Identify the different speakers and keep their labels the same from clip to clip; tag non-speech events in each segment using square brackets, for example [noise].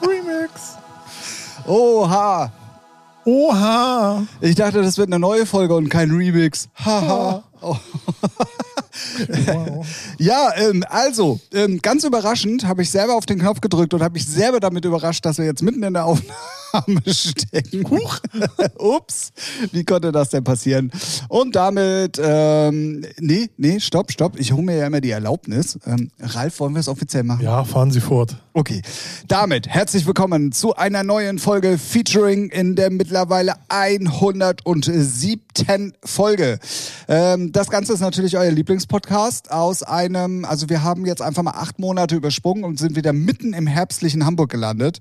Speaker 1: Remix.
Speaker 2: [laughs] Oha.
Speaker 1: Oha.
Speaker 2: Ich dachte, das wird eine neue Folge und kein Remix. Haha. Oh.
Speaker 1: Wow.
Speaker 2: Ja, ähm, also, ähm, ganz überraschend habe ich selber auf den Knopf gedrückt und habe mich selber damit überrascht, dass wir jetzt mitten in der Aufnahme [laughs] stecken. Huch. [laughs] Ups, wie konnte das denn passieren? Und damit, ähm, nee, nee, stopp, stopp. Ich hole mir ja immer die Erlaubnis. Ähm, Ralf, wollen wir es offiziell machen?
Speaker 1: Ja, fahren Sie fort.
Speaker 2: Okay, damit herzlich willkommen zu einer neuen Folge Featuring in der mittlerweile 107. Folge. Ähm, das Ganze ist natürlich euer Lieblingspodcast aus einem, also wir haben jetzt einfach mal acht Monate übersprungen und sind wieder mitten im herbstlichen Hamburg gelandet.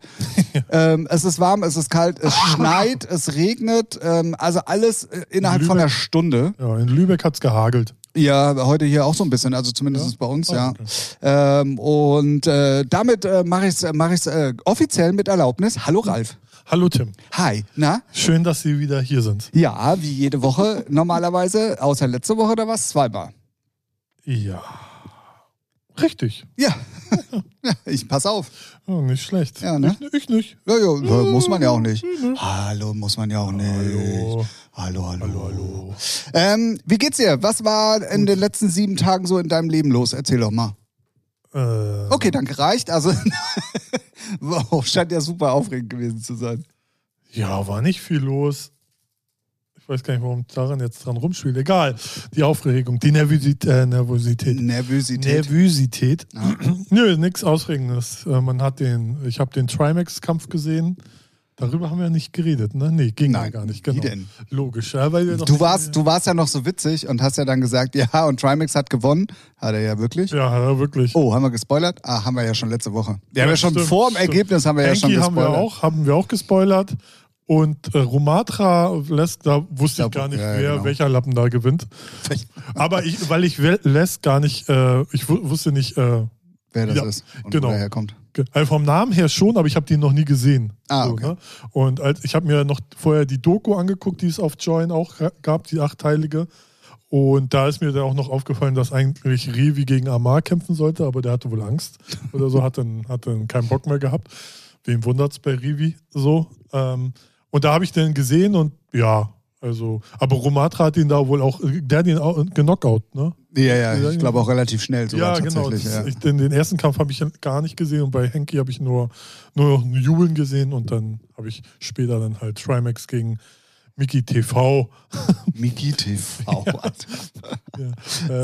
Speaker 2: ähm, es ist warm, es ist kalt, es schneit, es regnet, ähm, also alles äh, innerhalb von einer Stunde.
Speaker 1: Ja, in Lübeck hat's gehagelt.
Speaker 2: Ja, heute hier auch so ein bisschen, also zumindest bei uns, ja. Ähm, und äh, damit äh, mache ich es mach ich's, äh, offiziell mit Erlaubnis. Hallo Ralf.
Speaker 1: Hallo Tim.
Speaker 2: Hi, na?
Speaker 1: Schön, dass Sie wieder hier sind.
Speaker 2: Ja, wie jede [laughs] Woche normalerweise, außer letzte Woche oder was? Zweimal.
Speaker 1: Ja. Richtig.
Speaker 2: Ja. [laughs] Ja, ich pass auf.
Speaker 1: Ja, nicht schlecht.
Speaker 2: Ja, ne?
Speaker 1: ich, ich nicht.
Speaker 2: Ja, ja, muss man ja auch nicht. Hallo, muss man ja auch nicht.
Speaker 1: Hallo.
Speaker 2: Hallo, hallo.
Speaker 1: Hallo, hallo.
Speaker 2: Ähm, wie geht's dir? Was war in den letzten sieben Tagen so in deinem Leben los? Erzähl doch mal.
Speaker 1: Äh,
Speaker 2: Okay, danke, reicht. Also, [laughs] wow, scheint ja super aufregend gewesen zu sein.
Speaker 1: Ja, war nicht viel los. Ich weiß gar nicht, warum ich daran jetzt dran rumspiele. Egal. Die Aufregung, die Nervosität. Äh, Nervosität.
Speaker 2: Nervosität.
Speaker 1: Nervosität.
Speaker 2: Ja.
Speaker 1: [clears throat] Nö, nichts Aufregendes. Äh, Man hat den, ich habe den Trimax-Kampf gesehen. Darüber haben wir nicht geredet, ne? Nee, ging ja
Speaker 2: Nein,
Speaker 1: gar nicht.
Speaker 2: wie
Speaker 1: Genau.
Speaker 2: denn?
Speaker 1: Logisch, ja, weil wir noch
Speaker 2: Du
Speaker 1: nicht-
Speaker 2: warst, du warst ja noch so witzig und hast ja dann gesagt, ja, und Trimax hat gewonnen. Hat er ja wirklich.
Speaker 1: Ja, ja, wirklich.
Speaker 2: Oh, haben wir gespoilert? Ah, haben wir ja schon letzte Woche. Ja, haben wir schon
Speaker 1: stimmt,
Speaker 2: vor dem
Speaker 1: stimmt.
Speaker 2: Ergebnis haben wir ja
Speaker 1: Henki
Speaker 2: schon
Speaker 1: haben wir
Speaker 2: gespoilert.
Speaker 1: auch, haben wir auch gespoilert. Und äh, Romatra lässt, da wusste ich
Speaker 2: Da-
Speaker 1: gar nicht,
Speaker 2: ja,
Speaker 1: wer
Speaker 2: genau.
Speaker 1: welcher Lappen da gewinnt. Aber ich, weil ich lässt gar nicht, äh, ich wu- wusste nicht, äh,
Speaker 2: Wer das
Speaker 1: Ja,
Speaker 2: ist und
Speaker 1: genau.
Speaker 2: wo der herkommt.
Speaker 1: Ge- Also vom Namen her schon, aber ich habe den noch nie gesehen.
Speaker 2: Ah, okay.
Speaker 1: ne? Und als, ich habe mir noch vorher die Doku angeguckt, die es auf Join auch ga- gab, die achteilige. Und da ist mir dann auch noch aufgefallen, dass eigentlich Revi gegen Amar kämpfen sollte, aber der hatte
Speaker 2: [laughs]
Speaker 1: wohl Angst oder so, hat dann, hat dann keinen Bock mehr gehabt. Wem wundert's bei Revi so? Ähm, und da habe ich den gesehen und ja, also, aber Romatra hat ihn da wohl auch, der hat ihn auch genockout, ne?
Speaker 2: Ja, ja, ich glaube auch relativ schnell sogar
Speaker 1: ja, genau.
Speaker 2: tatsächlich.
Speaker 1: Das-
Speaker 2: ja.
Speaker 1: Ich, den, den ersten Kampf habe ich gar nicht gesehen und bei Henki habe ich nur, nur noch ein Jubeln gesehen und dann habe ich später dann halt Trimax gegen Mickey TV.
Speaker 2: Miki
Speaker 1: [laughs]
Speaker 2: TV.
Speaker 1: Ja,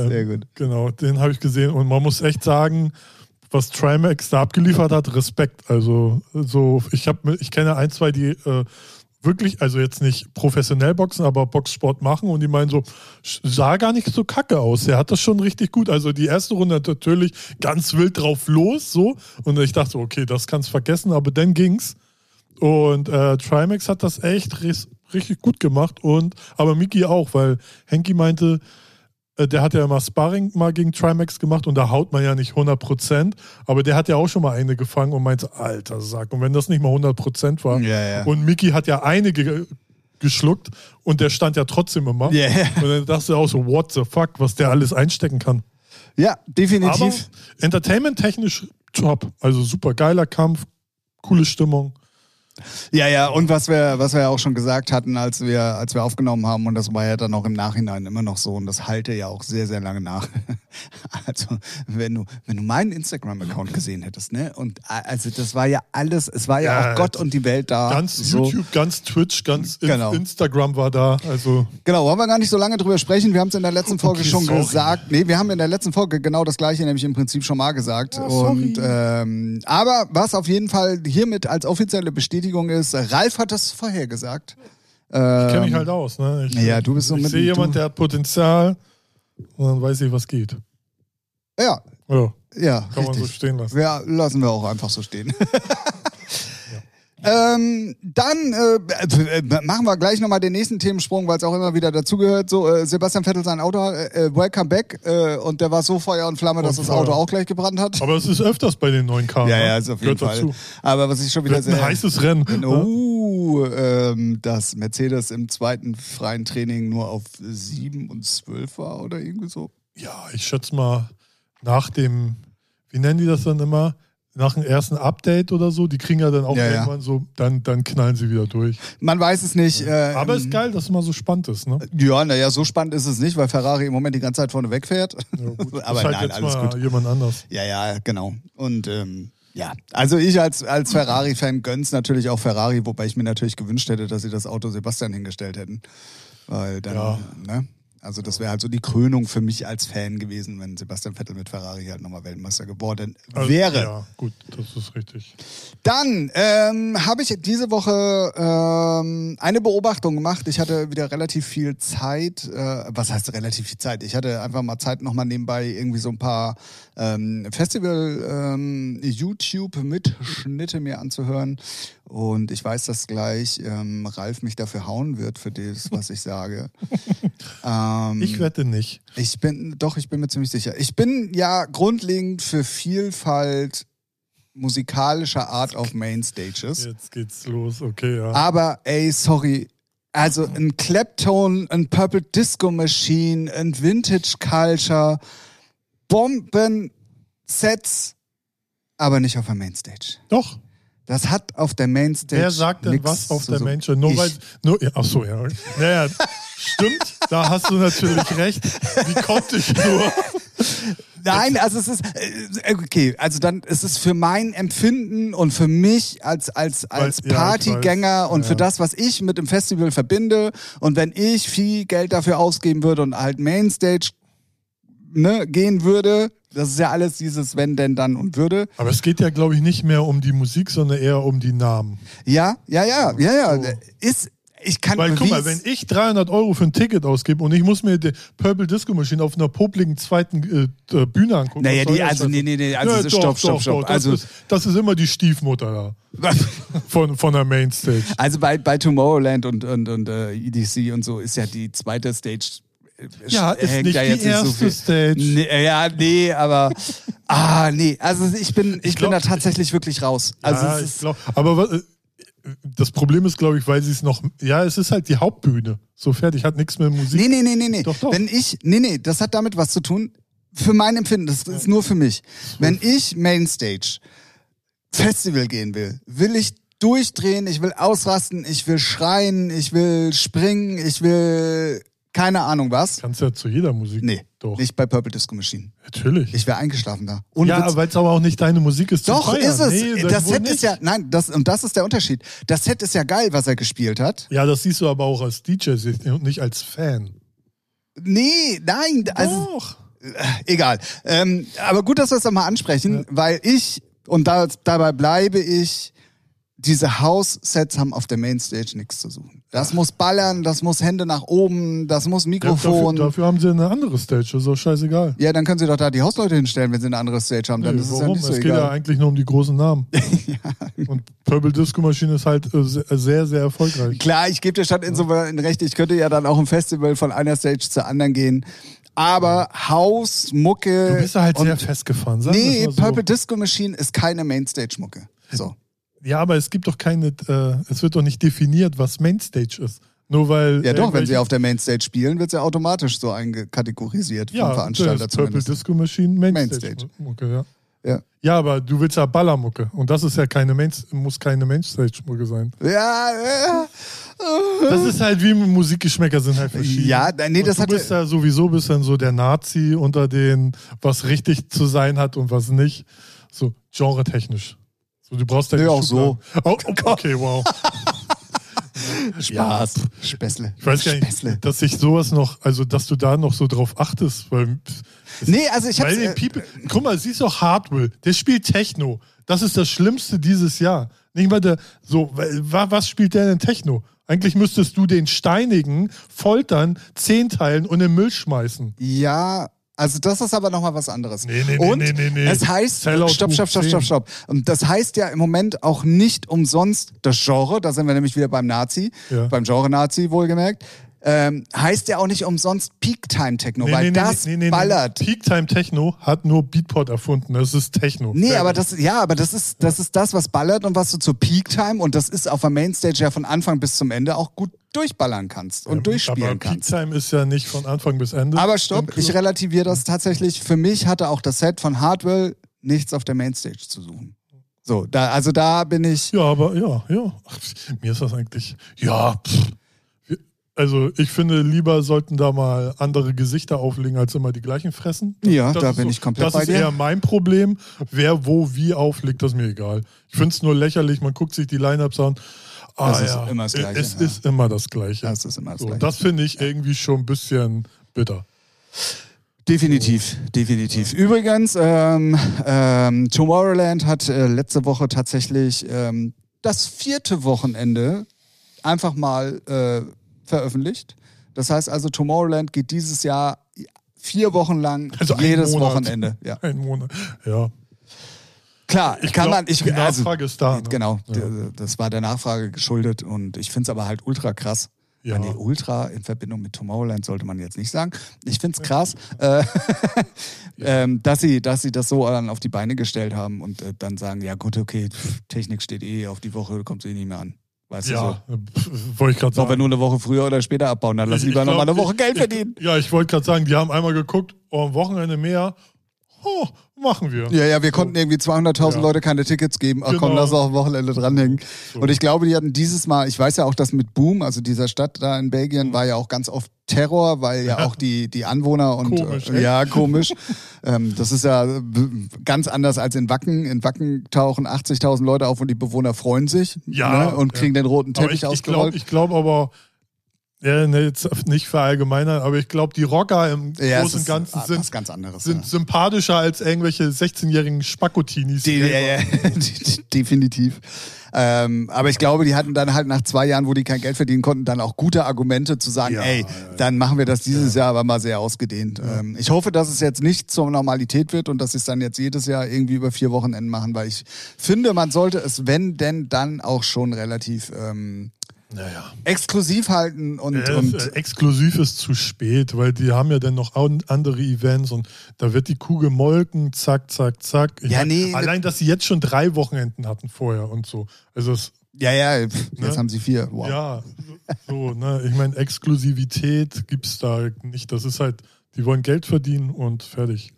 Speaker 2: Sehr
Speaker 1: ähm,
Speaker 2: gut.
Speaker 1: Genau, den habe ich gesehen und man muss echt sagen, was Trimax da abgeliefert hat, Respekt. Also so, ich habe, ich kenne ein, zwei, die äh, wirklich, also jetzt nicht professionell boxen, aber Boxsport machen und die meinen so, sch- sah gar nicht so kacke aus. Er hat das schon richtig gut. Also die erste Runde hat natürlich ganz wild drauf los, so und ich dachte, so, okay, das kannst vergessen, aber dann ging's. Und äh, Trimax hat das echt ris- richtig gut gemacht und aber Miki auch, weil Henki meinte, äh, der hat ja mal Sparring mal gegen Trimax gemacht und da haut man ja nicht 100%, aber der hat ja auch schon mal eine gefangen und meinte, alter Sack, und wenn das nicht mal 100% war.
Speaker 2: Ja, ja.
Speaker 1: Und Miki hat ja eine ge geschluckt und der stand ja trotzdem immer.
Speaker 2: Ja, ja.
Speaker 1: Und dann dachte er auch so, what the fuck, was der alles einstecken kann.
Speaker 2: ja,
Speaker 1: Aber
Speaker 2: definitiv.
Speaker 1: entertainment-technisch top. Also super geiler Kampf, coole Stimmung.
Speaker 2: Ja, ja, und was wir, was wir ja auch schon gesagt hatten, als wir, als wir aufgenommen haben, und das war ja dann auch im Nachhinein immer noch so, und das halte ja auch sehr, sehr lange nach. [laughs] Also, wenn du, wenn du meinen Instagram-Account gesehen hättest, ne? Und a- also das war ja alles, es war ja,
Speaker 1: Ja,
Speaker 2: auch Gott und die Welt da.
Speaker 1: Ganz
Speaker 2: Ah, so.
Speaker 1: YouTube, ganz Twitch, ganz In-
Speaker 2: Genau.
Speaker 1: Instagram war da. Also
Speaker 2: Genau, wollen wir gar nicht so lange drüber sprechen. Wir haben es in der letzten Folge
Speaker 1: Okay,
Speaker 2: schon
Speaker 1: sorry.
Speaker 2: gesagt. Nee, wir haben in der letzten Folge genau das gleiche nämlich im Prinzip schon mal gesagt. und ähm, aber was auf jeden Fall hiermit als offizielle Bestätigung ist, Ralf hat das vorher gesagt.
Speaker 1: ich kenne mich halt aus. Ne? Ich,
Speaker 2: Ähm, ja, du bist so
Speaker 1: ich
Speaker 2: mit-
Speaker 1: sehe jemand,
Speaker 2: du-
Speaker 1: der hat Potenzial und dann weiß ich, was geht.
Speaker 2: Ja,
Speaker 1: Ja,
Speaker 2: ja,
Speaker 1: kann man
Speaker 2: richtig.
Speaker 1: so stehen lassen.
Speaker 2: Ja, lassen wir auch einfach so
Speaker 1: [laughs]
Speaker 2: stehen. Ähm, dann äh, äh, machen wir gleich nochmal den nächsten Themensprung, weil es auch immer wieder dazugehört. So, äh, Sebastian Vettel sein Auto, äh, äh, welcome back. Äh, und der war so Feuer und Flamme, dass
Speaker 1: Und
Speaker 2: das Auto
Speaker 1: Feuer.
Speaker 2: auch gleich gebrannt hat.
Speaker 1: Aber es ist öfters bei den neuen Karten.
Speaker 2: Ja,
Speaker 1: ne?
Speaker 2: ja, also auf jeden
Speaker 1: Gehört
Speaker 2: Fall. Also,
Speaker 1: dazu.
Speaker 2: Aber was ich schon wieder
Speaker 1: Wird ein
Speaker 2: sehr. [laughs]
Speaker 1: heißes Rennen. ne?
Speaker 2: Oh, ähm, dass Mercedes im zweiten freien Training nur auf 7 und 12 war oder irgendwie so.
Speaker 1: Ja, ich schätze mal, nach dem, wie nennen die das dann immer? nach dem ersten Update oder so, die kriegen ja dann auch
Speaker 2: Ja, ja.
Speaker 1: irgendwann so, dann, dann knallen sie wieder durch.
Speaker 2: Man weiß es nicht. Äh,
Speaker 1: Aber
Speaker 2: ähm,
Speaker 1: ist geil, dass es mal so spannend ist, ne?
Speaker 2: Ja, naja, so spannend ist es nicht, weil Ferrari im Moment die ganze Zeit vorne wegfährt.
Speaker 1: Ja,
Speaker 2: [laughs]
Speaker 1: gut.
Speaker 2: Aber
Speaker 1: ist halt
Speaker 2: nein,
Speaker 1: jetzt
Speaker 2: alles
Speaker 1: mal
Speaker 2: gut.
Speaker 1: jemand anders.
Speaker 2: Ja, ja, genau. Und ähm, ja, also ich als, als Ferrari-Fan gönn's natürlich auch Ferrari, wobei ich mir natürlich gewünscht hätte, dass sie das Auto Sebastian hingestellt hätten. Weil dann,
Speaker 1: Ja.
Speaker 2: ne? Also das wäre halt so die Krönung für mich als Fan gewesen, wenn Sebastian Vettel mit Ferrari halt nochmal Weltmeister geworden
Speaker 1: Also,
Speaker 2: wäre.
Speaker 1: Ja, gut, das ist richtig.
Speaker 2: Dann ähm, habe ich diese Woche ähm, eine Beobachtung gemacht. Ich hatte wieder relativ viel Zeit. Äh, was heißt relativ viel Zeit? Ich hatte einfach mal Zeit, nochmal nebenbei irgendwie so ein paar ähm, Festival-YouTube-Mitschnitte mir anzuhören. Und ich weiß, dass gleich ähm, Ralf mich dafür hauen wird, für das, was ich sage. ähm,
Speaker 1: Ich wette nicht.
Speaker 2: ich bin, doch, ich bin mir ziemlich sicher. Ich bin ja grundlegend für Vielfalt musikalischer Art auf Mainstages.
Speaker 1: Jetzt geht's los, okay, ja.
Speaker 2: Aber ey, sorry. Also ein Clapton, ein Purple Disco Machine, ein Vintage Culture, Bomben-Sets, aber nicht auf der Mainstage.
Speaker 1: Doch,
Speaker 2: Das hat auf der Mainstage.
Speaker 1: wer sagt denn
Speaker 2: nichts
Speaker 1: was auf
Speaker 2: zu
Speaker 1: der
Speaker 2: suchen.
Speaker 1: Menschen? Nur
Speaker 2: Ich.
Speaker 1: weil. Nur, ja, ach so, ja. Naja, stimmt, da hast du natürlich recht. Wie konnte ich nur?
Speaker 2: Nein, also es ist äh, okay, also dann es ist für mein Empfinden und für mich als als als
Speaker 1: Weil- ja, ich
Speaker 2: Partygänger
Speaker 1: weiß.
Speaker 2: und
Speaker 1: Ja.
Speaker 2: für das, was ich mit dem Festival verbinde und wenn ich viel Geld dafür ausgeben würde und halt Mainstage ne, gehen würde, das ist ja alles dieses wenn denn dann und würde.
Speaker 1: Aber es geht ja, glaube ich, nicht mehr um die Musik, sondern eher um die Namen.
Speaker 2: Ja, ja, ja, ja, ja,
Speaker 1: So.
Speaker 2: ist ich kann
Speaker 1: Weil, guck
Speaker 2: wie
Speaker 1: mal,
Speaker 2: es-
Speaker 1: wenn ich 300 Euro für ein Ticket ausgebe und ich muss mir die Purple Disco Machine auf einer popligen zweiten äh, äh, Bühne angucken.
Speaker 2: Naja,
Speaker 1: was soll
Speaker 2: die-
Speaker 1: das
Speaker 2: also,
Speaker 1: denn?
Speaker 2: nee, nee, nee, also, stopp,
Speaker 1: doch,
Speaker 2: stopp,
Speaker 1: doch,
Speaker 2: stopp.
Speaker 1: doch, Das,
Speaker 2: Also-
Speaker 1: ist, das ist immer die Stiefmutter
Speaker 2: [laughs]
Speaker 1: da von, von der Mainstage.
Speaker 2: also bei, bei Tomorrowland und und und äh, EDC und so ist ja die zweite Stage äh,
Speaker 1: Ja, ist
Speaker 2: hängt
Speaker 1: nicht
Speaker 2: ja
Speaker 1: die
Speaker 2: jetzt so
Speaker 1: erste
Speaker 2: viel-
Speaker 1: Stage.
Speaker 2: Nee, äh, ja, nee, aber [laughs] ah, nee, also ich bin ich,
Speaker 1: glaub,
Speaker 2: bin da tatsächlich wirklich raus. Also
Speaker 1: ja,
Speaker 2: es
Speaker 1: ich
Speaker 2: ist,
Speaker 1: glaub, aber wa- äh, das Problem ist, glaube ich, weil sie es noch. Ja, es ist halt die Hauptbühne. So fertig, hat nichts mit Musik.
Speaker 2: nee, nee, nee, nee, nee.
Speaker 1: Doch, doch.
Speaker 2: Wenn ich nee, nee, das hat damit was zu tun für mein Empfinden, das ist nur für mich. Wenn ich Mainstage Festival gehen will, will ich durchdrehen, ich will ausrasten, ich will schreien, ich will springen, ich will keine Ahnung was.
Speaker 1: Kannst ja zu jeder Musik.
Speaker 2: Nee,
Speaker 1: Doch,
Speaker 2: nicht bei Purple Disco Machine.
Speaker 1: natürlich.
Speaker 2: Ich wäre eingeschlafen da. Ohne
Speaker 1: ja,
Speaker 2: Witz.
Speaker 1: weil es aber auch nicht deine Musik ist. zum
Speaker 2: Doch,
Speaker 1: Feiern.
Speaker 2: ist es.
Speaker 1: Nee,
Speaker 2: das
Speaker 1: wohl
Speaker 2: Set
Speaker 1: nicht.
Speaker 2: ist ja, nein, das, und das ist der Unterschied. Das Set ist ja geil, was er gespielt hat.
Speaker 1: Ja, das siehst du aber auch als DJ und nicht als Fan.
Speaker 2: Nee, nein, also,
Speaker 1: Doch.
Speaker 2: egal. Ähm, aber gut, dass wir es nochmal ansprechen, weil ich, und da, dabei bleibe ich, diese House-Sets haben auf der Mainstage nichts zu suchen. Das muss ballern, das muss Hände nach oben, das muss
Speaker 1: Ja, dafür,
Speaker 2: Mikrofon.
Speaker 1: dafür haben sie eine andere Stage, ist auch scheißegal.
Speaker 2: Ja, dann können sie doch da die Hausleute hinstellen, wenn sie eine andere Stage haben. Dann
Speaker 1: Nee,
Speaker 2: ist es ja
Speaker 1: warum?
Speaker 2: nicht so
Speaker 1: es geht ja
Speaker 2: egal. genau.
Speaker 1: eigentlich nur um die
Speaker 2: [laughs]
Speaker 1: großen Namen. Und Purple Disco Machine ist halt äh, se- sehr, sehr erfolgreich.
Speaker 2: Klar, ich gebe dir schon insofern recht, ich könnte ja dann auch im Festival von einer Stage zur anderen gehen. Aber House, Mucke.
Speaker 1: Du bist ja halt
Speaker 2: und-
Speaker 1: sehr festgefahren. Sag
Speaker 2: Nee,
Speaker 1: das mal so.
Speaker 2: Purple Disco Machine ist keine Mainstage-Mucke. So.
Speaker 1: Ja, aber es gibt doch keine, äh, es wird doch nicht definiert, was Mainstage ist. Nur weil.
Speaker 2: Ja, doch, wenn sie
Speaker 1: irgendwelche-
Speaker 2: auf der Mainstage spielen, wird sie ja automatisch so eingekategorisiert vom
Speaker 1: ja, das
Speaker 2: Veranstalter
Speaker 1: ist Purple
Speaker 2: zumindest.
Speaker 1: Disco Machine Mainstage.
Speaker 2: Mainstage.
Speaker 1: Mucke, ja.
Speaker 2: Ja.
Speaker 1: ja, aber du willst ja Ballermucke. Und das ist ja keine Mainst muss keine Mainstage-Mucke sein.
Speaker 2: Ja, äh,
Speaker 1: Das ist halt wie Musikgeschmäcker sind halt verschieden.
Speaker 2: Ja, nee,
Speaker 1: Und
Speaker 2: das
Speaker 1: du
Speaker 2: hatte-
Speaker 1: bist ja sowieso bist dann so der Nazi unter den, was richtig zu sein hat und was nicht. So genretechnisch. So, du brauchst ja
Speaker 2: Nee,
Speaker 1: nicht
Speaker 2: auch so.
Speaker 1: Oh, oh, okay, wow.
Speaker 2: ja, Späßle.
Speaker 1: Ich weiß gar
Speaker 2: Späßle.
Speaker 1: nicht, dass ich sowas noch, also dass du da noch so drauf achtest, weil
Speaker 2: Nee, also ich
Speaker 1: weil
Speaker 2: hab's,
Speaker 1: den
Speaker 2: äh,
Speaker 1: People, guck mal, siehst du auch Hardwell, der spielt Techno. Das ist das Schlimmste dieses Jahr. Nicht mal der, so, wa- was spielt der denn Techno? Eigentlich müsstest du den steinigen, foltern, zehnteilen und in den Müll schmeißen.
Speaker 2: Ja, also das ist aber nochmal was anderes.
Speaker 1: Nee, nee, nee,
Speaker 2: und
Speaker 1: nee, nee, nee.
Speaker 2: es heißt,
Speaker 1: Sellout
Speaker 2: stopp, stopp, stopp,
Speaker 1: hoch
Speaker 2: stopp,
Speaker 1: 10.
Speaker 2: stopp. Und das heißt ja im Moment auch nicht umsonst das Genre, da sind wir nämlich wieder beim Nazi,
Speaker 1: Ja.
Speaker 2: beim Genre Nazi wohlgemerkt, ähm, heißt ja auch nicht umsonst Peak Time Techno, weil das ballert.
Speaker 1: Peak Time Techno hat nur Beatport erfunden. Das ist Techno.
Speaker 2: Nee,
Speaker 1: Fertig.
Speaker 2: aber das, ja, aber das ist, das ist das, was ballert und was du zur Peak Time und das ist auf der Mainstage ja von Anfang bis zum Ende auch gut durchballern kannst und
Speaker 1: aber
Speaker 2: durchspielen
Speaker 1: Peak
Speaker 2: kannst.
Speaker 1: Time ist ja nicht von Anfang bis Ende.
Speaker 2: Aber stopp, ich
Speaker 1: Hm?
Speaker 2: relativiere das tatsächlich. Für mich hatte auch das Set von Hardwell nichts auf der Mainstage zu suchen. So, da, also da bin ich.
Speaker 1: Ja, aber ja, ja. Ach, mir ist das eigentlich. Ja. Pff. Also ich finde, lieber sollten da mal andere Gesichter auflegen, als immer die gleichen fressen.
Speaker 2: Ja,
Speaker 1: Das
Speaker 2: da
Speaker 1: ist
Speaker 2: bin
Speaker 1: so-
Speaker 2: ich komplett
Speaker 1: Das
Speaker 2: bei
Speaker 1: ist
Speaker 2: dir.
Speaker 1: eher mein Problem. Wer wo wie auflegt, das ist mir egal. Ich finde es nur lächerlich. Man guckt sich die Line-Ups an. Ah,
Speaker 2: Das ist
Speaker 1: ja,
Speaker 2: immer das Gleiche,
Speaker 1: Es
Speaker 2: ja.
Speaker 1: ist immer das Gleiche.
Speaker 2: Das ist immer das
Speaker 1: so,
Speaker 2: Gleiche.
Speaker 1: das finde ich irgendwie schon ein bisschen bitter.
Speaker 2: Definitiv, definitiv. Übrigens, ähm, ähm, Tomorrowland hat äh, letzte Woche tatsächlich ähm, das vierte Wochenende einfach mal äh, veröffentlicht. Das heißt also, Tomorrowland geht dieses Jahr vier Wochen lang
Speaker 1: Also einen
Speaker 2: jedes
Speaker 1: Monat.
Speaker 2: Wochenende.
Speaker 1: [laughs]
Speaker 2: Ja.
Speaker 1: Ein Monat. Ja.
Speaker 2: Klar,
Speaker 1: Ich
Speaker 2: kann
Speaker 1: glaub,
Speaker 2: man. Ich,
Speaker 1: die
Speaker 2: also,
Speaker 1: Nachfrage ist da, ne?
Speaker 2: Genau,
Speaker 1: Ja.
Speaker 2: d- das war der Nachfrage geschuldet und ich finde es aber halt ultra krass.
Speaker 1: Ja.
Speaker 2: Ja. Nee, ultra in Verbindung mit Tomorrowland sollte man jetzt nicht sagen. Ich finde es krass, äh, [laughs] ähm, dass, sie, dass sie das so dann auf die Beine gestellt haben und äh, dann sagen, ja gut, okay, pff, Technik steht eh auf die Woche, kommt sie eh nicht mehr an. Weißt du so.
Speaker 1: Ja, pff, wollte ich gerade
Speaker 2: Sollen wir
Speaker 1: sagen.
Speaker 2: nur eine Woche früher oder später abbauen, dann lass
Speaker 1: Ich- ich
Speaker 2: lieber nochmal
Speaker 1: glaub,
Speaker 2: eine Woche
Speaker 1: [laughs] ich-
Speaker 2: Geld
Speaker 1: ich-
Speaker 2: verdienen.
Speaker 1: Ja, ich wollte gerade sagen, die haben einmal geguckt, oh, am Wochenende mehr. Oh, machen wir.
Speaker 2: Ja, ja, wir konnten irgendwie 200.000
Speaker 1: Ja.
Speaker 2: Leute keine Tickets geben. Ach komm,
Speaker 1: Genau.
Speaker 2: lass auch am Wochenende dranhängen.
Speaker 1: So.
Speaker 2: Und ich glaube, die hatten dieses Mal, ich weiß ja auch, dass mit Boom, also dieser Stadt da in
Speaker 1: Mhm.
Speaker 2: Belgien, war ja auch ganz oft Terror, weil ja auch die, die Anwohner und
Speaker 1: Komisch,
Speaker 2: äh,
Speaker 1: ey.
Speaker 2: ja,
Speaker 1: [laughs]
Speaker 2: komisch. ähm, das ist ja äh, b- ganz anders als in Wacken. In Wacken tauchen 80.000 Leute auf und die Bewohner freuen sich
Speaker 1: Ja,
Speaker 2: ne, und
Speaker 1: ja.
Speaker 2: kriegen den roten
Speaker 1: Aber
Speaker 2: Teppich
Speaker 1: ich, ich
Speaker 2: ausgerollt.
Speaker 1: glaube ich glaub aber, ja, ne, jetzt nicht verallgemeinern, aber ich glaube, die Rocker im
Speaker 2: ja, es
Speaker 1: Großen und
Speaker 2: ist,
Speaker 1: Ganzen
Speaker 2: ah, was
Speaker 1: sind,
Speaker 2: ganz anderes.
Speaker 1: sind
Speaker 2: ja.
Speaker 1: sympathischer als irgendwelche 16-jährigen Spackotinis.
Speaker 2: Die, ja, ja, [laughs] die- die- definitiv. Ähm, aber ich glaube, die hatten dann halt nach zwei Jahren, wo die kein Geld verdienen konnten, dann auch gute Argumente zu sagen,
Speaker 1: Ja,
Speaker 2: ey,
Speaker 1: ja,
Speaker 2: dann machen wir das dieses Jahr aber mal sehr ausgedehnt. Ähm, ich hoffe, dass es jetzt nicht zur Normalität wird und dass sie es dann jetzt jedes Jahr irgendwie über vier Wochenenden machen, weil ich finde, man sollte es, wenn denn, dann auch schon relativ ähm,
Speaker 1: Naja.
Speaker 2: exklusiv halten und,
Speaker 1: Äh,
Speaker 2: und
Speaker 1: äh, exklusiv ist zu spät, weil die haben ja dann noch an- andere Events und da wird die Kuh gemolken, zack, zack, zack. Ich
Speaker 2: Ja,
Speaker 1: mein,
Speaker 2: nee. ne
Speaker 1: allein, dass sie jetzt schon drei Wochenenden hatten vorher und so. Also es,
Speaker 2: ja, ja, pff, jetzt
Speaker 1: Ne?
Speaker 2: haben sie vier. Wow.
Speaker 1: ja, so, ne, ich meine, Exklusivität gibt es da nicht. Das ist halt, die wollen Geld verdienen und fertig.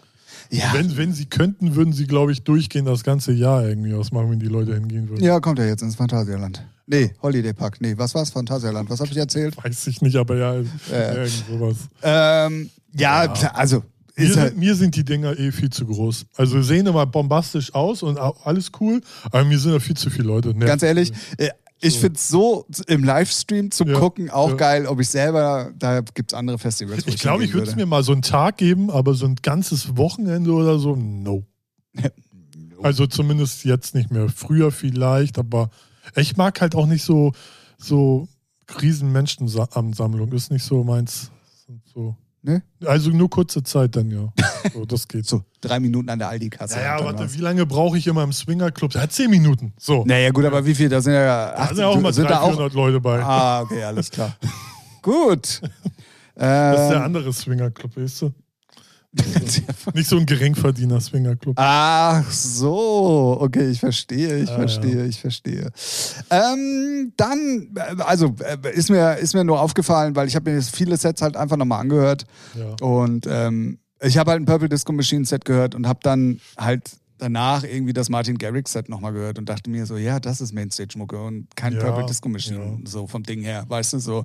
Speaker 2: Ja.
Speaker 1: Wenn, wenn sie könnten, würden sie, glaube ich, durchgehen das ganze Jahr irgendwie was machen, wenn die Leute hingehen würden.
Speaker 2: ja, kommt er jetzt ins Phantasialand. Nee, Holiday Park. Nee, was war's? Phantasialand. Was habe ich erzählt?
Speaker 1: Weiß ich nicht, aber ja, irgend sowas.
Speaker 2: Ähm, ja, also
Speaker 1: Mir,
Speaker 2: ist halt,
Speaker 1: sind, mir sind die Dinger eh viel zu groß. Also sehen immer bombastisch aus und au- alles cool, aber mir sind da viel zu viele Leute. Nervt.
Speaker 2: ganz ehrlich, äh, ich
Speaker 1: So.
Speaker 2: finde es so im Livestream zum
Speaker 1: Ja,
Speaker 2: Gucken auch
Speaker 1: ja.
Speaker 2: geil, ob ich selber, da gibt es andere Festivals. wo
Speaker 1: Ich glaube, ich
Speaker 2: hingehen
Speaker 1: würde es mir mal so einen Tag geben, aber so ein ganzes Wochenende oder
Speaker 2: [laughs]
Speaker 1: so, no. Also zumindest jetzt nicht mehr. Früher vielleicht, aber ich mag halt auch nicht so, so Riesenmenschenansammlung. Ist nicht so meins. So.
Speaker 2: Ne?
Speaker 1: Also nur kurze würde. Zeit
Speaker 2: [laughs]
Speaker 1: dann, ja. So, das geht.
Speaker 2: So, drei Minuten an der Aldi-Kasse. halt
Speaker 1: Naja,
Speaker 2: Dann
Speaker 1: warte,
Speaker 2: war's.
Speaker 1: wie lange brauche ich immer im Swingerclub? Ja, zehn Minuten. So.
Speaker 2: Naja, gut, aber wie viel? Da sind ja,
Speaker 1: Da
Speaker 2: acht,
Speaker 1: sind ja auch mal
Speaker 2: sind da
Speaker 1: 300,
Speaker 2: auch.
Speaker 1: 400 Leute bei.
Speaker 2: Ah, okay, alles
Speaker 1: [laughs]
Speaker 2: klar. gut.
Speaker 1: Das ist der
Speaker 2: Ähm,
Speaker 1: andere Swingerclub, weißt du? [laughs]
Speaker 2: [laughs]
Speaker 1: Nicht so ein geringverdiener Swingerclub.
Speaker 2: Ach so, okay, ich verstehe, ich
Speaker 1: Ah,
Speaker 2: verstehe, ich verstehe. Ähm, dann, äh, also äh, ist mir, ist mir nur aufgefallen, weil ich habe mir jetzt viele Sets halt einfach nochmal angehört
Speaker 1: Ja.
Speaker 2: und ähm, ich habe halt ein Purple Disco Machine Set gehört und habe dann halt danach irgendwie das Martin Garrix Set nochmal gehört und dachte mir so, ja, das ist Mainstage-Mucke und kein
Speaker 1: Ja,
Speaker 2: Purple Disco Machine,
Speaker 1: ja.
Speaker 2: so vom Ding her, weißt du, so.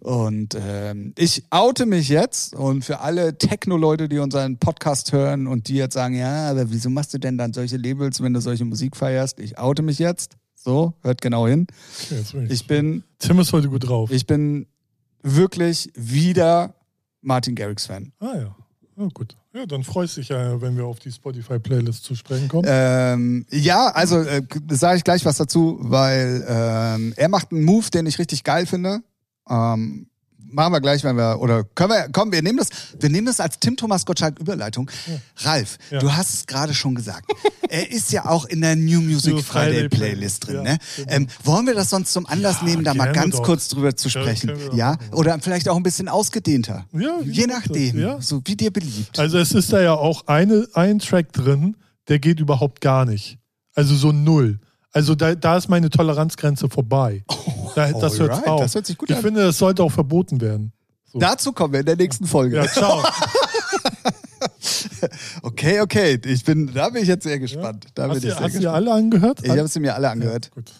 Speaker 2: Und ähm, ich oute mich jetzt und für alle Techno-Leute, die unseren Podcast hören und die jetzt sagen, ja, aber wieso machst du denn dann solche Labels, wenn du solche Musik feierst? Ich oute mich jetzt. So, hört genau hin.
Speaker 1: Okay, jetzt bin ich.
Speaker 2: Ich bin,
Speaker 1: Tim ist heute gut drauf.
Speaker 2: ich bin wirklich wieder Martin Garrix-Fan.
Speaker 1: ah ja. Ja, gut. Ja, dann freust dich ja, wenn wir auf die Spotify-Playlist zu sprechen kommen.
Speaker 2: Ähm, ja, also äh, sage ich gleich was dazu, weil ähm, er macht einen Move, den ich richtig geil finde. Ähm, machen wir gleich, wenn wir oder können wir? Komm, wir nehmen das. Wir nehmen das als Tim Thomas Gottschalk Überleitung. Ralf,
Speaker 1: Ja.
Speaker 2: du hast es gerade schon gesagt.
Speaker 1: [laughs]
Speaker 2: er ist ja auch in der New Music
Speaker 1: New
Speaker 2: Friday
Speaker 1: Friday
Speaker 2: Playlist drin.
Speaker 1: Play-
Speaker 2: ne?
Speaker 1: ja, genau.
Speaker 2: ähm, wollen wir das sonst zum Anlass nehmen, da mal
Speaker 1: gerne
Speaker 2: ganz
Speaker 1: doch.
Speaker 2: kurz drüber zu
Speaker 1: Ja,
Speaker 2: sprechen?
Speaker 1: können wir doch
Speaker 2: Ja,
Speaker 1: machen.
Speaker 2: oder vielleicht auch ein bisschen ausgedehnter.
Speaker 1: Ja, wie
Speaker 2: Je
Speaker 1: du möchtest,
Speaker 2: nachdem,
Speaker 1: ja.
Speaker 2: so wie dir beliebt.
Speaker 1: Also es ist da ja auch eine, ein Track drin, der geht überhaupt gar nicht. Also so null. Also da, da ist meine
Speaker 2: [laughs]
Speaker 1: Toleranzgrenze vorbei. Da, das hört
Speaker 2: alright,
Speaker 1: auf.
Speaker 2: das hört sich gut
Speaker 1: ich
Speaker 2: an.
Speaker 1: finde, das sollte auch verboten werden.
Speaker 2: [laughs] Dazu kommen wir in der nächsten Folge.
Speaker 1: Ja, ciao.
Speaker 2: Okay, okay. Ich bin, da bin ich jetzt sehr gespannt. Da bin
Speaker 1: Hast,
Speaker 2: ich
Speaker 1: du,
Speaker 2: sehr
Speaker 1: hast du dir
Speaker 2: gespannt.
Speaker 1: alle angehört?
Speaker 2: Ich habe sie mir alle angehört.
Speaker 1: Gut.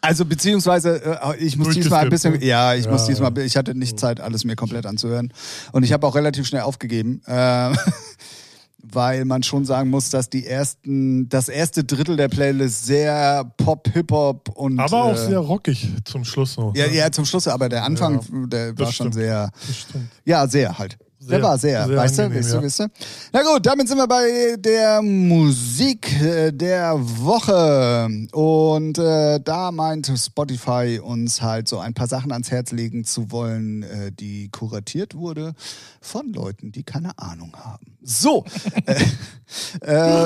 Speaker 2: Also beziehungsweise äh, ich muss diesmal ein bisschen,
Speaker 1: Durchgeskippt, ne?
Speaker 2: ja, ich
Speaker 1: Ja,
Speaker 2: muss diesmal,
Speaker 1: ja.
Speaker 2: ich hatte nicht Zeit, alles mir komplett anzuhören und ich habe auch relativ schnell aufgegeben, äh, [laughs] weil man schon sagen muss, dass die ersten, das erste Drittel der Playlist sehr Pop, Hip Hop und
Speaker 1: Aber auch
Speaker 2: äh,
Speaker 1: sehr rockig zum Schluss noch.
Speaker 2: ja,
Speaker 1: ne?
Speaker 2: ja, zum Schluss, aber der Anfang, der war
Speaker 1: das
Speaker 2: schon
Speaker 1: stimmt.
Speaker 2: sehr,
Speaker 1: Das stimmt.
Speaker 2: ja, sehr halt. der
Speaker 1: Sehr,
Speaker 2: war sehr,
Speaker 1: sehr
Speaker 2: weißt du,
Speaker 1: angenehm,
Speaker 2: weißt du,
Speaker 1: ja.
Speaker 2: weißt du. Na gut, damit sind wir bei der Musik äh, der Woche. Und äh, da meint Spotify uns halt so ein paar Sachen ans Herz legen zu wollen, äh, die kuratiert wurde von Leuten, die keine Ahnung haben. So. äh,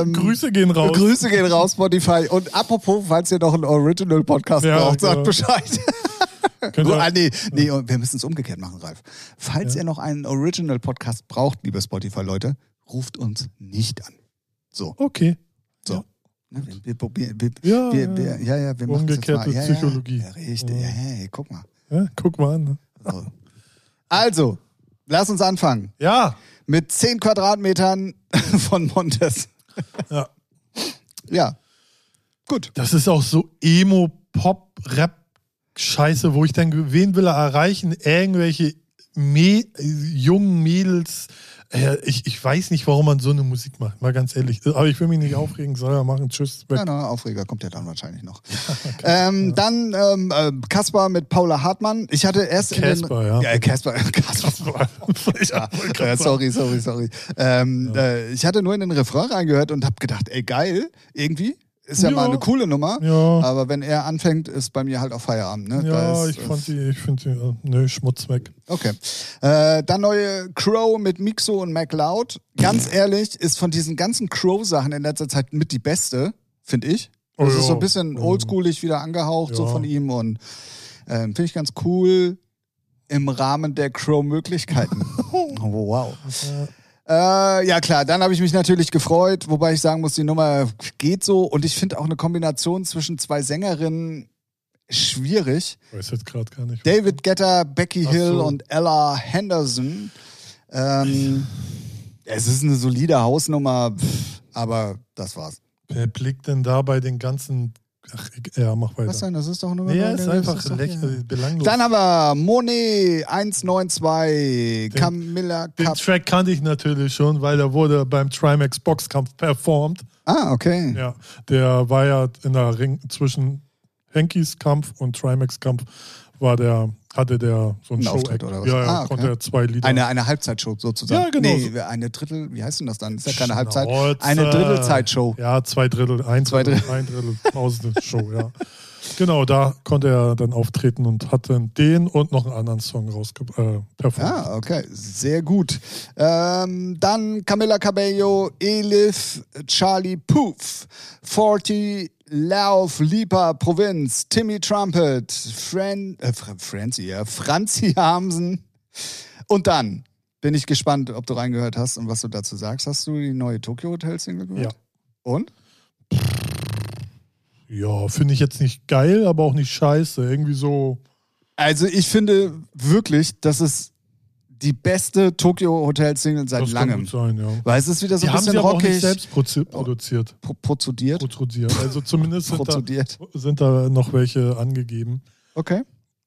Speaker 2: ähm,
Speaker 1: Grüße gehen raus.
Speaker 2: Grüße gehen raus, Spotify. Und apropos, falls ihr noch einen Original-Podcast
Speaker 1: Ja,
Speaker 2: braucht, sagt
Speaker 1: genau.
Speaker 2: Bescheid.
Speaker 1: Könnt ihr-
Speaker 2: Ah, nee, nee, und wir müssen es umgekehrt machen, Ralf. Falls ihr noch einen Original-Podcast braucht, liebe Spotify-Leute, ruft uns nicht an. So,
Speaker 1: Okay.
Speaker 2: so. Ne, Wir, wir probieren, wir,
Speaker 1: Ja,
Speaker 2: wir, wir, ja, ja, wir machen das jetzt
Speaker 1: Umgekehrte
Speaker 2: mal. Ja, ja,
Speaker 1: Psychologie.
Speaker 2: Ja, richtig, ja,
Speaker 1: Ja.
Speaker 2: hey, guck mal.
Speaker 1: Ja, guck mal an. ne?
Speaker 2: So. Also, lass uns anfangen.
Speaker 1: Ja.
Speaker 2: Mit 10 Quadratmetern [laughs] von Montes.
Speaker 1: ja.
Speaker 2: [laughs] Ja, gut.
Speaker 1: Das ist auch so Emo-Pop-Rap-Scheiße, wo ich denke, wen will er erreichen? Irgendwelche Mä- äh, jungen Mädels. Äh, ich, ich weiß nicht, warum man so eine Musik macht, mal ganz ehrlich. Aber ich will mich nicht aufregen, soll er machen. Tschüss. Weg.
Speaker 2: Ja, na, Aufreger kommt ja dann wahrscheinlich
Speaker 1: [laughs]
Speaker 2: noch. ähm, Dann ähm, äh, Kaspar mit Paula Hartmann. Ich hatte erst
Speaker 1: Casper,
Speaker 2: in
Speaker 1: ja.
Speaker 2: den, ja.
Speaker 1: [laughs]
Speaker 2: Kaspar, Kaspar.
Speaker 1: Ich
Speaker 2: Ja,
Speaker 1: hab wohl
Speaker 2: äh,
Speaker 1: gerade
Speaker 2: sorry, sorry, sorry. Ähm, äh, ich hatte nur in den Refrain reingehört und habe gedacht, ey geil, irgendwie ist ja,
Speaker 1: Ja.
Speaker 2: mal eine coole Nummer.
Speaker 1: Ja.
Speaker 2: Aber wenn er anfängt, ist bei mir halt auch Feierabend. Ne? ah, Da
Speaker 1: Ja,
Speaker 2: ist,
Speaker 1: ich fand die, ich finde die, äh, nö, Schmutz weg.
Speaker 2: Okay. Äh, dann neue Crow mit Mixo und MacLeod. Ganz ehrlich, ist von diesen ganzen Crow-Sachen in letzter Zeit mit die beste, finde ich.
Speaker 1: Oh
Speaker 2: Das ist
Speaker 1: ja.
Speaker 2: so ein bisschen oldschoolig wieder angehaucht, so
Speaker 1: Ja.
Speaker 2: von ihm und ähm, finde ich ganz cool im Rahmen der
Speaker 1: [laughs]
Speaker 2: Crow-Möglichkeiten. Oh, wow. Äh, ja klar, dann habe ich mich natürlich gefreut, wobei ich sagen muss, die Nummer geht so und ich finde auch eine Kombination zwischen zwei Sängerinnen schwierig.
Speaker 1: Weiß jetzt gerade gar nicht.
Speaker 2: David Getter, Becky
Speaker 1: Ach
Speaker 2: Hill
Speaker 1: so.
Speaker 2: und Ella Henderson. Ähm, es ist eine solide Hausnummer, pff, aber das war's.
Speaker 1: Wer blickt denn da bei den ganzen. Ach, ich- ja, mach weiter.
Speaker 2: Was denn? Das ist doch nur.
Speaker 1: Nee, er ist
Speaker 2: das
Speaker 1: einfach
Speaker 2: ist doch-
Speaker 1: lächerlich, belanglos.
Speaker 2: Dann haben wir Monet 192, Camilla
Speaker 1: den
Speaker 2: Cap.
Speaker 1: Track kannte ich natürlich schon, weil der wurde beim Trimax Boxkampf performt.
Speaker 2: Ah, okay.
Speaker 1: Ja, der war ja in der Ring zwischen Henkys Kampf und Trimax Kampf war der hatte der so ein
Speaker 2: Ein
Speaker 1: Show
Speaker 2: Auftritt oder was?
Speaker 1: Ja, ja,
Speaker 2: Ah, okay.
Speaker 1: konnte er zwei Lieder.
Speaker 2: Eine, eine Halbzeitshow sozusagen.
Speaker 1: Ja, genau
Speaker 2: Nee, eine Drittel, wie heißt denn das dann? Ist ja keine Halbzeit.
Speaker 1: Schnauze.
Speaker 2: Eine Drittelzeitshow.
Speaker 1: Ja, zwei Drittel, ein
Speaker 2: Zwei
Speaker 1: Drittel, ein Drittel Pause Show, ja. Genau, da konnte er dann auftreten und hat dann den und noch einen anderen Song rausge äh, performt.
Speaker 2: Ah, okay, sehr gut. Ähm, dann Camilla Cabello, Elif, Charlie Poof, 40, Lauf, Lipa, Provinz, Timmy Trumpet, Fran äh, Fra- Franzi, ja, Franzi Hamsen. Und dann bin ich gespannt, ob du reingehört hast und was du dazu sagst. Hast du die neue Tokyo Hotel Single gehört?
Speaker 1: Ja.
Speaker 2: Und?
Speaker 1: Ja, finde ich jetzt nicht geil, aber auch nicht scheiße. Irgendwie so.
Speaker 2: Also ich finde wirklich, das ist die beste Tokyo Hotel Single seit
Speaker 1: das kann
Speaker 2: langem.
Speaker 1: gut sein, ja.
Speaker 2: Weil es ist wieder so
Speaker 1: Die
Speaker 2: ein
Speaker 1: haben
Speaker 2: bisschen
Speaker 1: sie aber auch nicht
Speaker 2: rockig,
Speaker 1: selbst prozi- produziert.
Speaker 2: pro- prozediert.
Speaker 1: protrudiert. Also zumindest sind, da,
Speaker 2: prozediert.
Speaker 1: sind da noch welche angegeben.
Speaker 2: Okay.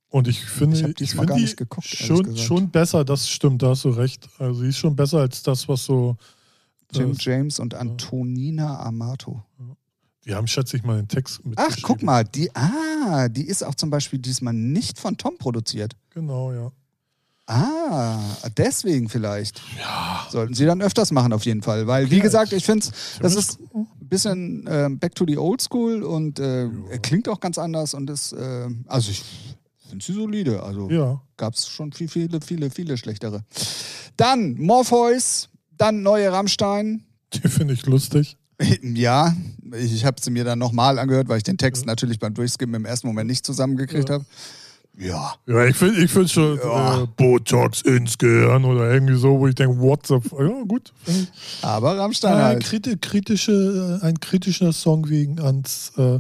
Speaker 1: Und ich finde,
Speaker 2: Ich
Speaker 1: ich
Speaker 2: hab diesmal
Speaker 1: finde
Speaker 2: gar
Speaker 1: die
Speaker 2: nicht geguckt, ehrlich
Speaker 1: schon,
Speaker 2: gesagt.
Speaker 1: schon besser, das stimmt, da hast du recht. Also die ist schon besser als das, was so.
Speaker 2: Jim
Speaker 1: das,
Speaker 2: James und Antonina Amato.
Speaker 1: die haben, schätze ich mal, den Text mit.
Speaker 2: Ach, guck mal, die, ah, die ist auch zum Beispiel diesmal nicht von Tom produziert.
Speaker 1: Genau, ja.
Speaker 2: Ah, deswegen vielleicht. Ja. Sollten sie dann öfters machen, auf jeden Fall. Weil, wie gesagt, ich finde es, das ist ein bisschen ähm, back to the old school und äh, klingt auch ganz anders und ist, äh, also ich finde sie solide. Also
Speaker 1: Ja.
Speaker 2: gab es schon viel, viele, viele, viele schlechtere. Dann Morpheus, dann neue Rammstein,
Speaker 1: Die finde ich lustig.
Speaker 2: Ja, ich, ich habe sie mir dann nochmal angehört, weil ich den Text
Speaker 1: Mhm.
Speaker 2: natürlich beim Durchskippen im ersten Moment nicht zusammengekriegt habe. Ja.
Speaker 1: Ja, ich finde ich find schon
Speaker 2: Ja.
Speaker 1: äh, Botox ins Gehirn oder irgendwie so, wo ich denke, what the f Ja, gut. Find ich.
Speaker 2: aber Rammstein
Speaker 1: Ja, ein,
Speaker 2: halt.
Speaker 1: kriti kritische, ein kritischer Song wegen ans äh,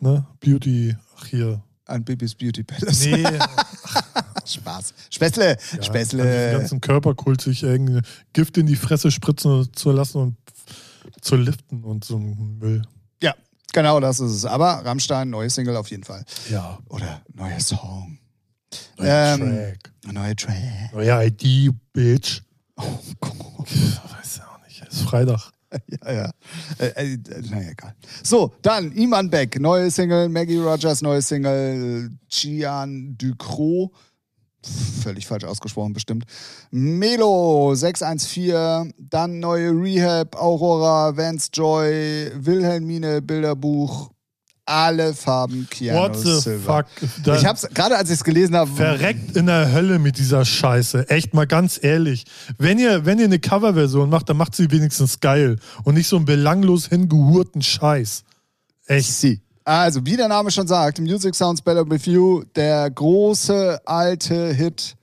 Speaker 1: ne, Beauty. Ach, hier. [laughs]
Speaker 2: An Bibis Beauty Palace.
Speaker 1: Nee.
Speaker 2: [laughs] Spaß. Späßle,
Speaker 1: Den
Speaker 2: Späßle.
Speaker 1: also ganzen Körperkult sich irgendwie Gift in die Fresse spritzen zu lassen und zu liften und so ein Müll.
Speaker 2: Ja, genau das ist es. Aber Rammstein, neue Single auf jeden Fall.
Speaker 1: Ja.
Speaker 2: Oder neuer Song.
Speaker 1: Neuer
Speaker 2: Ähm,
Speaker 1: Track.
Speaker 2: Neue Track.
Speaker 1: Neue ID, Bitch.
Speaker 2: Oh Gott.
Speaker 1: Weiß ja auch nicht. Ist Freitag.
Speaker 2: Ja, ja. Äh, äh, naja, egal. So, dann Iman Beck, neue Single, Maggie Rogers, neue Single, Gian Ducrot, völlig falsch ausgesprochen bestimmt, Melo 614, dann neue Rehab, Aurora, Vance Joy, Wilhelmine, Bilderbuch, alle Farben Keanu
Speaker 1: What the
Speaker 2: Silver.
Speaker 1: fuck? Da
Speaker 2: Ich hab's, gerade als ich es gelesen habe,
Speaker 1: verreckt in der Hölle mit dieser Scheiße. Echt mal ganz ehrlich. Wenn ihr, wenn ihr eine Coverversion macht, dann macht sie wenigstens geil und nicht so einen belanglos hingehurten Scheiß. Echt.
Speaker 2: Sie. Also, wie der Name schon sagt, Music Sounds Better With You, der große alte Hit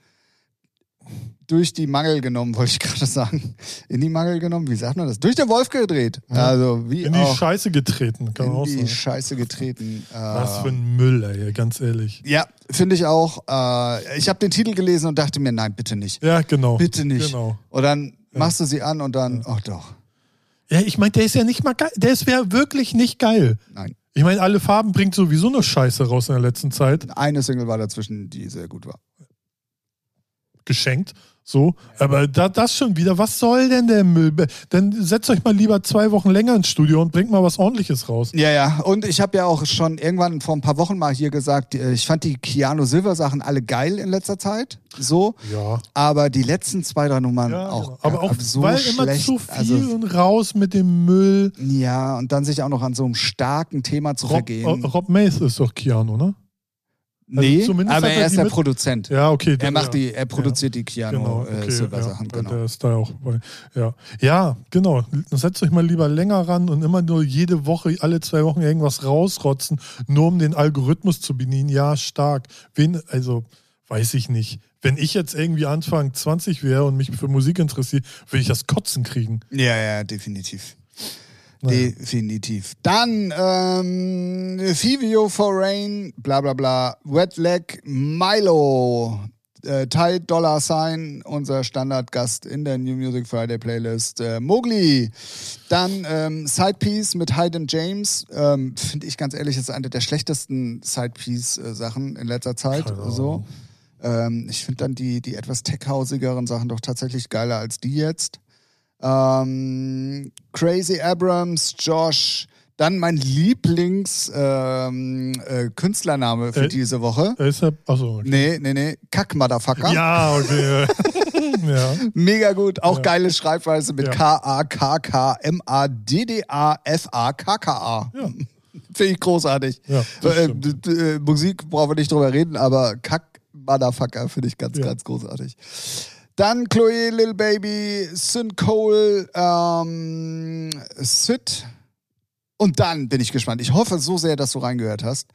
Speaker 2: durch die Mangel genommen, wollte ich gerade sagen. In die Mangel genommen, wie sagt man das? Durch den Wolf gedreht. Also, wie
Speaker 1: In die
Speaker 2: auch
Speaker 1: Scheiße getreten, kann man auch
Speaker 2: in die
Speaker 1: sagen.
Speaker 2: Scheiße getreten. Äh,
Speaker 1: Was für ein Müll, ey, ganz ehrlich.
Speaker 2: ja, finde ich auch. Äh, ich habe den Titel gelesen und dachte mir, nein, bitte nicht.
Speaker 1: Ja, genau.
Speaker 2: Bitte nicht.
Speaker 1: Genau.
Speaker 2: Und dann machst du sie an und dann, oh doch,
Speaker 1: Ja, ich meine, der ist ja nicht mal geil. Der ist ja wirklich nicht geil.
Speaker 2: nein.
Speaker 1: Ich meine, alle Farben bringt sowieso nur Scheiße raus in der letzten Zeit.
Speaker 2: Eine Single war dazwischen, die sehr gut war.
Speaker 1: Geschenkt. So. Aber da, das schon wieder. Was soll denn der Müll? Dann setzt euch mal lieber zwei Wochen länger ins Studio und bringt mal was ordentliches raus.
Speaker 2: Ja, ja. Und ich habe ja auch schon irgendwann vor ein paar Wochen mal hier gesagt, äh, ich fand die Keanu Silver Sachen alle geil in letzter Zeit. So.
Speaker 1: Ja.
Speaker 2: Aber die letzten zwei, drei Nummern
Speaker 1: ja genau.
Speaker 2: auch.
Speaker 1: aber auch
Speaker 2: so
Speaker 1: weil
Speaker 2: schlecht.
Speaker 1: immer zu viel
Speaker 2: Also,
Speaker 1: und raus mit dem Müll.
Speaker 2: ja, und dann sich auch noch an so einem starken Thema zu
Speaker 1: Rob,
Speaker 2: vergehen.
Speaker 1: äh, Rob Mace ist doch Keanu, ne?
Speaker 2: nee,
Speaker 1: zumindest
Speaker 2: aber
Speaker 1: hat er
Speaker 2: er ist
Speaker 1: die
Speaker 2: der
Speaker 1: mit-
Speaker 2: Produzent.
Speaker 1: Ja, okay.
Speaker 2: Er
Speaker 1: dann-
Speaker 2: macht
Speaker 1: ja.
Speaker 2: die, er produziert die Keanu
Speaker 1: Genau,
Speaker 2: äh,
Speaker 1: okay,
Speaker 2: Silver
Speaker 1: ja,
Speaker 2: Sachen, genau.
Speaker 1: Der ist da auch bei. Ja. ja, genau. Setzt euch mal lieber länger ran und immer nur jede Woche, alle zwei Wochen irgendwas rausrotzen, nur um den Algorithmus zu bedienen. Ja, stark. Wen, also, weiß ich nicht. Wenn ich jetzt irgendwie Anfang 20 wäre und mich für Musik interessiere, würde ich das Kotzen kriegen.
Speaker 2: Ja, ja, definitiv.
Speaker 1: Naja.
Speaker 2: Definitiv. Dann ähm, Fivio Foreign, bla bla bla, Wet Leg, Milo, äh, Thai Dollar Sign, unser Standardgast in der New Music Friday Playlist, äh, Mowgli. Dann ähm, Sidepiece mit Hayden James, ähm, finde ich ganz ehrlich, ist eine der schlechtesten Sidepiece-Sachen in letzter Zeit.
Speaker 1: Keine Ahnung.
Speaker 2: So. Ähm, ich finde dann die, die etwas techhausigeren Sachen doch tatsächlich geiler als die jetzt. Ähm, Crazy Abrams, Josh. Dann mein Lieblings-Künstlername ähm, äh, Künstlername für
Speaker 1: Äh,
Speaker 2: diese Woche.
Speaker 1: Er ist ja, achso, okay.
Speaker 2: Nee, nee, nee. Kack-Motherfucker.
Speaker 1: Ja,
Speaker 2: [laughs]
Speaker 1: okay. ja.
Speaker 2: Mega gut. Auch
Speaker 1: Ja.
Speaker 2: geile Schreibweise mit
Speaker 1: Ja.
Speaker 2: K-A-K-K-M-A-D-D-A-F-A-K-K-A.
Speaker 1: Ja.
Speaker 2: Finde ich großartig.
Speaker 1: Ja, das
Speaker 2: äh,
Speaker 1: stimmt.
Speaker 2: d- d- äh, Musik brauchen wir nicht drüber reden, aber Kack, Motherfucker, finde ich ganz,
Speaker 1: Ja.
Speaker 2: ganz großartig. Dann Chloe, Lil Baby, Sin Cole, ähm, Sid. Und dann bin ich gespannt. Ich hoffe so sehr, dass du reingehört hast.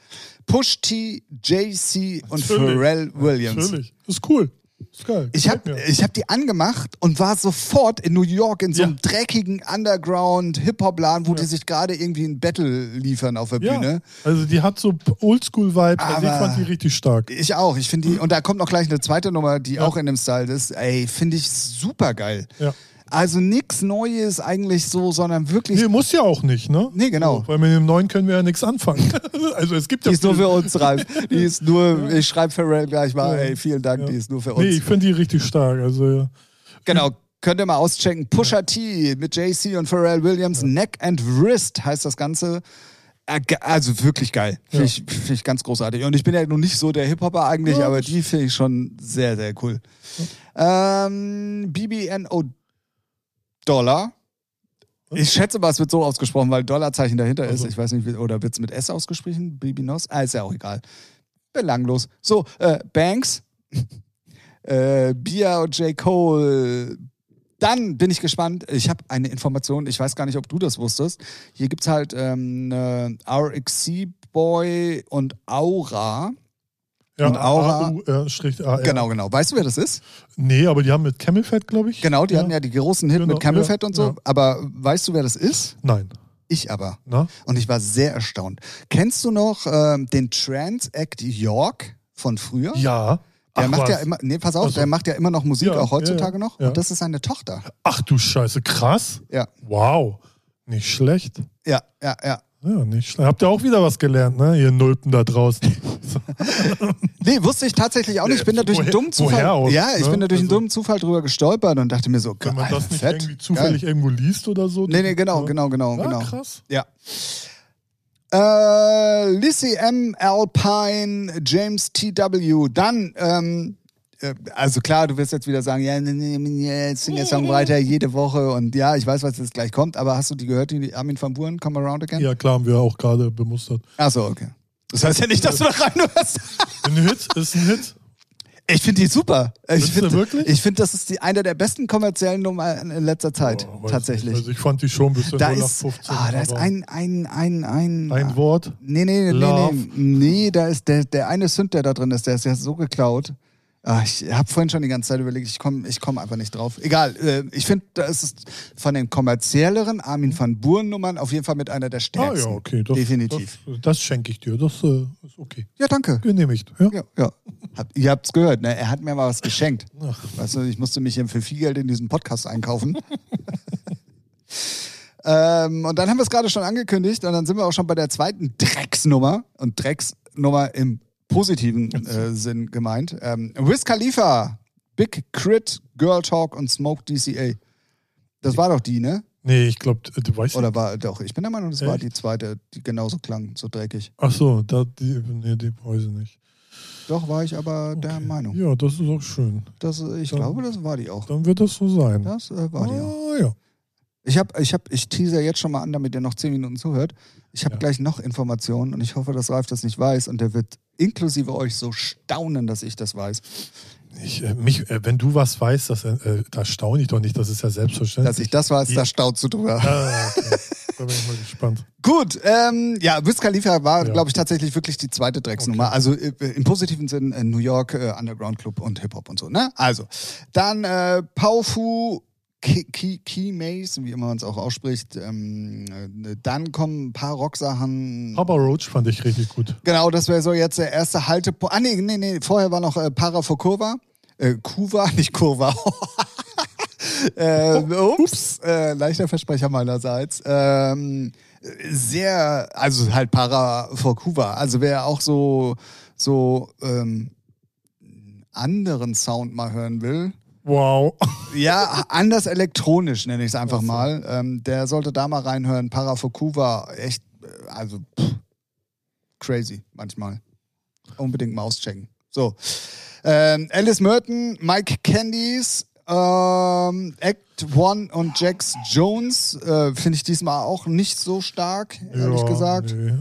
Speaker 2: Push T, JC und
Speaker 1: Natürlich.
Speaker 2: Pharrell Williams.
Speaker 1: Natürlich. Ist cool. Ist geil.
Speaker 2: Ich habe
Speaker 1: Gefällt mir.
Speaker 2: ich hab die angemacht und war sofort in New York in so einem
Speaker 1: Ja.
Speaker 2: dreckigen Underground-Hip-Hop-Laden, wo die sich gerade irgendwie ein Battle liefern auf der
Speaker 1: ja,
Speaker 2: äh, Bühne.
Speaker 1: also die hat so Oldschool-Vibes, also ich
Speaker 2: Aber-
Speaker 1: fand die richtig stark.
Speaker 2: Ich auch. Ich finde die, und da kommt noch gleich eine zweite Nummer, die auch in dem Style ist. Ey, finde ich super geil.
Speaker 1: Ja.
Speaker 2: Also nichts Neues eigentlich so, sondern wirklich.
Speaker 1: Nee, muss ja auch nicht, ne?
Speaker 2: Nee, genau.
Speaker 1: So, weil mit dem neuen können wir ja nichts anfangen. [laughs] also es gibt ja.
Speaker 2: Die ist nur
Speaker 1: viele-
Speaker 2: für uns, Ralf. Die ist nur, ich schreibe Pharrell gleich mal, ey, vielen Dank, die ist nur für uns.
Speaker 1: Nee, ich finde die richtig stark. Also ja.
Speaker 2: Genau, könnt ihr mal auschecken. Pusha T mit JC und Pharrell Williams. Neck and Wrist heißt das Ganze. Äh, ge- Also wirklich geil. Finde ich, find ich ganz großartig. Und ich bin ja nun nicht so der Hip-Hopper eigentlich,
Speaker 1: Ja,
Speaker 2: aber
Speaker 1: das-
Speaker 2: die finde ich schon sehr, sehr cool. Ähm, BBNO Dollar. Ich schätze mal, es wird so ausgesprochen, weil Dollarzeichen dahinter
Speaker 1: Also.
Speaker 2: ist. Ich weiß nicht, wie- oder wird es mit S ausgesprochen? Bibinos? Ah, ist ja auch egal. Belanglos. So, äh, Banks, äh, Bia und J. Cole. Dann bin ich gespannt. Ich habe eine Information, ich weiß gar nicht, ob du das wusstest. Hier gibt es halt ähm, eine RXC Boy und Aura.
Speaker 1: ja
Speaker 2: Und Aura-
Speaker 1: A, U, R, Strich, A, R.
Speaker 2: Genau, genau. Weißt du, wer das ist?
Speaker 1: Nee, aber die haben mit Camelfett, glaube ich.
Speaker 2: Genau, die hatten ja die großen Hit
Speaker 1: Genau,
Speaker 2: mit Camelfett
Speaker 1: ja,
Speaker 2: und so.
Speaker 1: ja.
Speaker 2: Aber weißt du, wer das ist?
Speaker 1: Nein. ne?
Speaker 2: Ich aber.
Speaker 1: Na?
Speaker 2: Und ich war sehr erstaunt. Kennst du noch ähm, den Trans Act York von früher?
Speaker 1: Ja.
Speaker 2: Der
Speaker 1: Ach,
Speaker 2: macht ja
Speaker 1: was.
Speaker 2: immer, nee, pass auf,
Speaker 1: Ach so.
Speaker 2: der macht ja immer noch Musik,
Speaker 1: Ja,
Speaker 2: auch heutzutage
Speaker 1: ja, ja.
Speaker 2: noch.
Speaker 1: Ja.
Speaker 2: Und das ist seine Tochter.
Speaker 1: Ach du Scheiße, krass.
Speaker 2: Ja,
Speaker 1: Wow, nicht schlecht.
Speaker 2: ja, ja, ja.
Speaker 1: Ja, nicht schlecht. Habt ihr auch wieder was gelernt, ne? Ihr Nulpen da
Speaker 2: [laughs]
Speaker 1: draußen.
Speaker 2: Nee, wusste ich tatsächlich auch nicht. Ich bin
Speaker 1: Ja,
Speaker 2: da durch einen
Speaker 1: woher-
Speaker 2: dummen Zufall.
Speaker 1: woher auch,
Speaker 2: ja, ich
Speaker 1: ne?
Speaker 2: bin da durch einen
Speaker 1: Also-
Speaker 2: dummen Zufall drüber gestolpert und dachte mir so,
Speaker 1: Wenn man
Speaker 2: geil,
Speaker 1: das nicht
Speaker 2: fett.
Speaker 1: irgendwie zufällig
Speaker 2: Geil.
Speaker 1: irgendwo liest oder so.
Speaker 2: Nee, nee, genau,
Speaker 1: Ja.
Speaker 2: genau, genau,
Speaker 1: Ah,
Speaker 2: genau.
Speaker 1: krass.
Speaker 2: Ja. Äh, Lissy M. Alpine, James T.W. Dann, ähm, äh, also klar, du wirst jetzt wieder sagen, ja, nee, nee, nee, jetzt Singer Songwriter jede Woche und ja, ich weiß, was jetzt gleich kommt, aber hast du die gehört, die Armin van Buren, Come Around Again?
Speaker 1: Ja, klar, haben wir auch gerade bemustert.
Speaker 2: Achso, okay. Das heißt ja nicht, dass du da reinhörst.
Speaker 1: Ein Hit ist ein Hit.
Speaker 2: Ich finde die super. Ich
Speaker 1: Findest du
Speaker 2: finde,
Speaker 1: wirklich?
Speaker 2: ich finde, das ist die, eine der besten kommerziellen Nummern in letzter Zeit,
Speaker 1: Boah, weiß
Speaker 2: tatsächlich.
Speaker 1: Nicht. Also ich fand die schon ein bisschen
Speaker 2: da
Speaker 1: 08
Speaker 2: ist,
Speaker 1: 15,
Speaker 2: ah, da ist
Speaker 1: aber
Speaker 2: ein, ein, ein, ein, ah,
Speaker 1: ein Wort.
Speaker 2: Nee, nee, nee,
Speaker 1: Love.
Speaker 2: nee, nee, da ist der, der eine Synth, der da drin ist, der ist ja so geklaut. Ah, ich habe vorhin schon die ganze Zeit überlegt, ich komme ich komm einfach nicht drauf. Egal, äh, ich finde, da ist es von den kommerzielleren Armin van Buuren Nummern auf jeden Fall mit einer der
Speaker 1: Ah
Speaker 2: stärksten.
Speaker 1: ja, okay. Das,
Speaker 2: Definitiv.
Speaker 1: Das, das schenke ich dir. Das äh, ist okay.
Speaker 2: Ja, danke.
Speaker 1: Genehmigt. Ja.
Speaker 2: Ja, ja. Habt, ihr habt's gehört, ne? Er hat mir mal was geschenkt.
Speaker 1: Ach.
Speaker 2: Weißt du, ich musste mich hier für viel Geld in diesen Podcast
Speaker 1: [laughs]
Speaker 2: einkaufen. ähm, und dann haben wir es gerade schon angekündigt und dann sind wir auch schon bei der zweiten Drecksnummer und Drecksnummer im positiven
Speaker 1: [laughs]
Speaker 2: äh, Sinn gemeint. Ähm, Wiz Khalifa, Big Crit, Girl Talk und Smoke DCA. Das war doch die, ne?
Speaker 1: Nee, ich äh, glaube, du weißt
Speaker 2: Oder war doch, ich bin der Meinung, das war
Speaker 1: Echt?
Speaker 2: die zweite, die genauso klang, so dreckig.
Speaker 1: Ach so, da, die, nee, die weiß ich nicht.
Speaker 2: Doch, war ich aber der
Speaker 1: Okay.
Speaker 2: Meinung.
Speaker 1: Ja, das ist auch schön.
Speaker 2: Das, äh, ich
Speaker 1: Dann-
Speaker 2: glaube, das war die auch.
Speaker 1: Dann wird das so sein.
Speaker 2: Das äh, war die auch.
Speaker 1: ah, ja.
Speaker 2: Ich habe, ich habe, ich teaser jetzt schon mal an, damit ihr noch zehn Minuten zuhört. Ich habe
Speaker 1: Ja.
Speaker 2: gleich noch Informationen und ich hoffe, dass Ralf das nicht weiß und der wird inklusive euch so staunen, dass ich das weiß,
Speaker 1: Ich, äh, mich, äh, wenn du was weißt, das, äh, da staune ich doch nicht. Das ist ja selbstverständlich.
Speaker 2: dass ich das weiß. Da staut zu drüber.
Speaker 1: Ah, okay. da bin ich mal gespannt.
Speaker 2: Gut, ähm, ja, Wiz Khalifa war,
Speaker 1: Ja.
Speaker 2: glaube ich, tatsächlich wirklich die zweite Drecksnummer. Also äh, im positiven Sinn äh, New York, äh, Underground Club und Hip-Hop und so, ne? Also, dann äh, Paufu, Ki- Ki- Key Maze, wie immer man es auch ausspricht. Ähm, äh, dann kommen ein paar Rocksachen.
Speaker 1: Papa Roach fand ich richtig gut.
Speaker 2: Genau, das wäre so jetzt der erste Haltepunkt. Ah, nee, nee, nee, vorher war noch äh, Para for Kurva. Äh, Kuva, [laughs] nicht Kurva. äh, ups, äh, leichter Versprecher meinerseits. Ähm, sehr, also halt Para for Kuva. Also wer auch so, so ähm, anderen Sound mal hören will.
Speaker 1: Wow.
Speaker 2: Ja, anders elektronisch nenne ich es einfach mal. Ähm, der sollte da mal reinhören. Para for Kuva, echt, äh, also pff, crazy manchmal. Unbedingt mal auschecken. So. Ähm, Alice Merton, Mike Candies, ähm, Act One und Jax Jones äh, finde ich diesmal auch nicht so stark, ehrlich
Speaker 1: Ja,
Speaker 2: gesagt.
Speaker 1: nee.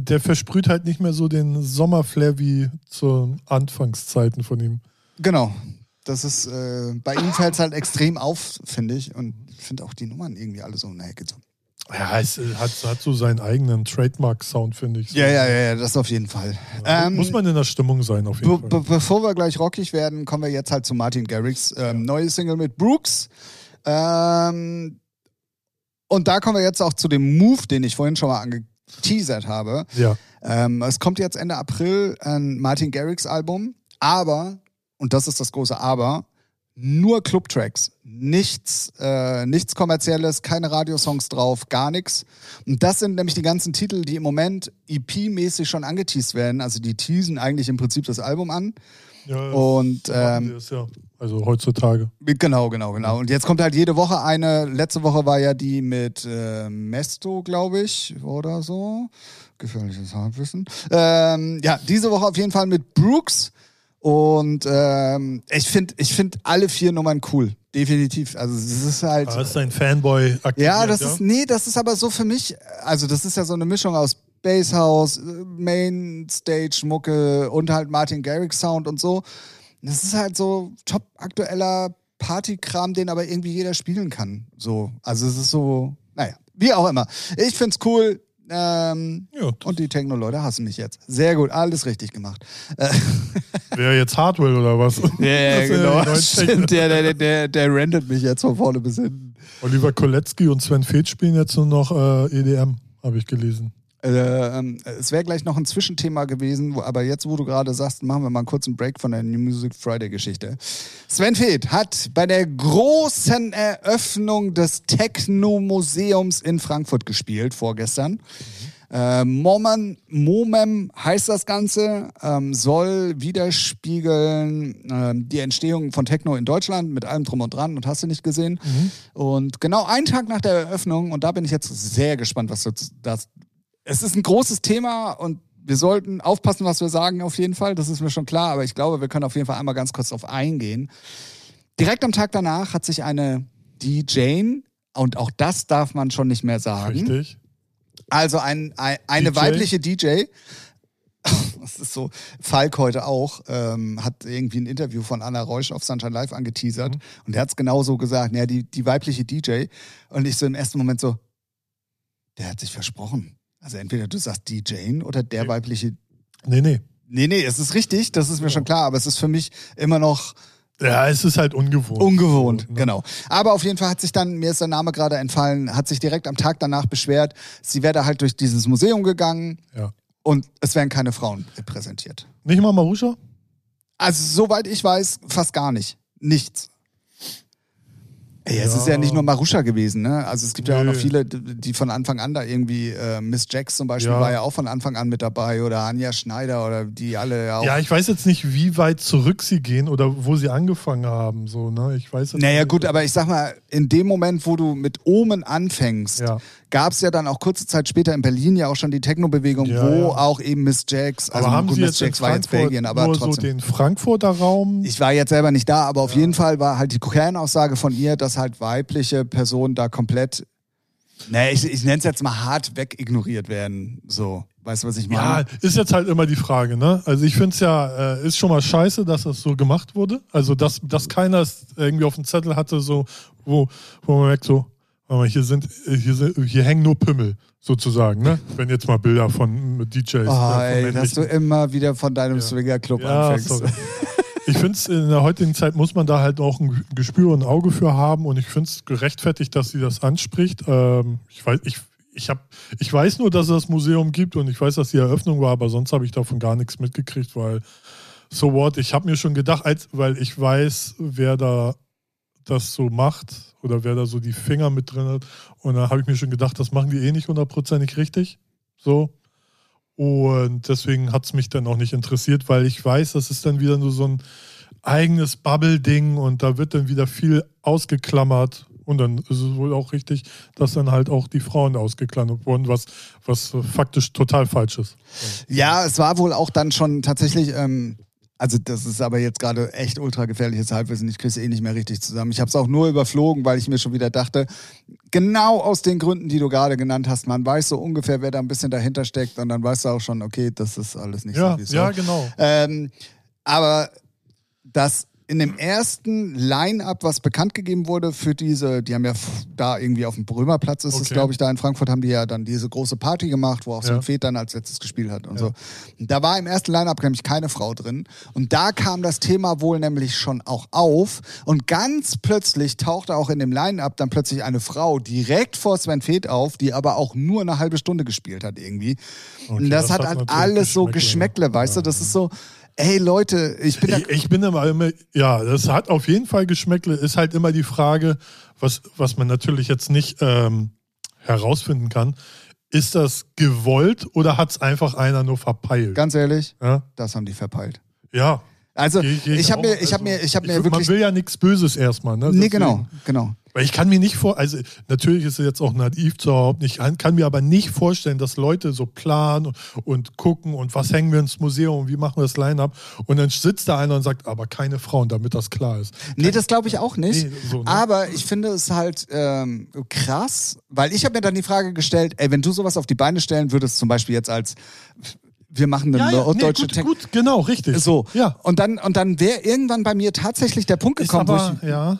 Speaker 1: Der versprüht halt nicht mehr so den Sommerflair wie zu Anfangszeiten von ihm.
Speaker 2: Genau. Das ist, äh, bei ihm fällt es halt extrem auf, finde ich. Und ich finde auch die Nummern irgendwie alle so, naja, geht so.
Speaker 1: Ja, es äh, hat, hat so seinen eigenen Trademark-Sound, finde ich.
Speaker 2: Ja, ja, ja, ja, das auf jeden Fall.
Speaker 1: Ja,
Speaker 2: Ähm,
Speaker 1: Muss man in der Stimmung sein, auf
Speaker 2: Be
Speaker 1: jeden
Speaker 2: be
Speaker 1: Fall.
Speaker 2: bevor wir gleich rockig werden, kommen wir jetzt halt zu Martin Garrix. Ähm, Neue Single mit Brooks. Ähm, und da kommen wir jetzt auch zu dem Move, den ich vorhin schon mal angeteasert habe.
Speaker 1: Ja.
Speaker 2: Ähm, es kommt jetzt Ende April ein Martin Garrix Album, aber, und das ist das große Aber, nur Clubtracks. Nichts, äh, nichts kommerzielles, keine Radiosongs drauf, gar nichts. Und das sind nämlich die ganzen Titel, die im Moment EP-mäßig schon angeteased werden. Also die teasen eigentlich im Prinzip das Album an.
Speaker 1: ja
Speaker 2: Und
Speaker 1: machen
Speaker 2: ähm,
Speaker 1: wir es ja. Also heutzutage.
Speaker 2: Genau, genau, genau. Und jetzt kommt halt jede Woche eine. Letzte Woche war ja die mit äh, Mesto, glaube ich, oder so. Gefährliches Halbwissen. Ähm, ja, diese Woche auf jeden Fall mit Brooks. Und ähm, ich finde ich find alle vier Nummern cool. Definitiv. Also es ist halt.
Speaker 1: Da ist ein Fanboy aktiviert.
Speaker 2: Ja, das ist, nee, das ist aber so für mich, also das ist ja so eine Mischung aus Basshouse, äh, Mainstage-Mucke und halt Martin Garrix-Sound und so. Das ist halt so top aktueller Partykram, den aber irgendwie jeder spielen kann. So, also es ist so, naja, wie auch immer. Ich find's cool. Ähm,
Speaker 1: Ja,
Speaker 2: und die Techno-Leute hassen mich jetzt. Sehr gut, alles richtig gemacht. Äh,
Speaker 1: Wer jetzt Hardwell oder
Speaker 2: [laughs]
Speaker 1: was? Das sind die neuen Techno-
Speaker 2: genau. Stimmt, [laughs] der, der, der, der rentet mich jetzt von vorne bis hinten.
Speaker 1: E Oliver Koletzki und Sven Feth spielen jetzt nur noch äh, EDM, habe ich gelesen.
Speaker 2: Äh, ähm, es wäre gleich noch ein Zwischenthema gewesen, wo, aber jetzt, wo du gerade sagst, machen wir mal einen kurzen Break von der New Music Friday Geschichte. Sven Feth hat bei der großen Eröffnung des Techno-Museums in Frankfurt gespielt, vorgestern. Äh, Momem, Momem heißt das Ganze, ähm, soll widerspiegeln ähm, die Entstehung von Techno in Deutschland mit allem drum und dran und hast du nicht gesehen. Und genau einen Tag nach der Eröffnung, und da bin ich jetzt sehr gespannt, was du zu- das. Es ist ein großes Thema und wir sollten aufpassen, was wir sagen, auf jeden Fall. Das ist mir schon klar, aber ich glaube, wir können auf jeden Fall einmal ganz kurz darauf eingehen. Direkt am Tag danach hat sich eine DJ, und auch das darf man schon nicht mehr sagen.
Speaker 1: Richtig.
Speaker 2: Also ein, ein, eine
Speaker 1: DJ?
Speaker 2: weibliche DJ. [laughs] Das ist so. Falk heute auch ähm, hat irgendwie ein Interview von Anna Reusch auf Sunshine Live angeteasert und er hat es genauso gesagt. Ja, die, die weibliche DJ. Und ich so im ersten Moment so, der hat sich versprochen. Also entweder du sagst DJ oder der weibliche.
Speaker 1: Nee, nee.
Speaker 2: Nee, nee, es ist richtig, das ist mir schon klar, aber es ist für mich immer noch
Speaker 1: Ja, es ist halt ungewohnt.
Speaker 2: Ungewohnt,
Speaker 1: So, ne?
Speaker 2: genau. Aber auf jeden Fall hat sich dann, mir ist der Name gerade entfallen, hat sich direkt am Tag danach beschwert, sie wäre da halt durch dieses Museum gegangen
Speaker 1: Ja.
Speaker 2: und es wären keine Frauen repräsentiert.
Speaker 1: Nicht mal Marusha?
Speaker 2: Also, soweit ich weiß, fast gar nicht. Nichts. Ey, es
Speaker 1: Ja.
Speaker 2: ist ja nicht nur Marusha gewesen, ne? Also es gibt ja auch
Speaker 1: Nö.
Speaker 2: noch viele, die von Anfang an da irgendwie, äh, Miss Jax zum Beispiel
Speaker 1: Ja.
Speaker 2: war ja auch von Anfang an mit dabei oder Anja Schneider oder die alle ja auch.
Speaker 1: Ja, ich weiß jetzt nicht, wie weit zurück sie gehen oder wo sie angefangen haben. So, ne? Ich weiß jetzt
Speaker 2: Naja,
Speaker 1: nicht.
Speaker 2: gut, aber ich sag mal, in dem Moment, wo du mit Omen anfängst,
Speaker 1: Ja.
Speaker 2: gab's gab es ja dann auch kurze Zeit später in Berlin ja auch schon die Techno-Bewegung,
Speaker 1: Ja,
Speaker 2: wo
Speaker 1: ja.
Speaker 2: auch eben Miss Jax, also
Speaker 1: aber haben
Speaker 2: gut,
Speaker 1: sie
Speaker 2: Miss
Speaker 1: jetzt in
Speaker 2: Jax war jetzt
Speaker 1: Frankfurt
Speaker 2: Belgien, aber
Speaker 1: nur so
Speaker 2: trotzdem.
Speaker 1: den Frankfurter Raum?
Speaker 2: ich war jetzt selber nicht da, aber auf jeden Fall war halt die Kernaussage von ihr, dass halt weibliche Personen da komplett, naja, ich, ich nenne es jetzt mal hart weg ignoriert werden. So, weißt du, was ich
Speaker 1: ja,
Speaker 2: meine?
Speaker 1: ist jetzt halt immer die Frage, ne? Also ich finde es ja, äh, ist schon mal scheiße, dass das so gemacht wurde. Also dass, dass keiner es irgendwie auf dem Zettel hatte, so, wo, wo man merkt, so, warte mal, hier sind, äh, hier sind, hier hängen nur Pimmel, sozusagen, ne? Wenn jetzt mal Bilder von äh, DJs. äh,
Speaker 2: oh,
Speaker 1: von
Speaker 2: ey, dass du
Speaker 1: männlichen-
Speaker 2: immer wieder von deinem Swingerclub
Speaker 1: ja,
Speaker 2: anfängst.
Speaker 1: sorry. Ich finde es in der heutigen Zeit muss man da halt auch ein Gespür und ein Auge für haben und ich finde es gerechtfertigt, dass sie das anspricht. Ähm, ich weiß, ich, ich hab, ich weiß nur, dass es das Museum gibt und ich weiß, dass die Eröffnung war, aber sonst habe ich davon gar nichts mitgekriegt, weil so what, ich habe mir schon gedacht, als, weil ich weiß, wer da das so macht oder wer da so die Finger mit drin hat und da habe ich mir schon gedacht, das machen die eh nicht hundertprozentig richtig. So. Und deswegen hat es mich dann auch nicht interessiert, weil ich weiß, das ist dann wieder nur so ein eigenes Bubble-Ding und da wird dann wieder viel ausgeklammert. Und dann ist es wohl auch richtig, dass dann halt auch die Frauen ausgeklammert wurden, was, was faktisch total falsch ist.
Speaker 2: Ja, es war wohl auch dann schon tatsächlich, ähm, also das ist aber jetzt gerade echt ultra gefährliches Halbwissen. Ich kriege es eh nicht mehr richtig zusammen. Ich habe es auch nur überflogen, weil ich mir schon wieder dachte, genau aus den Gründen, die du gerade genannt hast, man weiß so ungefähr, wer da ein bisschen dahinter steckt und dann weißt du auch schon, okay, das ist alles nicht
Speaker 1: Ja,
Speaker 2: so wie es
Speaker 1: ja,
Speaker 2: soll.
Speaker 1: genau.
Speaker 2: Ähm, aber das in dem ersten Line-Up, was bekannt gegeben wurde für diese, die haben ja f- da irgendwie auf dem Brömerplatz ist es,
Speaker 1: Okay.
Speaker 2: glaube ich, da in Frankfurt haben die ja dann diese große Party gemacht, wo auch so
Speaker 1: Ja.
Speaker 2: ein Fed dann als letztes gespielt hat und so. Und da war im ersten Line-Up nämlich keine Frau drin. Und da kam das Thema wohl nämlich schon auch auf. Und ganz plötzlich tauchte auch in dem Line-Up dann plötzlich eine Frau direkt vor Sven Fed auf, die aber auch nur eine halbe Stunde gespielt hat irgendwie. und das,
Speaker 1: das
Speaker 2: hat
Speaker 1: hat
Speaker 2: halt
Speaker 1: natürlich
Speaker 2: alles so
Speaker 1: Geschmäckle, ne?
Speaker 2: Geschmäckle, weißt du, das ist so, ey Leute, ich bin da
Speaker 1: Ich, ich bin immer, immer, ja, das hat auf jeden Fall Geschmäckle. Ist halt immer die Frage, was, was man natürlich jetzt nicht ähm, herausfinden kann. Ist das gewollt oder hat es einfach einer nur verpeilt?
Speaker 2: Ganz ehrlich,
Speaker 1: ja,
Speaker 2: das haben die verpeilt.
Speaker 1: ja.
Speaker 2: Also,
Speaker 1: Geh- geh
Speaker 2: ich habe
Speaker 1: auch,
Speaker 2: mir, ich
Speaker 1: also,
Speaker 2: habe mir, ich habe mir
Speaker 1: will- Man
Speaker 2: wirklich,
Speaker 1: will ja nichts Böses erstmal. Ne?
Speaker 2: nee,
Speaker 1: Deswegen-
Speaker 2: genau, genau.
Speaker 1: Weil ich kann mir nicht vor, also natürlich ist es jetzt auch naiv zu überhaupt nicht, kann kann mir aber nicht vorstellen, dass Leute so planen und, und gucken und was hängen wir ins Museum, wie machen wir das Line-Up und dann sitzt da einer und sagt, aber keine Frauen, damit das klar ist.
Speaker 2: Nee, das glaube ich auch nicht.
Speaker 1: Nee, so, ne?
Speaker 2: Aber ich finde es halt ähm, krass, weil ich habe mir dann die Frage gestellt, ey, wenn du sowas auf die Beine stellen würdest, zum Beispiel jetzt als wir machen eine norddeutsche
Speaker 1: gut,
Speaker 2: Tech.
Speaker 1: gut, genau, richtig.
Speaker 2: So,
Speaker 1: Ja.
Speaker 2: und dann, und dann wäre irgendwann bei mir tatsächlich der Punkt
Speaker 1: Ist
Speaker 2: gekommen, wo
Speaker 1: aber,
Speaker 2: ich,
Speaker 1: ja.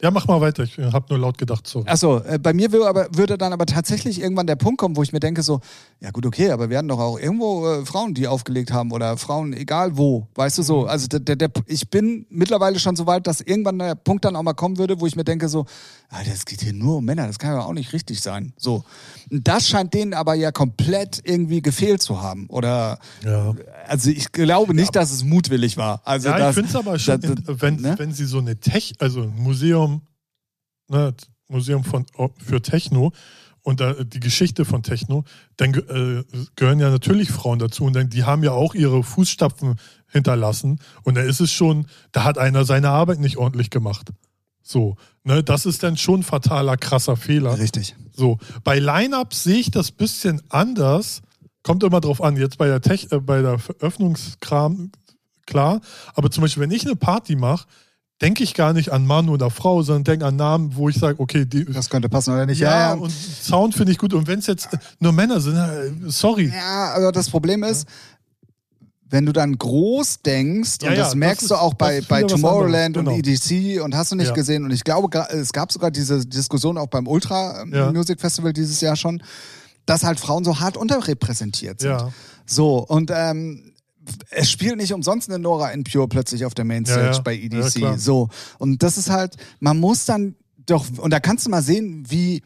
Speaker 1: Ja, mach mal weiter. Ich habe nur laut gedacht, sorry.
Speaker 2: Achso, äh, bei mir wür- aber, würde dann aber tatsächlich irgendwann der Punkt kommen, wo ich mir denke so, ja gut, okay, aber wir hatten doch auch irgendwo äh, Frauen, die aufgelegt haben oder Frauen, egal wo, weißt du
Speaker 1: Mhm.
Speaker 2: so. Also der, der, der, ich bin mittlerweile schon so weit, dass irgendwann der Punkt dann auch mal kommen würde, wo ich mir denke so, ah, das geht hier nur um Männer, das kann ja auch nicht richtig sein. So, Und das scheint denen aber ja komplett irgendwie gefehlt zu haben oder,
Speaker 1: Ja.
Speaker 2: also ich glaube nicht, dass es mutwillig war. Also
Speaker 1: Ja, ich
Speaker 2: das,
Speaker 1: finde es aber schon,
Speaker 2: das-
Speaker 1: in- wenn,
Speaker 2: ne?
Speaker 1: wenn sie so eine Tech, also ein Museum, ne, Museum von, für Techno und da, die Geschichte von Techno, dann ge- äh, gehören ja natürlich Frauen dazu und dann, die haben ja auch ihre Fußstapfen hinterlassen und da ist es schon, da hat einer seine Arbeit nicht ordentlich gemacht. So, ne, das ist dann schon ein fataler, krasser Fehler.
Speaker 2: Richtig.
Speaker 1: So, bei Lineups sehe ich das bisschen anders. Kommt immer drauf an, jetzt bei der Tech, äh, bei der Öffnungskram, klar. Aber zum Beispiel, wenn ich eine Party mache, denke ich gar nicht an Mann oder Frau, sondern denke an Namen, wo ich sage, okay, die,
Speaker 2: Das könnte passen oder nicht?
Speaker 1: ja, und Sound finde ich gut. Und wenn es jetzt äh, nur Männer sind, äh, sorry.
Speaker 2: Ja, aber das Problem ist, wenn du dann groß denkst,
Speaker 1: Ja,
Speaker 2: und
Speaker 1: ja,
Speaker 2: das
Speaker 1: das
Speaker 2: merkst
Speaker 1: ist-
Speaker 2: du auch bei,
Speaker 1: das ist
Speaker 2: bei
Speaker 1: wieder was
Speaker 2: Tomorrowland
Speaker 1: anderes, Genau.
Speaker 2: und EDC und hast du nicht
Speaker 1: Ja.
Speaker 2: gesehen, und ich glaube, gra- es gab sogar diese Diskussion auch beim Ultra ähm,
Speaker 1: Ja.
Speaker 2: Music Festival dieses Jahr schon, dass halt Frauen so hart unterrepräsentiert sind.
Speaker 1: Ja.
Speaker 2: So, und ähm, es spielt nicht umsonst eine Nora in Pure plötzlich auf der Mainstage
Speaker 1: Ja, ja.
Speaker 2: bei EDC.
Speaker 1: Ja, klar.
Speaker 2: so, und das ist halt, man muss dann doch, und da kannst du mal sehen, wie,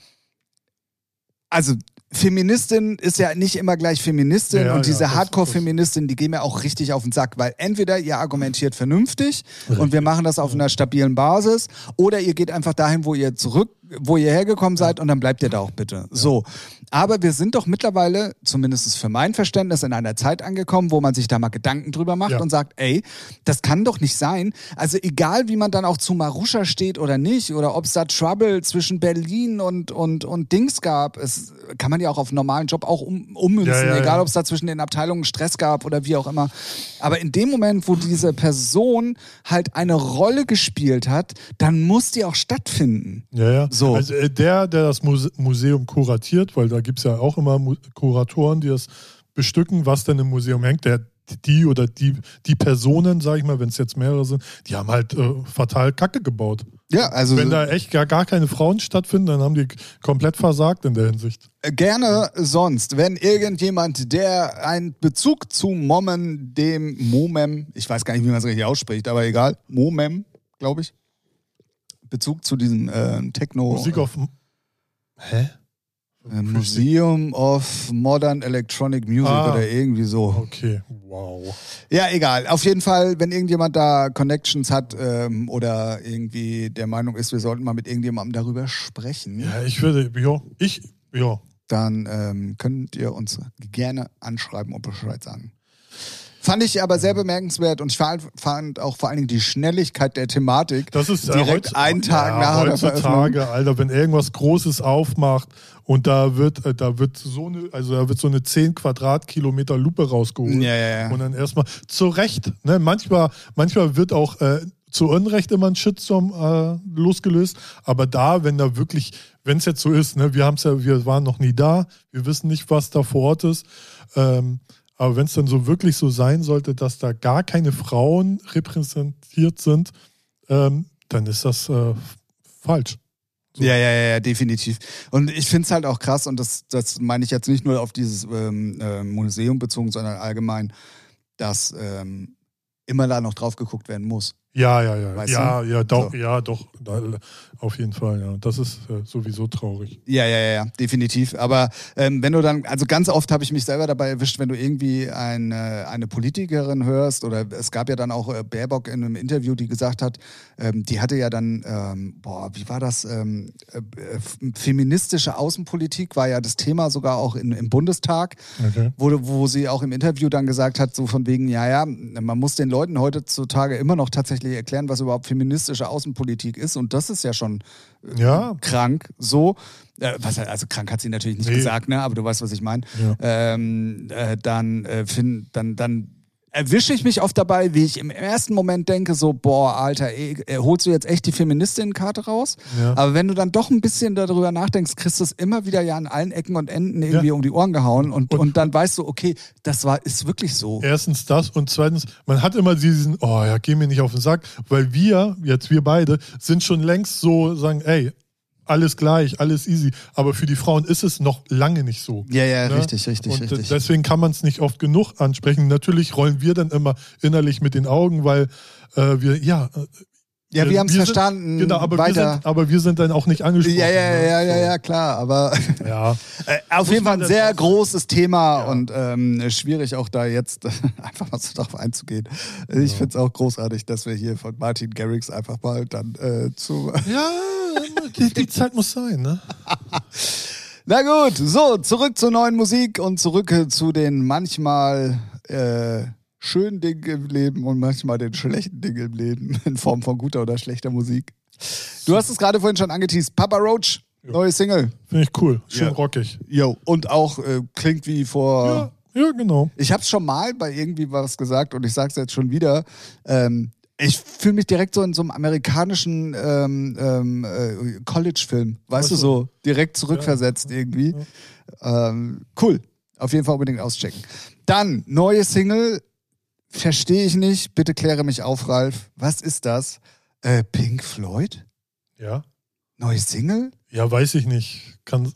Speaker 2: also Feministin ist ja nicht immer gleich Feministin
Speaker 1: Ja, ja,
Speaker 2: und diese
Speaker 1: das-
Speaker 2: Hardcore-Feministin, die gehen mir auch richtig auf den Sack, weil entweder ihr argumentiert vernünftig und wir machen das auf einer stabilen Basis oder ihr geht einfach dahin, wo ihr zurück, wo ihr hergekommen seid und dann bleibt ihr da auch bitte. So. Aber wir sind doch mittlerweile, zumindest für mein Verständnis, in einer Zeit angekommen, wo man sich da mal Gedanken drüber macht
Speaker 1: Ja.
Speaker 2: und sagt, ey, das kann doch nicht sein. Also egal, wie man dann auch zu Marusha steht oder nicht oder ob es da Trouble zwischen Berlin und, und, und Dings gab, es kann man ja auch auf einen normalen Job auch um, ummünzen,
Speaker 1: Ja, ja,
Speaker 2: egal
Speaker 1: ja.
Speaker 2: ob es da zwischen den Abteilungen Stress gab oder wie auch immer. Aber in dem Moment, wo diese Person halt eine Rolle gespielt hat, dann muss die auch stattfinden.
Speaker 1: Ja, ja.
Speaker 2: So.
Speaker 1: Also äh, der, der das Muse Museum kuratiert, weil da gibt es ja auch immer Mu Kuratoren, die das bestücken, was denn im Museum hängt, der die oder die, die Personen, sag ich mal, wenn es jetzt mehrere sind, die haben halt äh, fatal Kacke gebaut.
Speaker 2: Ja, also
Speaker 1: Wenn da echt gar, gar keine Frauen stattfinden, dann haben die komplett versagt in der Hinsicht.
Speaker 2: Gerne sonst, wenn irgendjemand, der einen Bezug zu Mommen, dem Momem, ich weiß gar nicht, wie man es richtig ausspricht, aber egal, Momem, glaube ich, Bezug zu diesem äh, Techno
Speaker 1: Musik auf. Hä?
Speaker 2: äh, Museum of Modern Electronic Music
Speaker 1: Ah.
Speaker 2: oder irgendwie so.
Speaker 1: Okay, wow.
Speaker 2: Ja, egal. Auf jeden Fall, wenn irgendjemand da Connections hat ähm, oder irgendwie der Meinung ist, wir sollten mal mit irgendjemandem darüber sprechen.
Speaker 1: Ja, ich würde, ja, ich, ja.
Speaker 2: dann ähm, könnt ihr uns gerne anschreiben und Bescheid sagen. Fand ich aber sehr bemerkenswert und ich fand, fand auch vor allen Dingen die Schnelligkeit der Thematik.
Speaker 1: Das ist äh,
Speaker 2: Direkt einen Tag nach der
Speaker 1: heutzutage, Alter, wenn irgendwas Großes aufmacht und da wird, äh, da wird so eine, also da wird so eine 10 Quadratkilometer Lupe rausgeholt.
Speaker 2: Ja, ja, ja.
Speaker 1: Und dann erstmal zu Recht, ne? Manchmal, manchmal wird auch äh, zu Unrecht immer ein Shitstorm äh, losgelöst. Aber da, wenn da wirklich, wenn es jetzt so ist, ne, wir haben's ja, wir waren noch nie da, wir wissen nicht, was da vor Ort ist. Ähm, aber wenn es dann so wirklich so sein sollte, dass da gar keine Frauen repräsentiert sind, ähm, dann ist das äh, falsch.
Speaker 2: Ja, ja, ja, ja, definitiv. Und ich finde es halt auch krass, und das, das meine ich jetzt nicht nur auf dieses ähm, äh, Museum bezogen, sondern allgemein, dass ähm, immer da noch drauf geguckt werden muss.
Speaker 1: Ja, ja, ja.
Speaker 2: Weißt
Speaker 1: ja, ja, doch,
Speaker 2: So.
Speaker 1: ja, doch. Da, auf jeden Fall, ja. Das ist äh, sowieso traurig.
Speaker 2: Ja, ja, ja, ja, definitiv. Aber ähm, wenn du dann, also ganz oft habe ich mich selber dabei erwischt, wenn du irgendwie eine, eine Politikerin hörst oder es gab ja dann auch äh, Baerbock in einem Interview, die gesagt hat, ähm, die hatte ja dann, ähm, boah, wie war das? Ähm, äh, äh, feministische Außenpolitik war ja das Thema sogar auch in, im Bundestag
Speaker 1: Okay.
Speaker 2: wo, wo sie auch im Interview dann gesagt hat, so von wegen, ja, ja, man muss den Leuten heutzutage immer noch tatsächlich erklären, was überhaupt feministische Außenpolitik ist. Und das ist ja schon äh,
Speaker 1: Ja.
Speaker 2: krank so. Äh, was, also krank hat sie natürlich nicht
Speaker 1: Ah. Nee.
Speaker 2: gesagt, ne? aber du weißt, was ich meine.
Speaker 1: Ja.
Speaker 2: Ähm, äh, dann, äh, fin, dann, dann erwische ich mich oft dabei, wie ich im ersten Moment denke, so, boah, Alter, eh, eh, holst du jetzt echt die Feministin-Karte raus?
Speaker 1: Ja.
Speaker 2: Aber wenn du dann doch ein bisschen darüber nachdenkst, kriegst du es immer wieder ja an allen Ecken und Enden irgendwie
Speaker 1: Ja.
Speaker 2: um die Ohren gehauen und, und, dann weißt du, okay, das war, ist wirklich so.
Speaker 1: Erstens das und zweitens, man hat immer diesen, oh ja, geh mir nicht auf den Sack, weil wir, jetzt wir beide, sind schon längst so, sagen, ey, alles gleich, alles easy. Aber für die Frauen ist es noch lange nicht so.
Speaker 2: Ja, ja,
Speaker 1: Ne?
Speaker 2: richtig, richtig,
Speaker 1: und
Speaker 2: richtig.
Speaker 1: deswegen kann man es nicht oft genug ansprechen. Natürlich rollen wir dann immer innerlich mit den Augen, weil äh, wir, ja, äh,
Speaker 2: ja, wir haben es
Speaker 1: sind-
Speaker 2: verstanden.
Speaker 1: Genau, aber wir,
Speaker 2: Weiter.
Speaker 1: sind, aber wir sind dann auch nicht angesprochen.
Speaker 2: ja, ja,
Speaker 1: ne?
Speaker 2: ja, ja, ja, klar, aber
Speaker 1: So, ja.
Speaker 2: Äh, auf jeden Fall ein
Speaker 1: das
Speaker 2: sehr
Speaker 1: auch-
Speaker 2: großes Thema
Speaker 1: Ja.
Speaker 2: und ähm, schwierig auch da jetzt [laughs] einfach mal so drauf einzugehen. Ich finde es auch großartig, dass wir hier von Martin Garrix einfach mal dann äh, zu. [laughs]
Speaker 1: Ja, die, die Zeit muss sein, ne?
Speaker 2: Na gut, so, zurück zur neuen Musik und zurück äh, zu den manchmal äh, schönen Dingen im Leben und manchmal den schlechten Dingen im Leben [laughs] in Form von guter oder schlechter Musik. Du hast es gerade vorhin schon angeteased. Papa Roach, neue Single.
Speaker 1: Finde ich cool. Schön
Speaker 2: Ja.
Speaker 1: rockig.
Speaker 2: Yo. Und auch äh, klingt wie vor.
Speaker 1: Ja, ja genau.
Speaker 2: Ich habe schon mal bei irgendwie was gesagt und ich sage es jetzt schon wieder. Ähm, ich fühle mich direkt so in so einem amerikanischen ähm, ähm, äh, College-Film, weißt du, so direkt zurückversetzt irgendwie. Ähm, cool, auf jeden Fall unbedingt auschecken. Dann, neue Single, verstehe ich nicht, bitte kläre mich auf, Ralf. Was ist das? Äh, Pink Floyd?
Speaker 1: Ja.
Speaker 2: Neue Single?
Speaker 1: Ja, weiß ich nicht. Kann,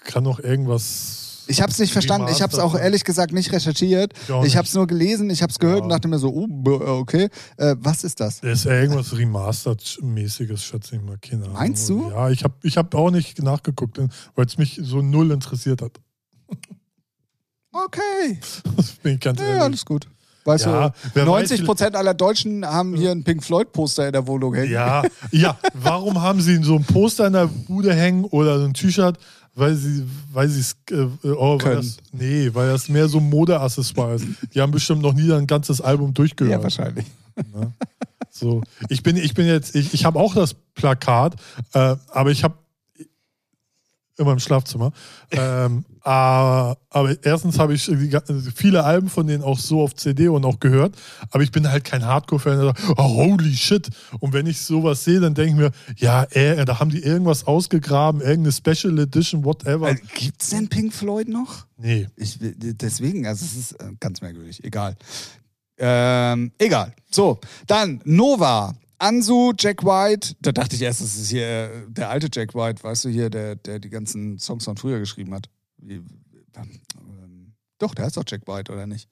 Speaker 1: kann noch irgendwas.
Speaker 2: Ich habe es nicht verstanden. Ich habe es auch
Speaker 1: Remastered.
Speaker 2: ehrlich gesagt nicht recherchiert.
Speaker 1: Ich auch
Speaker 2: Ich
Speaker 1: nicht.
Speaker 2: habe es nur gelesen, ich habe es gehört
Speaker 1: Ja.
Speaker 2: und dachte mir so, oh, b- okay, äh, was ist das?
Speaker 1: Da ist ja irgendwas Remastered-mäßiges, schätze ich mal. Keine Ahnung.
Speaker 2: Meinst du?
Speaker 1: Ja, ich habe ich hab auch nicht nachgeguckt, weil es mich so null interessiert hat. [laughs]
Speaker 2: Okay,
Speaker 1: Das bin ich ganz
Speaker 2: ja,
Speaker 1: ehrlich.
Speaker 2: alles gut. Weißt
Speaker 1: Ja,
Speaker 2: du,
Speaker 1: wer
Speaker 2: 90
Speaker 1: weiß,
Speaker 2: Prozent aller Deutschen haben hier ein Pink Floyd Poster in der Wohnung hängen.
Speaker 1: Ja, ja. Warum haben sie so ein Poster in der Bude hängen oder so ein T-Shirt? Weil sie, weil sie es, äh, oh, weil
Speaker 2: Können.
Speaker 1: das, nee, weil das mehr so ein Modeaccessoire ist. Die haben bestimmt noch nie ein ganzes Album durchgehört.
Speaker 2: ja wahrscheinlich.
Speaker 1: So, ich bin, ich bin jetzt, ich, ich habe auch das Plakat, äh, aber ich habe immer im Schlafzimmer. Ähm, [laughs] äh, aber erstens habe ich die ga- also viele Alben von denen auch so auf CD und auch gehört, aber ich bin halt kein Hardcore-Fan, der sagt, oh, holy shit. Und wenn ich sowas sehe, dann denke ich mir, ja, äh, da haben die irgendwas ausgegraben, irgendeine Special Edition, whatever.
Speaker 2: Äh, Gibt's denn Pink Floyd noch?
Speaker 1: nee.
Speaker 2: Ich, will- deswegen, also es ist äh, ganz merkwürdig. Egal. Ähm, egal. So, dann Nova. Ansu, Jack White, da dachte ich erst, das ist hier äh, der alte Jack White, weißt du hier, der, der die ganzen Songs von früher geschrieben hat. Wie- ähm, Doch, der heißt doch Jack White, oder nicht?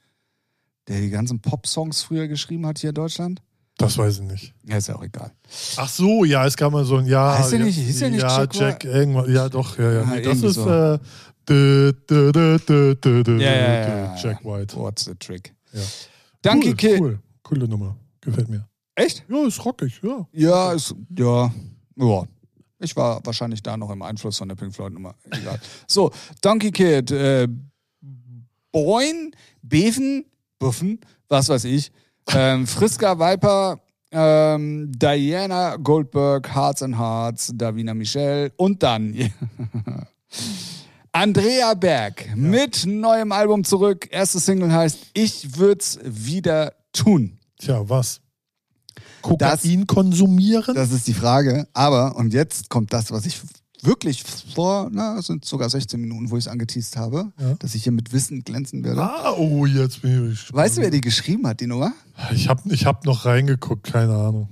Speaker 2: Der die ganzen Pop-Songs früher geschrieben hat hier in Deutschland?
Speaker 1: Das weiß ich nicht.
Speaker 2: Ja, ist ja auch egal.
Speaker 1: Ach so, ja, es gab mal so ein Ja.
Speaker 2: Heißt der
Speaker 1: ja,
Speaker 2: nicht- hieß der nicht
Speaker 1: Ja,
Speaker 2: Jack
Speaker 1: Jack, irgendwas. Ja, doch, ja, ja.
Speaker 2: Ah,
Speaker 1: Nee, das
Speaker 2: irgendwie
Speaker 1: ist
Speaker 2: so.
Speaker 1: äh, dü, dü, dü, dü, dü, dü,
Speaker 2: Ja, ja,
Speaker 1: dü,
Speaker 2: ja, ja.
Speaker 1: Jack White.
Speaker 2: What's the trick?
Speaker 1: Ja.
Speaker 2: Danke,
Speaker 1: cool,
Speaker 2: Kill.
Speaker 1: Cool. Coole Nummer. Gefällt mir.
Speaker 2: Echt?
Speaker 1: Ja, ist rockig, ja.
Speaker 2: Ja, es, ja, ja. Ich war wahrscheinlich da noch im Einfluss von der Pink Floyd Nummer. Egal. So, Donkey Kid, äh, Boin, Beven, Buffen, was weiß ich. Ähm, Friska Viper, ähm, Diana Goldberg, Hearts and Hearts, Davina Michel und dann [laughs] Andrea Berg mit neuem Album zurück. Erste Single heißt Ich würd's wieder tun.
Speaker 1: Tja, was? Kokain konsumieren?
Speaker 2: Das ist die Frage. Aber, und jetzt kommt das, was ich wirklich vor, na, es sind sogar 16 Minuten, wo ich es angeteased habe,
Speaker 1: Ja.
Speaker 2: dass ich hier mit Wissen glänzen werde.
Speaker 1: ah, oh, jetzt bin ich.
Speaker 2: Weißt du, wer die geschrieben hat, die Nummer?
Speaker 1: Ich hab, ich hab noch reingeguckt, keine Ahnung.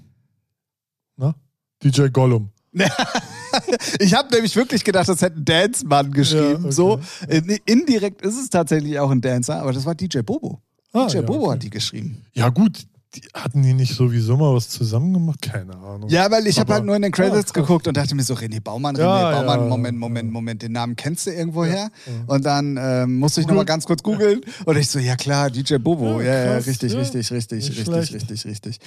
Speaker 1: Na? DJ Gollum.
Speaker 2: Ich habe nämlich wirklich gedacht, das hätte ein Dance-Mann geschrieben.
Speaker 1: Ja, okay.
Speaker 2: So äh, nee, Indirekt ist es tatsächlich auch ein Dancer, aber das war DJ Bobo.
Speaker 1: Ah,
Speaker 2: DJ
Speaker 1: ja,
Speaker 2: Bobo
Speaker 1: okay.
Speaker 2: hat die geschrieben.
Speaker 1: Ja, gut. Die, hatten die nicht sowieso mal was zusammen gemacht? Keine Ahnung.
Speaker 2: Ja, weil ich habe
Speaker 1: Aber-
Speaker 2: halt nur in den Credits
Speaker 1: Ah, krass.
Speaker 2: geguckt und dachte mir so, René Baumann, René
Speaker 1: Ja,
Speaker 2: Baumann,
Speaker 1: ja.
Speaker 2: Moment, Moment, Moment, den Namen kennst du irgendwoher?
Speaker 1: Ja, ja.
Speaker 2: Und dann ähm, musste ich nochmal ganz kurz googeln und ich so, ja klar, DJ Bobo, ja,
Speaker 1: Ja,
Speaker 2: ja,
Speaker 1: krass,
Speaker 2: richtig,
Speaker 1: ja.
Speaker 2: richtig, richtig,
Speaker 1: Nicht
Speaker 2: richtig,
Speaker 1: schlecht.
Speaker 2: richtig, richtig.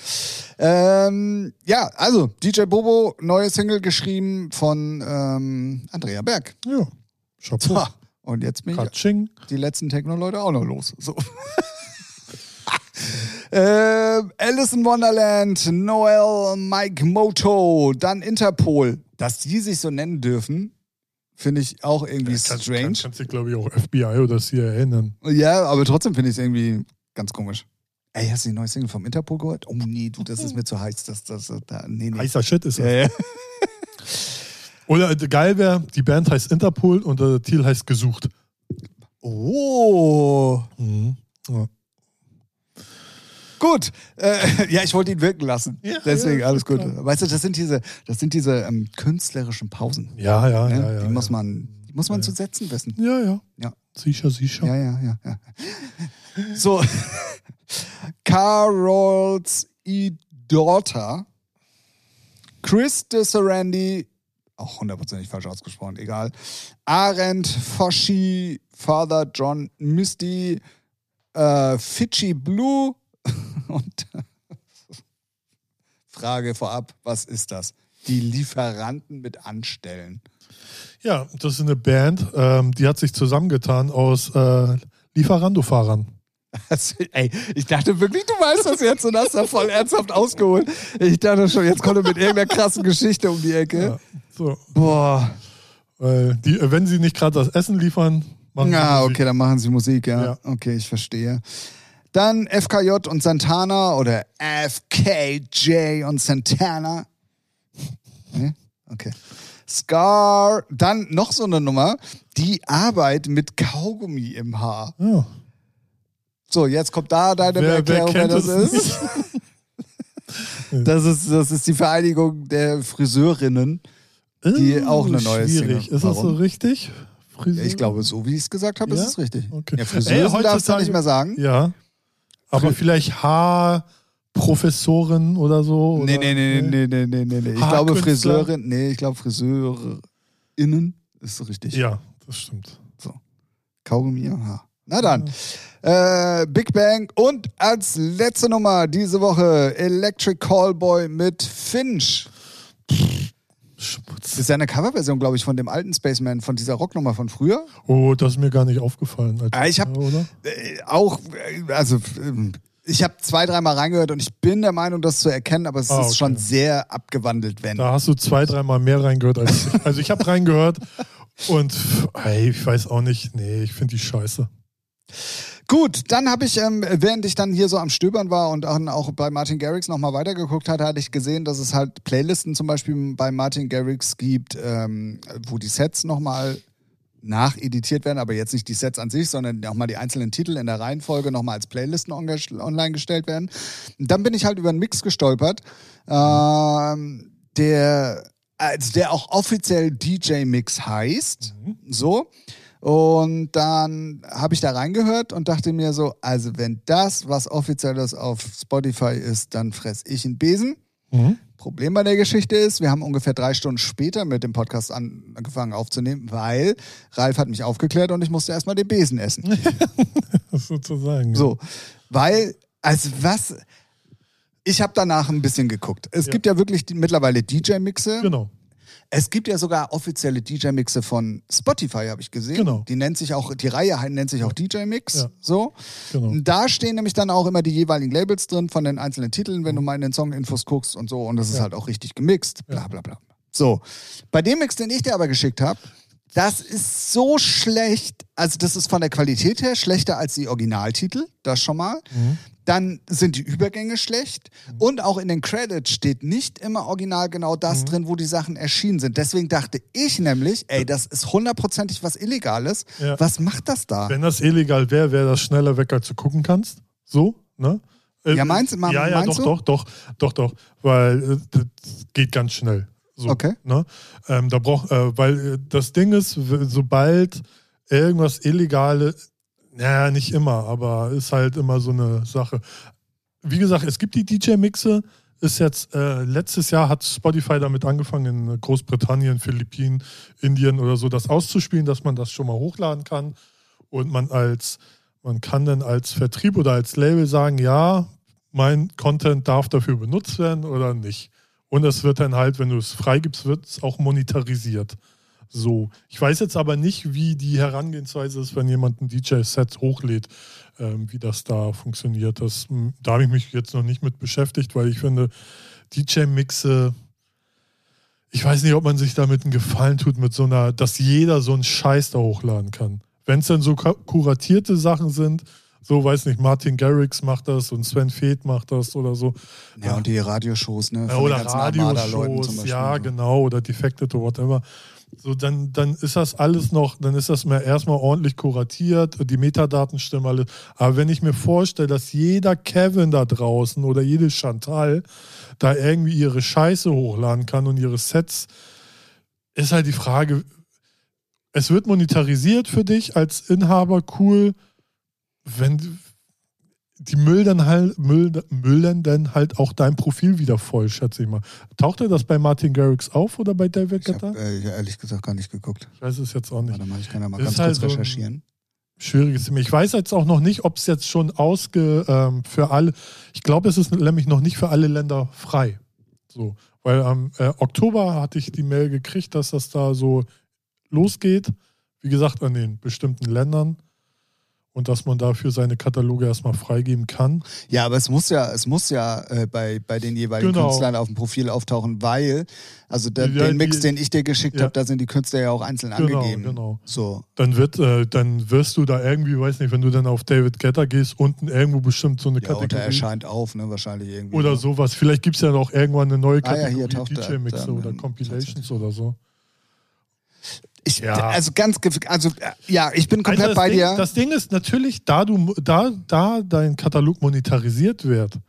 Speaker 2: Ähm, ja, also, DJ Bobo, neue Single geschrieben von ähm, Andrea Berg.
Speaker 1: Ja. Chapeau.
Speaker 2: Tja, [laughs] und jetzt bin ich
Speaker 1: Katsching.
Speaker 2: die letzten Techno-Leute auch noch los. So. [laughs] ähm, Alice in Wonderland, Noel, Mike Moto, dann Interpol. Dass die sich so nennen dürfen, finde ich auch irgendwie
Speaker 1: Kannst-
Speaker 2: strange.
Speaker 1: Kannst, kannst du, glaube ich, auch FBI oder CIA nennen.
Speaker 2: Ja, aber trotzdem finde ich es irgendwie ganz komisch. Ey, hast du die neue Single vom Interpol gehört? Oh nee, du, das ist mir zu heiß. Das, das, das, da, nee, nee.
Speaker 1: Heißer Shit ist
Speaker 2: Ja,
Speaker 1: das.
Speaker 2: ja.
Speaker 1: Oder äh, geil wäre, die Band heißt Interpol und der Thiel heißt Gesucht.
Speaker 2: Oh.
Speaker 1: Mhm. Ja.
Speaker 2: Gut. Äh, [laughs] ja, ich wollte ihn wirken lassen.
Speaker 1: Ja,
Speaker 2: Deswegen,
Speaker 1: ja,
Speaker 2: alles gut.
Speaker 1: klar.
Speaker 2: Weißt du, das sind diese, das sind diese ähm, künstlerischen Pausen.
Speaker 1: Ja, ja,
Speaker 2: Ne?
Speaker 1: ja, ja.
Speaker 2: die,
Speaker 1: ja.
Speaker 2: muss man, die muss man
Speaker 1: Ja,
Speaker 2: zu setzen
Speaker 1: [laughs]
Speaker 2: wissen.
Speaker 1: ja, ja.
Speaker 2: Ja.
Speaker 1: Sicher, sicher.
Speaker 2: Ja, ja, ja. ja. So, [laughs] Carols Daughter, Chris de Sarandi, auch hundertprozentig falsch ausgesprochen, egal. Arendt, Foshi, Father John Misty, äh, Fidschi Blue [laughs] und äh, Frage vorab, was ist das? Die Lieferanten mit Anstellen.
Speaker 1: Ja, das ist eine Band, ähm, die hat sich zusammengetan aus äh, Lieferando-Fahrern.
Speaker 2: Das, ey, ich dachte wirklich, du weißt das jetzt und hast da voll ernsthaft ausgeholt. Ich dachte schon, jetzt kommt er mit irgendeiner krassen Geschichte um die Ecke.
Speaker 1: Ja, so,
Speaker 2: Boah.
Speaker 1: weil die, äh, wenn sie nicht gerade das Essen liefern, machen sie
Speaker 2: Ja,
Speaker 1: Musik.
Speaker 2: Ah, okay, dann machen sie Musik, ja.
Speaker 1: Ja.
Speaker 2: Okay, ich verstehe. Dann FKJ und Santana oder FKJ und Santana. Ne? Okay. Scar, dann noch so eine Nummer, die Arbeit mit Kaugummi im Haar.
Speaker 1: Ja.
Speaker 2: So, jetzt kommt da deine
Speaker 1: Wer- wer
Speaker 2: Erklärung, wer,
Speaker 1: kennt
Speaker 2: das
Speaker 1: es
Speaker 2: ist. das ist. Das ist die Vereinigung der Friseurinnen. Die auch eine neue
Speaker 1: Schwierig.
Speaker 2: Single.
Speaker 1: Ist das so
Speaker 2: Warum?
Speaker 1: richtig? Friseur?
Speaker 2: Ich glaube, so wie ich es gesagt habe,
Speaker 1: Mhm. Ja?
Speaker 2: ist es richtig.
Speaker 1: Okay.
Speaker 2: Ja, Friseusen
Speaker 1: Ey,
Speaker 2: darfst du
Speaker 1: heutzutage-
Speaker 2: nicht mehr sagen.
Speaker 1: Ja. Aber
Speaker 2: Fri-
Speaker 1: vielleicht Haarprofessorin oder so? Oder?
Speaker 2: Nee, nee, nee, nee, nee, nee, nee, nee. Ich glaube
Speaker 1: Haarkünstler.
Speaker 2: Friseurin, nee, ich glaube Friseurinnen ist richtig.
Speaker 1: Ja, das stimmt.
Speaker 2: Kaugummi am Haar. Na dann. Äh, Big Bang und als letzte Nummer diese Woche Electric Callboy mit Finch. Das
Speaker 1: Schmutz.
Speaker 2: ist ja eine Coverversion, glaube ich, von dem alten Spaceman, von dieser Rocknummer von früher.
Speaker 1: Oh, das ist mir gar nicht aufgefallen. Alter.
Speaker 2: Ah, ich hab-
Speaker 1: Oder?
Speaker 2: Äh, auch, äh, also ähm, ich habe zwei, dreimal reingehört und ich bin der Meinung, das zu erkennen, aber es
Speaker 1: Ah,
Speaker 2: ist
Speaker 1: okay.
Speaker 2: schon sehr abgewandelt, wenn.
Speaker 1: Da hast du zwei, dreimal mehr reingehört als ich. Also ich habe reingehört und pff, ey, ich weiß auch nicht. Nee, ich finde die scheiße.
Speaker 2: Gut, dann habe ich, ähm, während ich dann hier so am Stöbern war und auch, auch bei Martin Garrix nochmal weitergeguckt hatte, hatte ich gesehen, dass es halt Playlisten zum Beispiel bei Martin Garrix gibt, ähm, wo die Sets nochmal nacheditiert werden, aber jetzt nicht die Sets an sich, sondern auch mal die einzelnen Titel in der Reihenfolge nochmal als Playlisten onge- online gestellt werden. Und dann bin ich halt über einen Mix gestolpert, ähm, der, also der auch offiziell DJ-Mix heißt. So. Und dann habe ich da reingehört und dachte mir so, also wenn das was offizielles auf Spotify ist, dann fress ich einen Besen.
Speaker 1: Mhm.
Speaker 2: Problem bei der Geschichte ist, wir haben ungefähr drei Stunden später mit dem Podcast angefangen aufzunehmen, weil Ralf hat mich aufgeklärt und ich musste erstmal den Besen essen.
Speaker 1: [laughs] Das sozusagen.
Speaker 2: So, weil, also was, ich habe danach ein bisschen geguckt. Es
Speaker 1: Ja.
Speaker 2: gibt ja wirklich die, mittlerweile DJ-Mixe.
Speaker 1: Genau.
Speaker 2: Es gibt ja sogar offizielle DJ-Mixe von Spotify, habe ich gesehen.
Speaker 1: Genau.
Speaker 2: Die nennt sich auch, die Reihe nennt sich auch DJ-Mix.
Speaker 1: Ja.
Speaker 2: So.
Speaker 1: genau.
Speaker 2: Und da stehen nämlich dann auch immer die jeweiligen Labels drin von den einzelnen Titeln, wenn du mal in den Song-Infos guckst und so. Und das ist
Speaker 1: Mhm. Ja.
Speaker 2: halt auch richtig gemixt. Bla bla bla. So. Bei dem Mix, den ich dir aber geschickt habe, das ist so schlecht. Also, das ist von der Qualität her schlechter als die Originaltitel. Das schon mal.
Speaker 1: Mhm.
Speaker 2: Dann sind die Übergänge schlecht. Und auch in den Credits steht nicht immer original genau
Speaker 1: Mhm.
Speaker 2: das drin, wo die Sachen erschienen sind. Deswegen dachte ich nämlich, ey, das ist hundertprozentig was Illegales.
Speaker 1: Äh. Ja.
Speaker 2: Was macht das da?
Speaker 1: Wenn das illegal wäre, wäre das schneller weg, als du gucken kannst. So, ne? Äh,
Speaker 2: Ja, meinst- ma-
Speaker 1: Ja, ja,
Speaker 2: meinst
Speaker 1: doch, doch, doch, doch, doch. Weil äh, das geht ganz schnell. So,
Speaker 2: Okay.
Speaker 1: Ne? Ähm, da brauch, äh, weil äh, das Ding ist, w- sobald irgendwas Illegale, naja, nicht immer, aber ist halt immer so eine Sache. Wie gesagt, es gibt die DJ-Mixe. Ist jetzt, äh, letztes Jahr hat Spotify damit angefangen, in Großbritannien, Philippinen, Indien oder so das auszuspielen, dass man das schon mal hochladen kann. Und man als, man kann dann als Vertrieb oder als Label sagen, ja, mein Content darf dafür benutzt werden oder nicht. Und es wird dann halt, wenn du es freigibst, wird es auch monetarisiert. So. Ich weiß jetzt aber nicht, wie die Herangehensweise ist, wenn jemand ein DJ-Set hochlädt, ähm, wie das da funktioniert. Das, m, da habe ich mich jetzt noch nicht mit beschäftigt, weil ich finde, DJ-Mixe, ich weiß nicht, ob man sich damit einen Gefallen tut, mit so einer, dass jeder so einen Scheiß da hochladen kann. Wenn es dann so ka- kuratierte Sachen sind, So, weiß nicht, Martin Garrix macht das und Sven Feth macht das oder so.
Speaker 2: Ja, und die Radioshows, ne? Von
Speaker 1: Ja,
Speaker 2: den
Speaker 1: Äh, oder
Speaker 2: ganzen Armada-Leuten zum
Speaker 1: Radioshows,
Speaker 2: Beispiel. ne?
Speaker 1: ja, genau, oder Defected oder whatever. So, dann, dann ist das alles noch, dann ist das mal erstmal ordentlich kuratiert, die Metadaten stimmen alle. Aber wenn ich mir vorstelle, dass jeder Kevin da draußen oder jede Chantal da irgendwie ihre Scheiße hochladen kann und ihre Sets, ist halt die Frage, es wird monetarisiert für dich als Inhaber, cool, wenn die Müll dann halt, Müll, Müllen dann halt auch dein Profil wieder voll, schätze ich mal. Tauchte das bei Martin Garrix auf oder bei David
Speaker 2: Ich habe
Speaker 1: Guetta?
Speaker 2: äh, ehrlich gesagt gar nicht geguckt.
Speaker 1: Ich weiß es jetzt auch nicht.
Speaker 2: Warte mal, ich kann ja mal
Speaker 1: Ist
Speaker 2: ganz
Speaker 1: halt
Speaker 2: kurz
Speaker 1: so ein-
Speaker 2: recherchieren.
Speaker 1: Schwieriges Thema. Ich weiß jetzt auch noch nicht, ob es jetzt schon ausge ähm, für alle. Ich glaube, es ist nämlich noch nicht für alle Länder frei. So, weil am äh, Oktober hatte ich die Mail gekriegt, dass das da so losgeht. Wie gesagt, an den bestimmten Ländern und dass man dafür seine Kataloge erstmal freigeben kann.
Speaker 2: Ja, aber es muss ja, es muss ja äh, bei, bei den jeweiligen
Speaker 1: Genau.
Speaker 2: Künstlern auf dem Profil auftauchen, weil, also der,
Speaker 1: Ja,
Speaker 2: den Mix,
Speaker 1: die-
Speaker 2: den ich dir geschickt
Speaker 1: Ja.
Speaker 2: habe, da sind die Künstler ja auch einzeln
Speaker 1: Genau,
Speaker 2: angegeben.
Speaker 1: genau.
Speaker 2: So.
Speaker 1: Dann wird, äh, dann wirst du da irgendwie, weiß nicht, wenn du dann auf David Getter gehst, unten irgendwo bestimmt so eine
Speaker 2: Ja, und der
Speaker 1: Kategorie
Speaker 2: erscheint auf, ne? Wahrscheinlich irgendwie.
Speaker 1: oder sowas. Vielleicht gibt es ja noch irgendwann eine neue
Speaker 2: Ah ja,
Speaker 1: Kategorie
Speaker 2: hier taucht er-
Speaker 1: DJ-Mixe
Speaker 2: da-
Speaker 1: oder
Speaker 2: da-
Speaker 1: Compilations oder so.
Speaker 2: Ich,
Speaker 1: Ja.
Speaker 2: Also ganz, gef- also äh, ja, ich bin komplett
Speaker 1: Alter, das
Speaker 2: bei
Speaker 1: Ding,
Speaker 2: dir.
Speaker 1: Das Ding ist natürlich, da, du, da, da dein Katalog monetarisiert wird,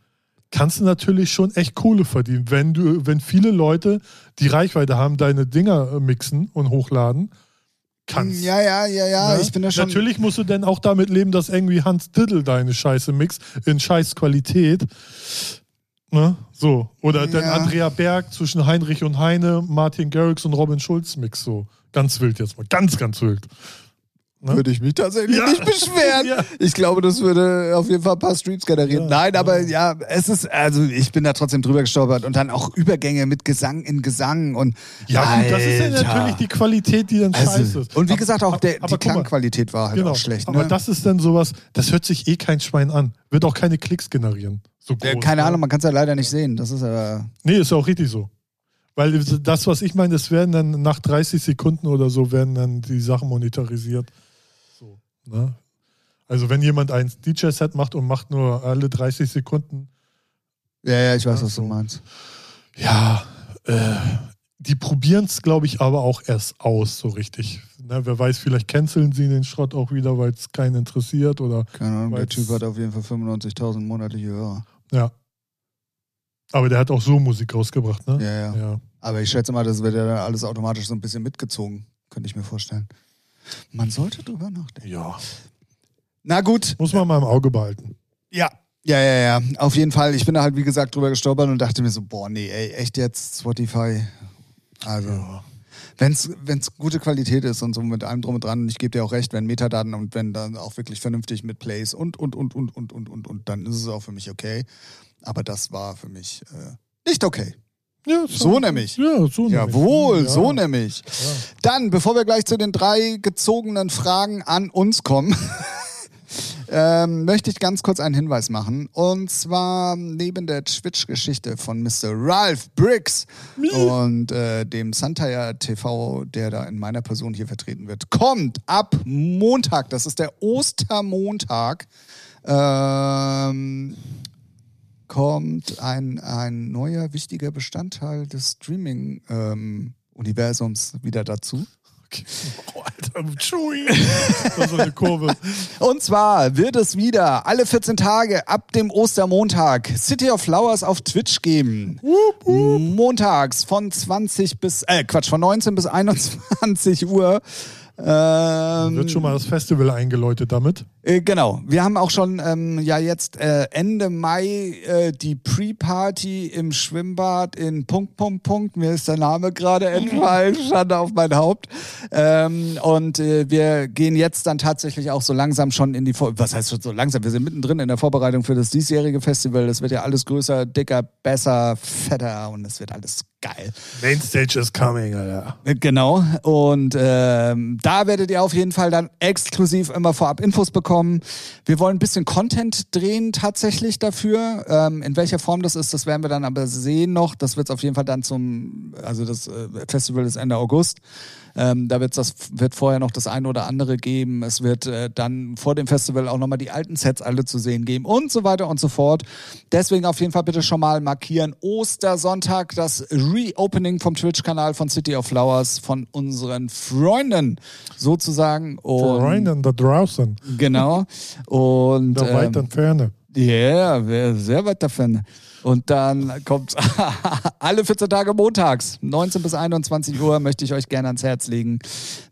Speaker 1: kannst du natürlich schon echt Kohle verdienen, wenn, du, wenn viele Leute, die Reichweite haben, deine Dinger äh, mixen und hochladen. Kannst.
Speaker 2: ja, ja, ja, ja,
Speaker 1: ne?
Speaker 2: Ah, ich bin da schon.
Speaker 1: Natürlich musst du dann auch damit leben, dass irgendwie Hans Diddle deine Scheiße mixt in scheiß Qualität. Ne? So. Oder dann
Speaker 2: Ja.
Speaker 1: Andrea Berg zwischen Heinrich und Heine, Martin Garrix und Robin Schulz mix so. Ganz wild jetzt mal. Ganz, ganz wild. ne?
Speaker 2: Würde ich mich tatsächlich
Speaker 1: Ja.
Speaker 2: nicht beschweren.
Speaker 1: [laughs] Ja.
Speaker 2: Ich glaube, das würde auf jeden Fall ein paar Streams generieren.
Speaker 1: Ja.
Speaker 2: Nein, aber ja, es ist, also ich bin da trotzdem drüber gestolpert und dann auch Übergänge mit Gesang in Gesang und.
Speaker 1: Ja, gut, das ist ja
Speaker 2: Alter.
Speaker 1: natürlich die Qualität, die dann scheiße
Speaker 2: Also,
Speaker 1: ist.
Speaker 2: und wie gesagt, auch
Speaker 1: aber-
Speaker 2: der,
Speaker 1: aber
Speaker 2: die
Speaker 1: guck mal,
Speaker 2: Klangqualität war halt
Speaker 1: genau.
Speaker 2: auch schlecht. Ne?
Speaker 1: Aber das ist dann sowas, das hört sich eh kein Schwein an. Wird auch keine Klicks generieren. So groß,
Speaker 2: ja, Äh, keine
Speaker 1: ne?
Speaker 2: Ahnung, man kann es ja leider nicht sehen. Das ist ja.
Speaker 1: Nee, ist ja auch richtig so. Weil das, was ich meine, es werden dann nach 30 Sekunden oder so werden dann die Sachen monetarisiert. So, ne? Also wenn jemand ein DJ-Set macht und macht nur alle 30 Sekunden,
Speaker 2: Ja, ja, ich weiß,
Speaker 1: Ja,
Speaker 2: was du
Speaker 1: so.
Speaker 2: meinst.
Speaker 1: ja, äh, die probieren es, glaube ich, aber auch erst aus, so richtig. Ne? Wer weiß, vielleicht canceln sie den Schrott auch wieder, weil es keinen interessiert oder
Speaker 2: Keine Ahnung, der
Speaker 1: Weil's-
Speaker 2: Typ hat auf jeden Fall 95.000 monatliche Hörer.
Speaker 1: Ja. Aber der hat auch so Musik rausgebracht, ne?
Speaker 2: Ja, ja.
Speaker 1: ja.
Speaker 2: Aber ich schätze mal, das wird ja dann alles automatisch so ein bisschen mitgezogen. Könnte ich mir vorstellen. Man sollte drüber nachdenken.
Speaker 1: Ja.
Speaker 2: Na gut.
Speaker 1: Muss man mal im Auge behalten.
Speaker 2: Ja. Ja, ja, ja. Auf jeden Fall. Ich bin da halt, wie gesagt, drüber gestolpert und dachte mir so, boah, nee, ey, echt jetzt Spotify. Also,
Speaker 1: Ja.
Speaker 2: wenn's, wenn's gute Qualität ist und so mit allem drum und dran, und ich gebe dir auch recht, wenn Metadaten und wenn dann auch wirklich vernünftig mit Plays und, und, und, und, und, und, und, und, dann ist es auch für mich okay. Aber das war für mich äh, nicht okay.
Speaker 1: ja
Speaker 2: So nämlich.
Speaker 1: Ja, so nämlich.
Speaker 2: Jawohl,
Speaker 1: ja.
Speaker 2: so nämlich.
Speaker 1: Ja.
Speaker 2: Dann, bevor wir gleich zu den drei gezogenen Fragen an uns kommen, [laughs] ähm, möchte ich ganz kurz einen Hinweis machen. Und zwar neben der Twitch-Geschichte von Mr. Ralph Briggs und äh, dem Santaya TV, der da in meiner Person hier vertreten wird, kommt ab Montag, das ist der Ostermontag, ähm, kommt ein, ein neuer wichtiger Bestandteil des Streaming-Universums wieder dazu.
Speaker 1: Okay. Oh, Alter, Entschuldigung. [laughs] Das war so eine Kurve.
Speaker 2: Und zwar wird es wieder alle 14 Tage ab dem Ostermontag City of Flowers auf Twitch geben. Montags von 20 bis, äh, Quatsch, von 19 bis 21 Uhr. Ähm,
Speaker 1: Wird schon mal das Festival eingeläutet damit.
Speaker 2: äh, Genau, wir haben auch schon ähm, ja jetzt äh, Ende Mai äh, die Pre-Party im Schwimmbad in Punkt, Punkt, Punkt. Mir ist der Name gerade entfallen, Schande auf mein Haupt. Ähm, und äh, wir gehen jetzt dann tatsächlich auch so langsam schon in die, Vor was heißt schon so langsam, wir sind mittendrin in der Vorbereitung für das diesjährige Festival. Es wird ja alles größer, dicker, besser, fetter und es wird alles geil.
Speaker 1: Mainstage is coming, Alter.
Speaker 2: Genau. Und ähm, da werdet ihr auf jeden Fall dann exklusiv immer vorab Infos bekommen. Wir wollen ein bisschen Content drehen tatsächlich dafür. Ähm, in welcher Form das ist, das werden wir dann aber sehen noch. Das wird es auf jeden Fall dann zum, also das äh, Festival ist Ende August. Ähm, da wird's das, wird vorher noch das eine oder andere geben. Es wird äh, dann vor dem Festival auch nochmal die alten Sets alle zu sehen geben und so weiter und so fort. Deswegen auf jeden Fall bitte schon mal markieren. Ostersonntag, das Reopening vom Twitch-Kanal von City of Flowers von unseren Freunden sozusagen. Und,
Speaker 1: Freunden da draußen,
Speaker 2: Genau. Und
Speaker 1: da weit
Speaker 2: ähm,
Speaker 1: in Ferne.
Speaker 2: ja, wer- sehr weit davon. Und dann kommt [laughs] alle 14 Tage montags, 19 bis 21 Uhr, möchte ich euch gerne ans Herz legen.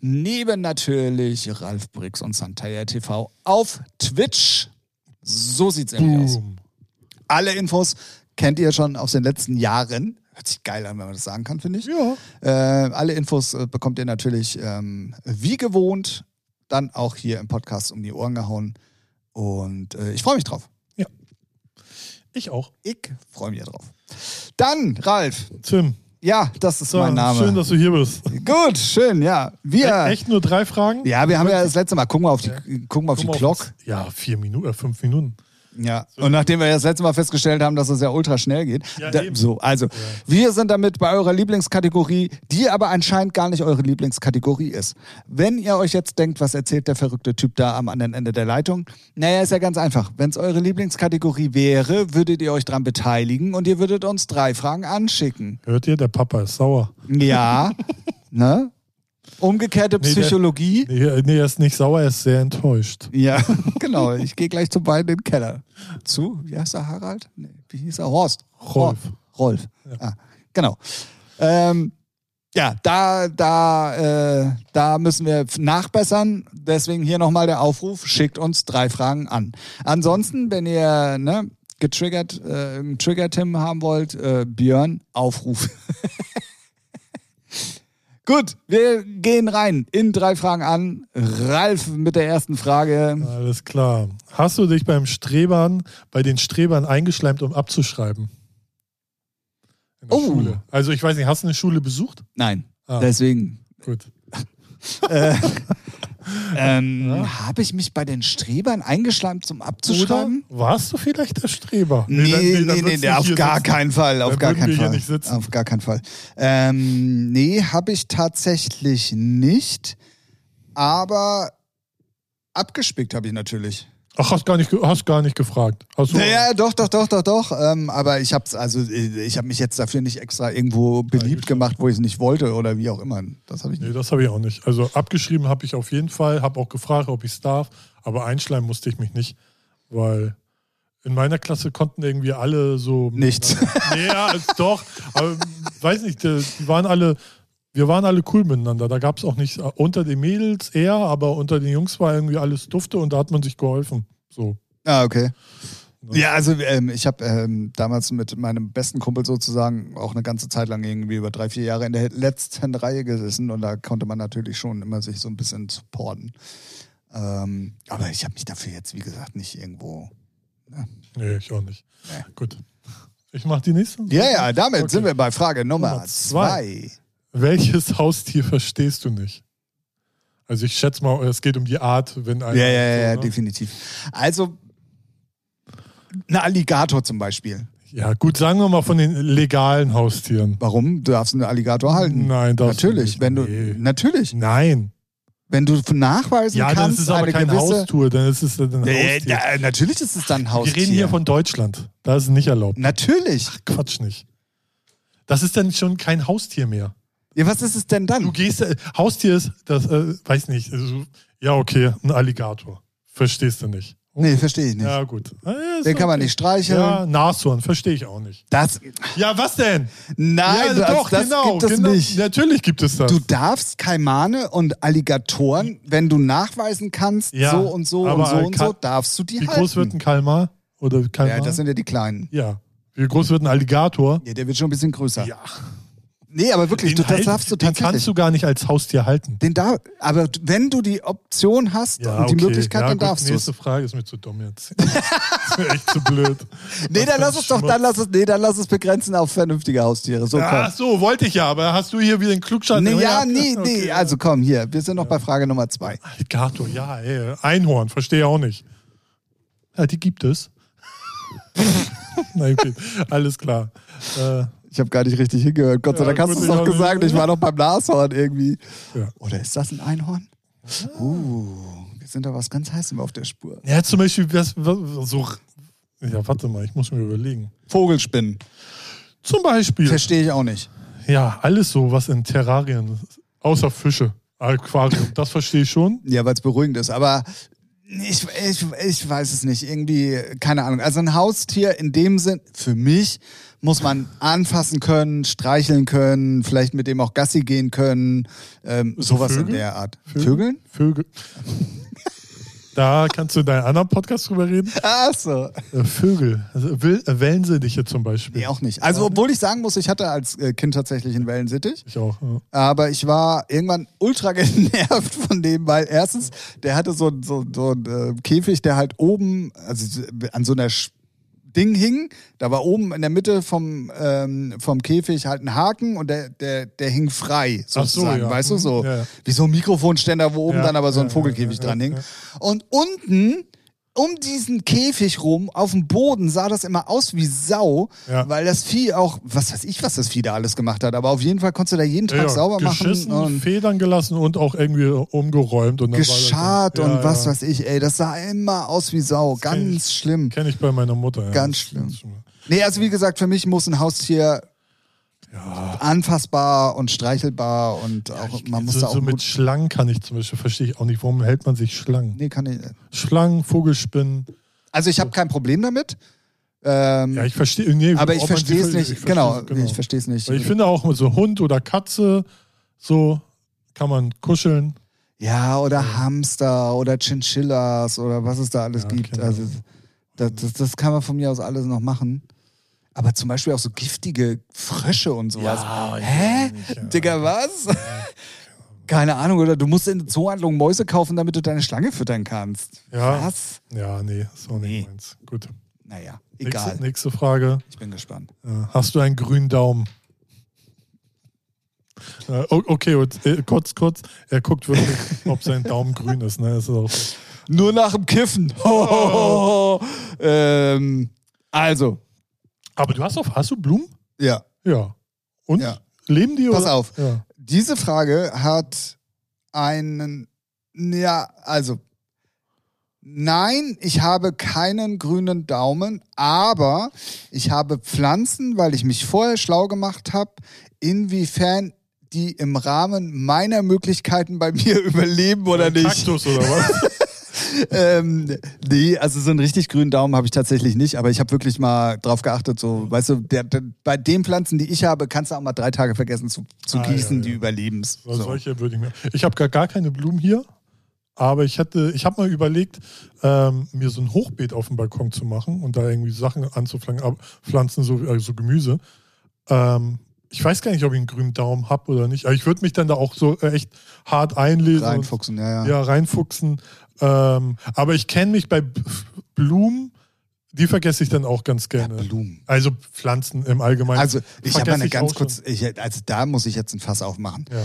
Speaker 2: Neben natürlich Ralf Brix und Santaya TV auf Twitch. So sieht's nämlich aus.
Speaker 1: Boom.
Speaker 2: Alle Infos kennt ihr schon aus den letzten Jahren. Hört sich geil an, wenn man das sagen kann, finde ich.
Speaker 1: Ja.
Speaker 2: Äh, alle Infos äh, bekommt ihr natürlich ähm, wie gewohnt dann auch hier im Podcast um die Ohren gehauen. Und äh, ich freue mich drauf.
Speaker 1: Ich auch.
Speaker 2: Ich freue mich drauf. Dann, Ralf.
Speaker 1: Tim,
Speaker 2: Ja, das ist
Speaker 1: so,
Speaker 2: mein Name.
Speaker 1: schön, dass du hier bist.
Speaker 2: Gut, schön, ja. Wir.
Speaker 1: [laughs] Echt nur drei Fragen?
Speaker 2: Ja, wir haben ja das letzte Mal, gucken wir auf die, gucken wir auf
Speaker 1: Guck
Speaker 2: die
Speaker 1: mal,
Speaker 2: Glock.
Speaker 1: Ja, vier Minuten, äh, fünf Minuten.
Speaker 2: Ja. Und nachdem wir ja das letzte Mal festgestellt haben, dass es ja ultra schnell geht.
Speaker 1: Ja,
Speaker 2: da,
Speaker 1: eben.
Speaker 2: so, also, wir sind damit bei eurer Lieblingskategorie, die aber anscheinend gar nicht eure Lieblingskategorie ist. Wenn ihr euch jetzt denkt, was erzählt der verrückte Typ da am anderen Ende der Leitung? Naja, ist ja ganz einfach. Wenn es eure Lieblingskategorie wäre, würdet ihr euch dran beteiligen und ihr würdet uns drei Fragen anschicken.
Speaker 1: Hört ihr, der Papa ist sauer.
Speaker 2: Ja. [laughs] ne? Umgekehrte
Speaker 1: Nee, der-
Speaker 2: Psychologie.
Speaker 1: Nee, äh, nee, er ist nicht sauer, er ist sehr enttäuscht.
Speaker 2: Ja, [laughs] genau. Ich gehe gleich zu beiden in den Keller. Zu, wie heißt er, Harald? Nee, wie hieß er? Horst.
Speaker 1: Rolf.
Speaker 2: Hor- Rolf. Ah, genau. Ähm, ja, da, da, äh, da müssen wir f- nachbessern. Deswegen hier nochmal der Aufruf, schickt uns drei Fragen an. Ansonsten, wenn ihr ne, getriggert, äh, einen Trigger-Tim haben wollt, äh, Björn, Aufruf. [laughs] Gut, wir gehen rein in drei Fragen an. Ralf mit der ersten Frage.
Speaker 1: Alles klar. Hast du dich beim Strebern, bei den Strebern eingeschleimt, um abzuschreiben? In der
Speaker 2: Oh.
Speaker 1: Schule. Also ich weiß nicht, hast du eine Schule besucht?
Speaker 2: Nein,
Speaker 1: Ah.
Speaker 2: deswegen.
Speaker 1: Gut. Ah.
Speaker 2: Ähm, Habe ich mich bei den Strebern eingeschleimt, zum abzuschreiben?
Speaker 1: Oder warst du vielleicht der Streber?
Speaker 2: Nee,
Speaker 1: dann-
Speaker 2: nee,
Speaker 1: dann
Speaker 2: nee, nee,
Speaker 1: würdest du
Speaker 2: auf
Speaker 1: hier
Speaker 2: gar
Speaker 1: sitzen.
Speaker 2: keinen Fall. Auf
Speaker 1: Dann
Speaker 2: gar
Speaker 1: würden
Speaker 2: keinen
Speaker 1: wir hier
Speaker 2: Fall.
Speaker 1: nicht sitzen.
Speaker 2: Auf gar keinen Fall. Ähm, nee, habe ich tatsächlich nicht. Aber abgespickt habe ich natürlich.
Speaker 1: Ach, hast gar nicht, ge- hast gar nicht gefragt. Hast du-
Speaker 2: Naja, doch, doch, doch, doch, doch. Ähm, aber ich habe also, äh, ich habe mich jetzt dafür nicht extra irgendwo beliebt gemacht, wo ich es nicht wollte oder wie auch immer. Das habe ich
Speaker 1: Nee,
Speaker 2: nicht.
Speaker 1: das habe ich auch nicht. Also abgeschrieben habe ich auf jeden Fall, habe auch gefragt, ob ich es darf, aber einschleimen musste ich mich nicht, weil in meiner Klasse konnten irgendwie alle so.
Speaker 2: [laughs] Nichts.
Speaker 1: Nee, ja, es- doch. Aber weiß nicht, die die waren alle, wir waren alle cool miteinander. Da gab es auch nicht, äh, unter den Mädels eher, aber unter den Jungs war irgendwie alles dufte und da hat man sich geholfen. So.
Speaker 2: Ah, okay. Ja, also ähm, ich habe ähm, damals mit meinem besten Kumpel sozusagen auch eine ganze Zeit lang irgendwie über drei, vier Jahre in der letzten Reihe gesessen und da konnte man natürlich schon immer sich so ein bisschen supporten. Ähm, aber ich habe mich dafür jetzt, wie gesagt, nicht irgendwo.
Speaker 1: Nee, ich auch nicht.
Speaker 2: Nee.
Speaker 1: Gut. Ich mache die nächste.
Speaker 2: Ja, ja, damit
Speaker 1: Okay.
Speaker 2: sind wir bei Frage Nummer,
Speaker 1: Nummer zwei.
Speaker 2: zwei.
Speaker 1: Welches Haustier verstehst du nicht? Also ich schätze mal, es geht um die Art, wenn ein
Speaker 2: Ja, ja, ja, ja,
Speaker 1: so, ne?
Speaker 2: definitiv. Also, ein Alligator zum Beispiel.
Speaker 1: ja, gut, sagen wir mal von den legalen Haustieren.
Speaker 2: Warum? Du darfst einen Alligator halten.
Speaker 1: Nein, das
Speaker 2: natürlich, wenn du
Speaker 1: Nee.
Speaker 2: natürlich,
Speaker 1: Nein.
Speaker 2: wenn du nachweisen
Speaker 1: Ja, dann
Speaker 2: kannst,
Speaker 1: ist es aber
Speaker 2: eine
Speaker 1: kein
Speaker 2: gewisse
Speaker 1: Haustour, dann ist es dann ein
Speaker 2: Äh,
Speaker 1: Haustier.
Speaker 2: da, natürlich ist es dann ein Haustier.
Speaker 1: Wir reden hier von Deutschland. Da ist es nicht erlaubt.
Speaker 2: Natürlich.
Speaker 1: Quatsch nicht. Das ist dann schon kein Haustier mehr.
Speaker 2: Ja, was ist es denn
Speaker 1: Du
Speaker 2: dann?
Speaker 1: gehst, äh, Haustier ist, das, äh, weiß nicht, also, ja, okay, ein Alligator. Verstehst du nicht.
Speaker 2: Nee, verstehe ich nicht.
Speaker 1: Ja, gut. Äh, ist
Speaker 2: Den kann man
Speaker 1: okay.
Speaker 2: nicht streicheln.
Speaker 1: Ja, Nashorn, verstehe ich auch nicht.
Speaker 2: Das,
Speaker 1: Ja, was denn?
Speaker 2: nein,
Speaker 1: ja, genau,
Speaker 2: das, das gibt es nicht.
Speaker 1: Natürlich gibt es das.
Speaker 2: Du darfst Kaimane und Alligatoren, wenn du nachweisen kannst,
Speaker 1: Ja,
Speaker 2: so und so und
Speaker 1: aber
Speaker 2: so und
Speaker 1: Ka-
Speaker 2: so, darfst du die
Speaker 1: Wie
Speaker 2: halten.
Speaker 1: groß wird ein Kalmar? Oder Kalmar?
Speaker 2: ja, das sind ja die kleinen.
Speaker 1: Ja. Wie groß wird ein Alligator?
Speaker 2: Ja, der wird schon ein bisschen größer. Nee, aber wirklich, du, das
Speaker 1: halt-
Speaker 2: darfst du
Speaker 1: den
Speaker 2: tatsächlich.
Speaker 1: kannst du gar nicht als Haustier halten.
Speaker 2: den da, aber wenn du die Option hast und die
Speaker 1: okay.
Speaker 2: Möglichkeit,
Speaker 1: Ja,
Speaker 2: dann
Speaker 1: gut,
Speaker 2: darfst du es.
Speaker 1: Nächste Frage ist mir zu dumm jetzt. [laughs] ist mir echt zu blöd.
Speaker 2: Nee, dann lass es doch, dann
Speaker 1: Schmutz.
Speaker 2: lass es, nee, dann lass es begrenzen auf vernünftige Haustiere. So komm.
Speaker 1: Ja, ach so, wollte ich ja, aber hast du hier wieder einen Klugscheißer?
Speaker 2: Nee, ja, nee,
Speaker 1: nie,
Speaker 2: nee. Also komm, hier, wir sind noch bei Frage Nummer zwei.
Speaker 1: Alligator, ja, ey. Einhorn, verstehe ich auch nicht. [laughs] Ja, die gibt es. Nein, okay. Alles klar. Äh,
Speaker 2: Ich habe gar nicht richtig hingehört. Gott sei
Speaker 1: Ja,
Speaker 2: Dank hast
Speaker 1: gut,
Speaker 2: du es
Speaker 1: ich
Speaker 2: doch
Speaker 1: auch nicht.
Speaker 2: gesagt. Ich war noch beim Nashorn irgendwie.
Speaker 1: Ja.
Speaker 2: Oder ist das ein Einhorn? Uh, wir sind da was ganz Heißem auf der Spur.
Speaker 1: Ja, zum Beispiel was, was, so. Ja, warte mal, ich muss mir überlegen.
Speaker 2: Vogelspinnen.
Speaker 1: Zum Beispiel.
Speaker 2: Verstehe ich auch nicht.
Speaker 1: Ja, alles so, was in Terrarien ist. Außer Fische. Aquarium, das verstehe ich schon.
Speaker 2: Ja, weil es beruhigend ist. Aber ich, ich, ich weiß es nicht. Irgendwie, keine Ahnung. Also ein Haustier in dem Sinn, für mich muss man anfassen können, streicheln können, vielleicht mit dem auch Gassi gehen können. Ähm, sowas in
Speaker 1: Vögel?
Speaker 2: der Art.
Speaker 1: Vögel?
Speaker 2: Vögeln?
Speaker 1: Vögel. Da kannst du in deinem anderen Podcast drüber reden.
Speaker 2: Ach so.
Speaker 1: Äh, Vögel, also, Will, äh, Wellensittiche zum Beispiel.
Speaker 2: Nee, auch nicht. Also, obwohl ich sagen muss, ich hatte als äh, Kind tatsächlich einen Wellensittich.
Speaker 1: Ich auch. Ja.
Speaker 2: Aber ich war irgendwann ultra [laughs] genervt von dem, weil erstens, der hatte so, so, so einen äh, Käfig, der halt oben, also an so einer Sch- Ding hing. Da war oben in der Mitte vom, ähm, vom Käfig halt ein Haken und der, der, der hing frei,
Speaker 1: so,
Speaker 2: sozusagen.
Speaker 1: ja. Mhm.
Speaker 2: Weißt du, so
Speaker 1: Ja, ja.
Speaker 2: wie so ein Mikrofonständer, wo oben
Speaker 1: Ja,
Speaker 2: dann aber so
Speaker 1: ja,
Speaker 2: ein
Speaker 1: ja,
Speaker 2: Vogelkäfig
Speaker 1: ja, ja,
Speaker 2: dran hing.
Speaker 1: ja.
Speaker 2: Und unten. Um diesen Käfig rum, auf dem Boden, sah das immer aus wie Sau,
Speaker 1: Ja.
Speaker 2: weil das Vieh auch, was weiß ich, was das Vieh da alles gemacht hat, aber auf jeden Fall konntest du da jeden Tag
Speaker 1: Ja,
Speaker 2: sauber machen
Speaker 1: geschissen,
Speaker 2: und
Speaker 1: Federn gelassen und auch irgendwie umgeräumt. Und dann war das-
Speaker 2: geschart
Speaker 1: Ja,
Speaker 2: und was
Speaker 1: ja.
Speaker 2: weiß ich, ey. Das sah immer aus wie Sau.
Speaker 1: kenn
Speaker 2: Ganz schlimm.
Speaker 1: Kenne ich bei meiner Mutter. Ja.
Speaker 2: Ganz
Speaker 1: Das-
Speaker 2: schlimm.
Speaker 1: das-
Speaker 2: Nee, also wie gesagt, für mich muss ein Haustier anfassbar und streichelbar und auch, man muss
Speaker 1: so,
Speaker 2: da auch
Speaker 1: so mit
Speaker 2: gut,
Speaker 1: Schlangen kann ich zum Beispiel, verstehe ich auch nicht, warum hält man sich Schlangen?
Speaker 2: nee, kann ich.
Speaker 1: Schlangen, Vogelspinnen.
Speaker 2: Also ich habe kein Problem damit. Ähm,
Speaker 1: Ja, ich verstehe. Nee,
Speaker 2: aber ich
Speaker 1: ob man die-
Speaker 2: verstehe es nicht.
Speaker 1: versteh's,
Speaker 2: genau, nee, ich verstehe es nicht.
Speaker 1: Weil ich finde auch so Hund oder Katze, so kann man kuscheln.
Speaker 2: Ja, oder Hamster oder Chinchillas oder was es da alles
Speaker 1: Ja, genau.
Speaker 2: gibt.
Speaker 1: keine
Speaker 2: Also das, das, das kann man von mir aus alles noch machen. Aber zum Beispiel auch so giftige Frösche und sowas.
Speaker 1: Ja, ich
Speaker 2: Hä?
Speaker 1: weiß nicht, ja.
Speaker 2: Digga, was? Keine Ahnung, oder du musst in Zoohandlungen Mäuse kaufen, damit du deine Schlange füttern kannst.
Speaker 1: Ja.
Speaker 2: Was?
Speaker 1: Ja, nee, ist auch nicht
Speaker 2: Nee.
Speaker 1: meins. Gut.
Speaker 2: Naja, egal.
Speaker 1: Nächste, nächste Frage.
Speaker 2: Ich bin gespannt.
Speaker 1: Ja, Hast du einen grünen Daumen? Äh, o- Okay, und, äh, kurz, kurz. Er guckt wirklich,
Speaker 2: [laughs]
Speaker 1: ob sein Daumen grün ist. Ne? Das ist auch
Speaker 2: Nur nach dem Kiffen.
Speaker 1: Oh.
Speaker 2: Hohoho. [laughs] Ähm, also,
Speaker 1: Aber du hast auch, hast du Blumen?
Speaker 2: ja.
Speaker 1: Ja. Und?
Speaker 2: Ja.
Speaker 1: Leben die?
Speaker 2: Pass
Speaker 1: oder?
Speaker 2: auf.
Speaker 1: Ja.
Speaker 2: Diese Frage hat einen. Ja, also. Nein, ich habe keinen grünen Daumen, aber ich habe Pflanzen, weil ich mich vorher schlau gemacht habe, inwiefern die im Rahmen meiner Möglichkeiten bei [laughs] mir überleben oder
Speaker 1: Ein
Speaker 2: nicht.
Speaker 1: Kaktus oder was?
Speaker 2: Ähm, nee, also so einen richtig grünen Daumen habe ich tatsächlich nicht, aber ich habe wirklich mal drauf geachtet, so, weißt du, der, der, bei den Pflanzen, die ich habe, kannst du auch mal drei Tage vergessen zu, zu
Speaker 1: Ah,
Speaker 2: gießen,
Speaker 1: ja, ja.
Speaker 2: die überleben's.
Speaker 1: So.
Speaker 2: So.
Speaker 1: Solche würde ich mir. Ich habe gar, gar keine Blumen hier, aber ich hatte, ich habe mal überlegt, ähm, mir so ein Hochbeet auf dem Balkon zu machen und da irgendwie Sachen anzupflanzen, ab- pflanzen, so, äh, so Gemüse. Ähm, ich weiß gar nicht, ob ich einen grünen Daumen habe oder nicht, aber ich würde mich dann da auch so äh, echt hart einlesen. und-
Speaker 2: Reinfuchsen, ja, ja.
Speaker 1: Ja, reinfuchsen. Ähm, aber ich kenne mich bei B- Blumen, die vergesse ich dann auch ganz gerne.
Speaker 2: Blumen.
Speaker 1: Also Pflanzen im Allgemeinen.
Speaker 2: Also, ich habe
Speaker 1: Vergesse
Speaker 2: mal eine
Speaker 1: ich
Speaker 2: ganz
Speaker 1: auch
Speaker 2: kurz, ich, also da muss ich jetzt ein Fass aufmachen.
Speaker 1: Ja.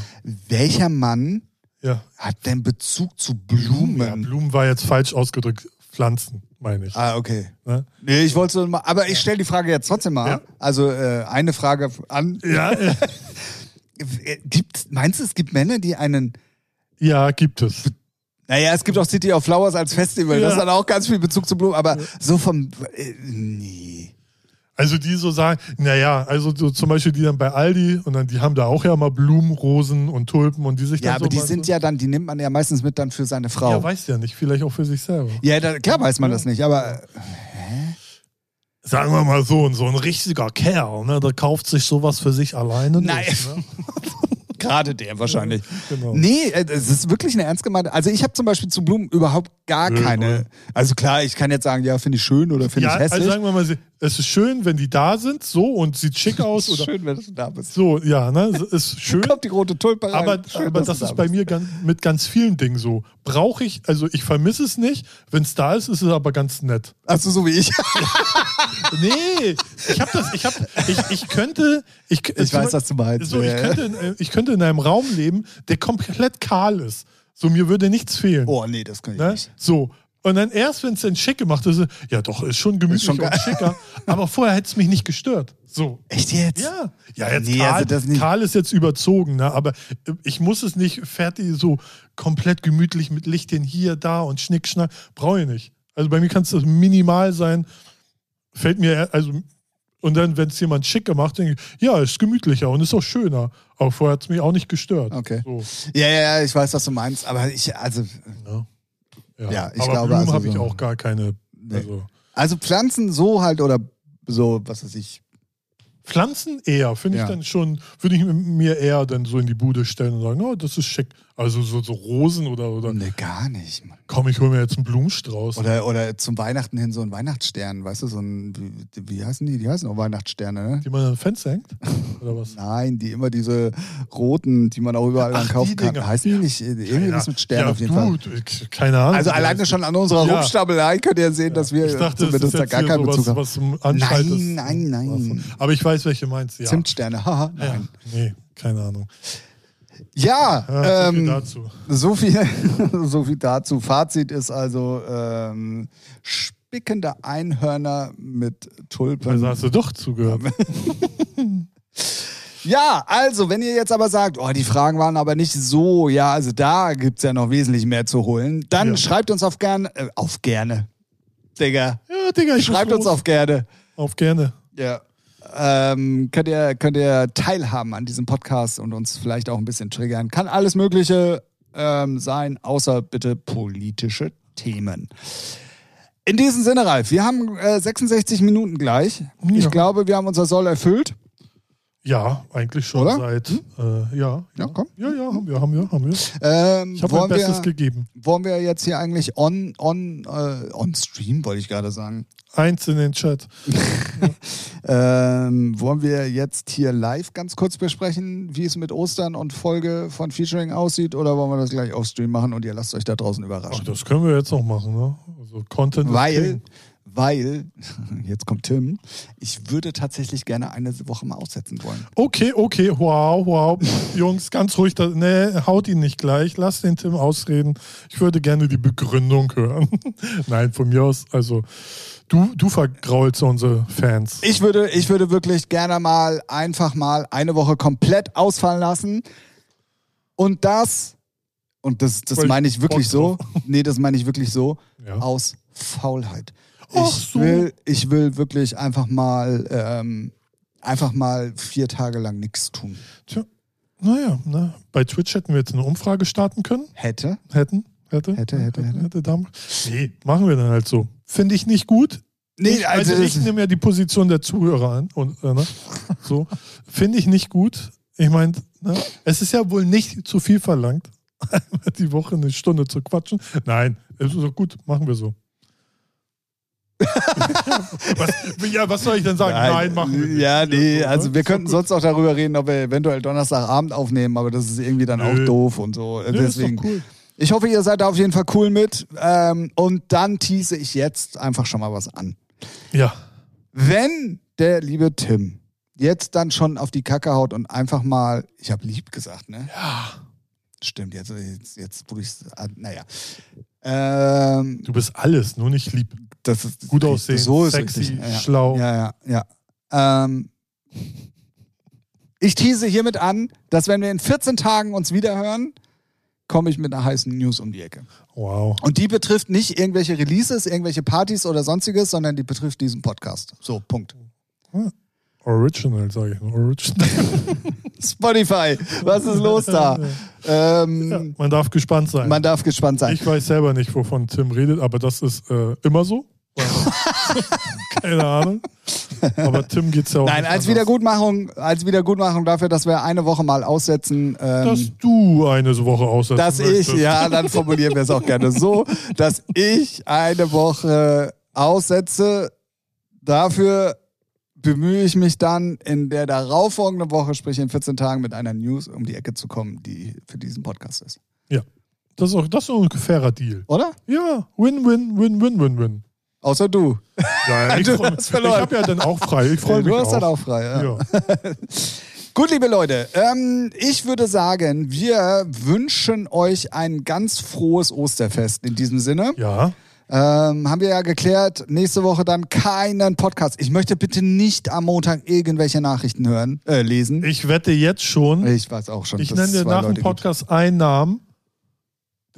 Speaker 2: Welcher Mann
Speaker 1: Ja.
Speaker 2: hat denn Bezug zu Blumen?
Speaker 1: ja, Blumen war jetzt falsch ausgedrückt. Pflanzen, meine ich.
Speaker 2: Ah, okay.
Speaker 1: Ne?
Speaker 2: Nee, ich wollte es mal, aber ich stelle die Frage jetzt trotzdem mal.
Speaker 1: Ja.
Speaker 2: Also äh, eine Frage an.
Speaker 1: Ja, äh,
Speaker 2: Gibt, meinst du, es gibt Männer, die einen
Speaker 1: [laughs] ja, gibt es.
Speaker 2: Naja, es gibt auch City of Flowers als Festival. Das
Speaker 1: Ja.
Speaker 2: hat auch ganz viel Bezug zu Blumen, aber so vom. Äh, nee.
Speaker 1: Also die so sagen, naja, also so zum Beispiel die dann bei Aldi und dann die haben da auch ja mal Blumen, Rosen und Tulpen und die sich
Speaker 2: Ja,
Speaker 1: dann
Speaker 2: aber
Speaker 1: so
Speaker 2: die
Speaker 1: mal
Speaker 2: sind
Speaker 1: so,
Speaker 2: ja dann, die nimmt man ja meistens mit dann für seine
Speaker 1: ja,
Speaker 2: Frau.
Speaker 1: weiß ja nicht, vielleicht auch für sich selber.
Speaker 2: Ja, da, klar weiß man das nicht, aber äh,
Speaker 1: Sagen wir mal so, und so ein richtiger Kerl, ne, der kauft sich sowas für sich alleine.
Speaker 2: Nein.
Speaker 1: Nicht, ne?
Speaker 2: gerade der wahrscheinlich.
Speaker 1: Genau.
Speaker 2: Nee, äh, es ist wirklich eine ernst gemeinte. Also ich habe zum Beispiel zu Blumen überhaupt gar
Speaker 1: Nö,
Speaker 2: keine. Also klar, ich kann jetzt sagen, ja, finde ich schön oder finde
Speaker 1: Ja,
Speaker 2: ich hässlich.
Speaker 1: also sagen wir mal, sie- es ist schön, wenn die da sind, so und
Speaker 2: [laughs]
Speaker 1: sieht schick aus oder
Speaker 2: schön, wenn du da bist.
Speaker 1: so, ja, ne, es ist schön.
Speaker 2: Kommt die rote Tulpe rein.
Speaker 1: Aber,
Speaker 2: Schön,
Speaker 1: aber
Speaker 2: dass
Speaker 1: das
Speaker 2: du da
Speaker 1: ist bei
Speaker 2: bist.
Speaker 1: mir ganz, mit ganz vielen Dingen so. Brauche ich, also ich vermisse es nicht. Wenn es da ist, ist es aber ganz nett.
Speaker 2: Also so wie ich.
Speaker 1: Nee, ich habe das, ich habe, ich, ich könnte, ich,
Speaker 2: Ich weiß, was du meinst.
Speaker 1: So, ich,
Speaker 2: Ja.
Speaker 1: könnte, in- äh, ich könnte in einem Raum leben, der komplett kahl ist. So, mir würde nichts fehlen.
Speaker 2: Oh nee, das kann ich
Speaker 1: ne?
Speaker 2: nicht.
Speaker 1: So, Und dann erst, wenn es dann schick gemacht ist, ja doch, ist schon gemütlicher
Speaker 2: schon ge-
Speaker 1: und schicker. aber vorher hätte es mich nicht gestört. So.
Speaker 2: Echt jetzt?
Speaker 1: Ja, ja jetzt
Speaker 2: Nee,
Speaker 1: Karl,
Speaker 2: also das nicht.
Speaker 1: Karl ist jetzt überzogen, ne? aber äh, ich muss es nicht fertig, so komplett gemütlich mit Lichtchen hier, da und Schnickschnack. Brauche ich nicht. Also bei mir kann es das minimal sein. Fällt mir, eher- also, und dann, wenn es jemand schick gemacht, denke ich, ja, ist gemütlicher und ist auch schöner. Aber vorher hat es mich auch nicht gestört.
Speaker 2: Okay.
Speaker 1: So,
Speaker 2: Ja, ja, ja, ich weiß, was du meinst, aber ich, also,
Speaker 1: ne?
Speaker 2: Ja, ich
Speaker 1: aber
Speaker 2: glaube,
Speaker 1: Blumen
Speaker 2: also
Speaker 1: habe ich
Speaker 2: so-
Speaker 1: auch gar keine. Also.
Speaker 2: also Pflanzen so halt oder so, was weiß ich.
Speaker 1: Pflanzen eher, finde
Speaker 2: Ja.
Speaker 1: ich dann schon, würde ich mir eher dann so in die Bude stellen und sagen, oh, das ist schick. Also so, so Rosen oder, oder
Speaker 2: Ne, gar nicht. Mann.
Speaker 1: komm, ich hole mir jetzt einen Blumenstrauß.
Speaker 2: Oder, oder zum Weihnachten hin so ein Weihnachtsstern, weißt du, so ein, wie, wie heißen die? Die heißen auch Weihnachtssterne, ne?
Speaker 1: die man an
Speaker 2: [laughs]
Speaker 1: Fenster hängt? Oder was?
Speaker 2: Nein, die immer diese roten, die man auch überall
Speaker 1: Ach,
Speaker 2: dann kaufen
Speaker 1: die
Speaker 2: kann.
Speaker 1: Dinger.
Speaker 2: Heißen die nicht? äh, Irgendwie was mit Stern
Speaker 1: ja,
Speaker 2: auf jeden
Speaker 1: du,
Speaker 2: Fall.
Speaker 1: ich- Keine Ahnung.
Speaker 2: Also alleine schon an unserer
Speaker 1: Ja.
Speaker 2: Rumstabelei könnt ihr sehen, dass wir
Speaker 1: ich dachte, das
Speaker 2: zumindest
Speaker 1: ist
Speaker 2: da
Speaker 1: jetzt
Speaker 2: gar
Speaker 1: hier
Speaker 2: keinen
Speaker 1: sowas,
Speaker 2: Bezug haben.
Speaker 1: was zum Anschalten ist.
Speaker 2: Nein, nein, nein.
Speaker 1: Aber ich weiß, welche meinst. Ja.
Speaker 2: Zimtsterne, haha.
Speaker 1: ja.
Speaker 2: Nein.
Speaker 1: Nee, keine Ahnung.
Speaker 2: Ja,
Speaker 1: Ja, so viel
Speaker 2: ähm,
Speaker 1: dazu.
Speaker 2: So viel, [laughs] so viel dazu. Fazit ist also ähm, spickende Einhörner mit Tulpen.
Speaker 1: Also hast du
Speaker 2: [laughs]
Speaker 1: doch zugehört.
Speaker 2: Ja, also, wenn ihr jetzt aber sagt, oh, die Fragen waren aber nicht so, ja, also da gibt's ja noch wesentlich mehr zu holen, dann
Speaker 1: Ja.
Speaker 2: schreibt uns auf gerne, äh, auf gerne, Digga,
Speaker 1: Ja, Digga, ich
Speaker 2: schreibt
Speaker 1: muss
Speaker 2: uns
Speaker 1: los.
Speaker 2: auf gerne.
Speaker 1: auf gerne.
Speaker 2: Ja. Ähm, könnt, ihr, könnt ihr teilhaben an diesem Podcast und uns vielleicht auch ein bisschen triggern. Kann alles Mögliche ähm, sein, außer bitte politische Themen. In diesem Sinne, Ralf, wir haben äh, 66 Minuten gleich. Ich
Speaker 1: Ja.
Speaker 2: glaube, wir haben unser Soll erfüllt.
Speaker 1: Ja, eigentlich schon
Speaker 2: Oder? Hm?
Speaker 1: seit. Äh, ja,
Speaker 2: Ja, komm.
Speaker 1: Ja, ja, haben wir, haben wir, haben wir. Ich
Speaker 2: Ähm,
Speaker 1: habe mein
Speaker 2: wollen wir-
Speaker 1: Bestes gegeben.
Speaker 2: wollen wir jetzt hier eigentlich on, on, äh, on stream, wollte ich gerade sagen.
Speaker 1: Eins in den Chat.
Speaker 2: Ähm, wollen wir jetzt hier live ganz kurz besprechen, wie es mit Ostern und Folge von Featuring aussieht, oder wollen wir das gleich auf Stream machen und ihr lasst euch da draußen
Speaker 1: Ach,
Speaker 2: überraschen?
Speaker 1: das können wir jetzt noch machen, ne? Also Content. ist
Speaker 2: weil,
Speaker 1: king.
Speaker 2: weil, [laughs] jetzt kommt Tim, ich würde tatsächlich gerne eine Woche mal aussetzen wollen.
Speaker 1: Okay, okay, wow, wow. [laughs] Jungs, ganz ruhig. Da, nee, haut ihn nicht gleich. Lass den Tim ausreden. Ich würde gerne die Begründung hören. [laughs] Nein, von mir aus. Also, du, du vergraulst unsere Fans.
Speaker 2: Ich würde, ich würde wirklich gerne mal einfach mal eine Woche komplett ausfallen lassen. Und das, und das, das
Speaker 1: Weil ich
Speaker 2: meine ich wirklich so,
Speaker 1: Bock [laughs]
Speaker 2: nee, das meine ich wirklich so,
Speaker 1: Ja.
Speaker 2: aus Faulheit.
Speaker 1: Ach
Speaker 2: ich,
Speaker 1: so.
Speaker 2: will, ich will wirklich einfach mal, ähm, einfach mal vier Tage lang nichts tun.
Speaker 1: Tja, naja, ne? bei Twitch hätten wir jetzt eine Umfrage starten können.
Speaker 2: Hätte.
Speaker 1: Hätten, hätte.
Speaker 2: Hätte, hätte, hätte.
Speaker 1: hätte. Dame. Nee, machen wir dann halt so. Finde ich nicht gut.
Speaker 2: Nee,
Speaker 1: ich,
Speaker 2: also
Speaker 1: also, ich
Speaker 2: das-
Speaker 1: nehme ja die Position der Zuhörer an. Und, äh, ne?
Speaker 2: [laughs]
Speaker 1: so. Finde ich nicht gut. Ich meine, ne? es ist ja wohl nicht zu viel verlangt, [laughs] einmal die Woche eine Stunde zu quatschen. Nein, es ist doch gut, machen
Speaker 2: [laughs]
Speaker 1: wir so. was, ja, was soll ich denn sagen? Nein, machen wir nicht.
Speaker 2: Ja, nee,
Speaker 1: so,
Speaker 2: also
Speaker 1: ne?
Speaker 2: wir
Speaker 1: Ist doch
Speaker 2: könnten
Speaker 1: gut.
Speaker 2: sonst auch darüber reden, ob wir eventuell Donnerstagabend aufnehmen, aber das ist irgendwie dann auch
Speaker 1: Nö.
Speaker 2: doof und so.
Speaker 1: Nee, ist doch
Speaker 2: Deswegen,
Speaker 1: cool.
Speaker 2: Ich hoffe, ihr seid da auf jeden Fall cool mit. Ähm, und dann tease ich jetzt einfach schon mal was an.
Speaker 1: Ja,
Speaker 2: Wenn der liebe Tim jetzt dann schon auf die Kacke haut und einfach mal, ich habe lieb gesagt, ne? Ja. Stimmt, jetzt, jetzt, jetzt wo ich naja. Ähm,
Speaker 1: du bist alles, nur nicht lieb.
Speaker 2: das ist
Speaker 1: Gut aussehen,
Speaker 2: so ist
Speaker 1: sexy,
Speaker 2: richtig. Ja, ja.
Speaker 1: schlau.
Speaker 2: Ja, ja, ja. Ähm, ich tease hiermit an, dass wenn wir in 14 Tagen uns wiederhören, komme ich mit einer heißen News um die Ecke.
Speaker 1: Wow.
Speaker 2: Und die betrifft nicht irgendwelche Releases, irgendwelche Partys oder sonstiges, sondern die betrifft diesen Podcast. So, Punkt.
Speaker 1: Original, sage ich nur.
Speaker 2: [laughs]
Speaker 1: Original.
Speaker 2: Spotify, was ist los da? Ähm,
Speaker 1: Man darf gespannt sein.
Speaker 2: Man darf gespannt sein.
Speaker 1: ich weiß selber nicht, wovon Tim redet, aber das ist äh,
Speaker 2: [laughs]
Speaker 1: immer so. Keine Ahnung. Aber Tim geht's ja auch.
Speaker 2: Nein,
Speaker 1: nicht
Speaker 2: als
Speaker 1: anders.
Speaker 2: Wiedergutmachung, als Wiedergutmachung dafür, dass wir eine Woche mal aussetzen. Ähm,
Speaker 1: Dass du eine Woche aussetzen
Speaker 2: dass ich,
Speaker 1: möchtest.
Speaker 2: ja, dann formulieren wir es auch gerne so, dass ich eine Woche aussetze. Dafür bemühe ich mich dann in der darauffolgenden Woche, sprich in 14 Tagen, mit einer News um die Ecke zu kommen, die für diesen Podcast ist.
Speaker 1: Das ist auch das ist auch ein fairer Deal.
Speaker 2: Oder?
Speaker 1: Ja, win, win, win, win, win, win.
Speaker 2: Außer du.
Speaker 1: Ja, ich
Speaker 2: [laughs] Du
Speaker 1: freu-
Speaker 2: hast
Speaker 1: ich
Speaker 2: verloren.
Speaker 1: habe ja dann auch frei. Ich freue mich
Speaker 2: Du hast dann
Speaker 1: auch.
Speaker 2: auch frei. Ja.
Speaker 1: Ja.
Speaker 2: Gut, liebe Leute, ähm, ich würde sagen, wir wünschen euch ein ganz frohes Osterfest in diesem Sinne.
Speaker 1: ja,
Speaker 2: Ähm, haben wir ja geklärt, nächste Woche dann keinen Podcast. Ich möchte bitte nicht am Montag irgendwelche Nachrichten hören, äh, lesen.
Speaker 1: Ich wette jetzt schon,
Speaker 2: Ich weiß auch schon.
Speaker 1: ich
Speaker 2: dass
Speaker 1: nenne
Speaker 2: es
Speaker 1: dir
Speaker 2: zwei
Speaker 1: nach dem
Speaker 2: Leute gibt.
Speaker 1: Podcast einen Namen.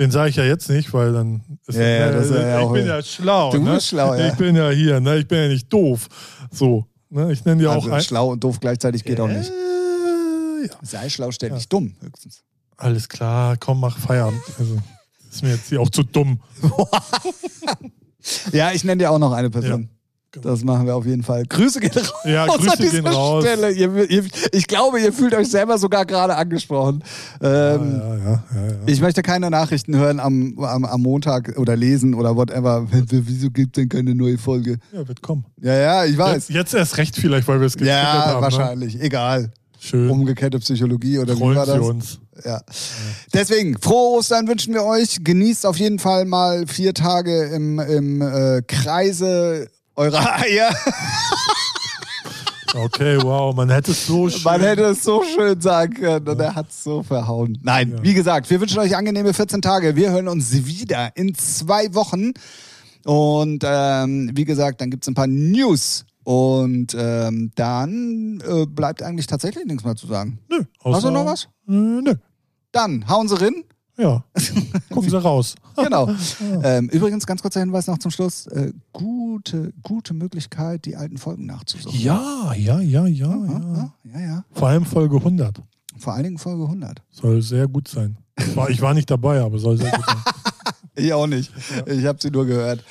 Speaker 1: Den sage ich ja jetzt nicht, weil dann ist äh,
Speaker 2: Ja, ja, das ist ja
Speaker 1: ich
Speaker 2: auch-
Speaker 1: bin ja schlau.
Speaker 2: Du
Speaker 1: ne?
Speaker 2: bist schlau, ja.
Speaker 1: Ich bin ja hier, ne? Ich bin ja nicht doof. So, ne? Ich nenne dir auch
Speaker 2: Also
Speaker 1: ein.
Speaker 2: schlau und doof gleichzeitig geht auch nicht.
Speaker 1: Äh, ja.
Speaker 2: Sei schlau, stell dich dumm höchstens.
Speaker 1: Alles klar, komm, mach Feierabend. Also, ist mir jetzt hier auch zu dumm.
Speaker 2: Ja, ich nenne dir auch noch eine Person. Das machen wir auf jeden Fall. Grüße gehen raus
Speaker 1: genau. Ja,
Speaker 2: an
Speaker 1: Grüße
Speaker 2: dieser
Speaker 1: gehen raus.
Speaker 2: Stelle. Ihr, ihr, ich glaube, ihr fühlt euch selber sogar gerade angesprochen. Ähm,
Speaker 1: Ja, ja, ja, ja.
Speaker 2: Ich möchte keine Nachrichten hören am, am, am Montag oder lesen oder whatever. Wieso gibt denn keine neue Folge?
Speaker 1: ja wird kommen.
Speaker 2: Ja, ja, ich weiß.
Speaker 1: Jetzt, jetzt erst recht vielleicht, weil wir es gekriegt haben.
Speaker 2: Ja,
Speaker 1: ne? Hm.
Speaker 2: wahrscheinlich. Egal.
Speaker 1: Schön.
Speaker 2: Umgekehrte Psychologie oder wie
Speaker 1: Trollen
Speaker 2: war
Speaker 1: sie
Speaker 2: das?
Speaker 1: uns.
Speaker 2: Ja. Deswegen, frohe Ostern wünschen wir euch. Genießt auf jeden Fall mal vier Tage im, im äh, Kreise eurer [laughs] Eier.
Speaker 1: Okay, wow, man hätte es so schön.
Speaker 2: Man hätte es so schön sagen können und er hat es so verhauen. Nein,
Speaker 1: Ja.
Speaker 2: wie gesagt, wir wünschen euch angenehme 14 Tage. Wir hören uns wieder in zwei Wochen. Und ähm, wie gesagt, dann gibt es ein paar News. Und ähm, dann äh, bleibt eigentlich tatsächlich nichts mehr zu sagen.
Speaker 1: Nö, Äh,
Speaker 2: Hast du noch was?
Speaker 1: Nö, nö.
Speaker 2: Dann hauen sie [laughs] rin.
Speaker 1: Ja. Gucken sie raus.
Speaker 2: Genau. ähm, übrigens, ganz kurzer Hinweis noch zum Schluss. Äh, gute, gute Möglichkeit, die alten Folgen nachzusuchen.
Speaker 1: Ja, ja, ja, ja, ja.
Speaker 2: Ja, ja, ja.
Speaker 1: Vor allem Folge 100.
Speaker 2: Vor allen Dingen Folge 100.
Speaker 1: Soll sehr gut sein. Ich war, ich war nicht dabei, aber soll sehr gut sein.
Speaker 2: Ich auch nicht. Ich habe sie nur gehört.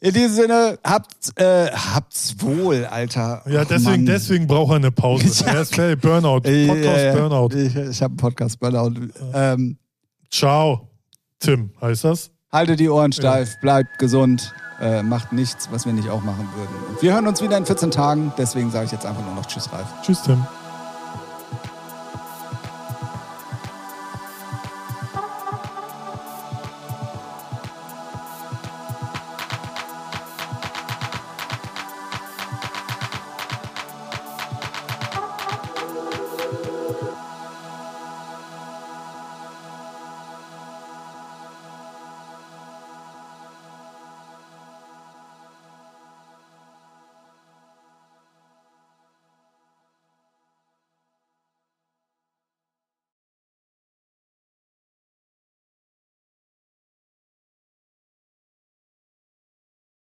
Speaker 2: In diesem Sinne, habt, äh, habt's wohl, Alter.
Speaker 1: [laughs] Ja,
Speaker 2: Och,
Speaker 1: deswegen,
Speaker 2: Mann.
Speaker 1: deswegen braucht er eine Pause.
Speaker 2: [laughs] Ja.
Speaker 1: Er ist fertig. Burnout.
Speaker 2: Äh,
Speaker 1: Podcast
Speaker 2: äh,
Speaker 1: Burnout.
Speaker 2: Ich, ich habe einen Podcast Burnout. Ähm,
Speaker 1: Ciao. Tim heißt das?
Speaker 2: haltet die Ohren steif, bleibt gesund, äh, macht nichts, was wir nicht auch machen würden. Und wir hören uns wieder in 14 Tagen. Deswegen sage ich jetzt einfach nur noch Tschüss, Ralf.
Speaker 1: Tschüss, Tim.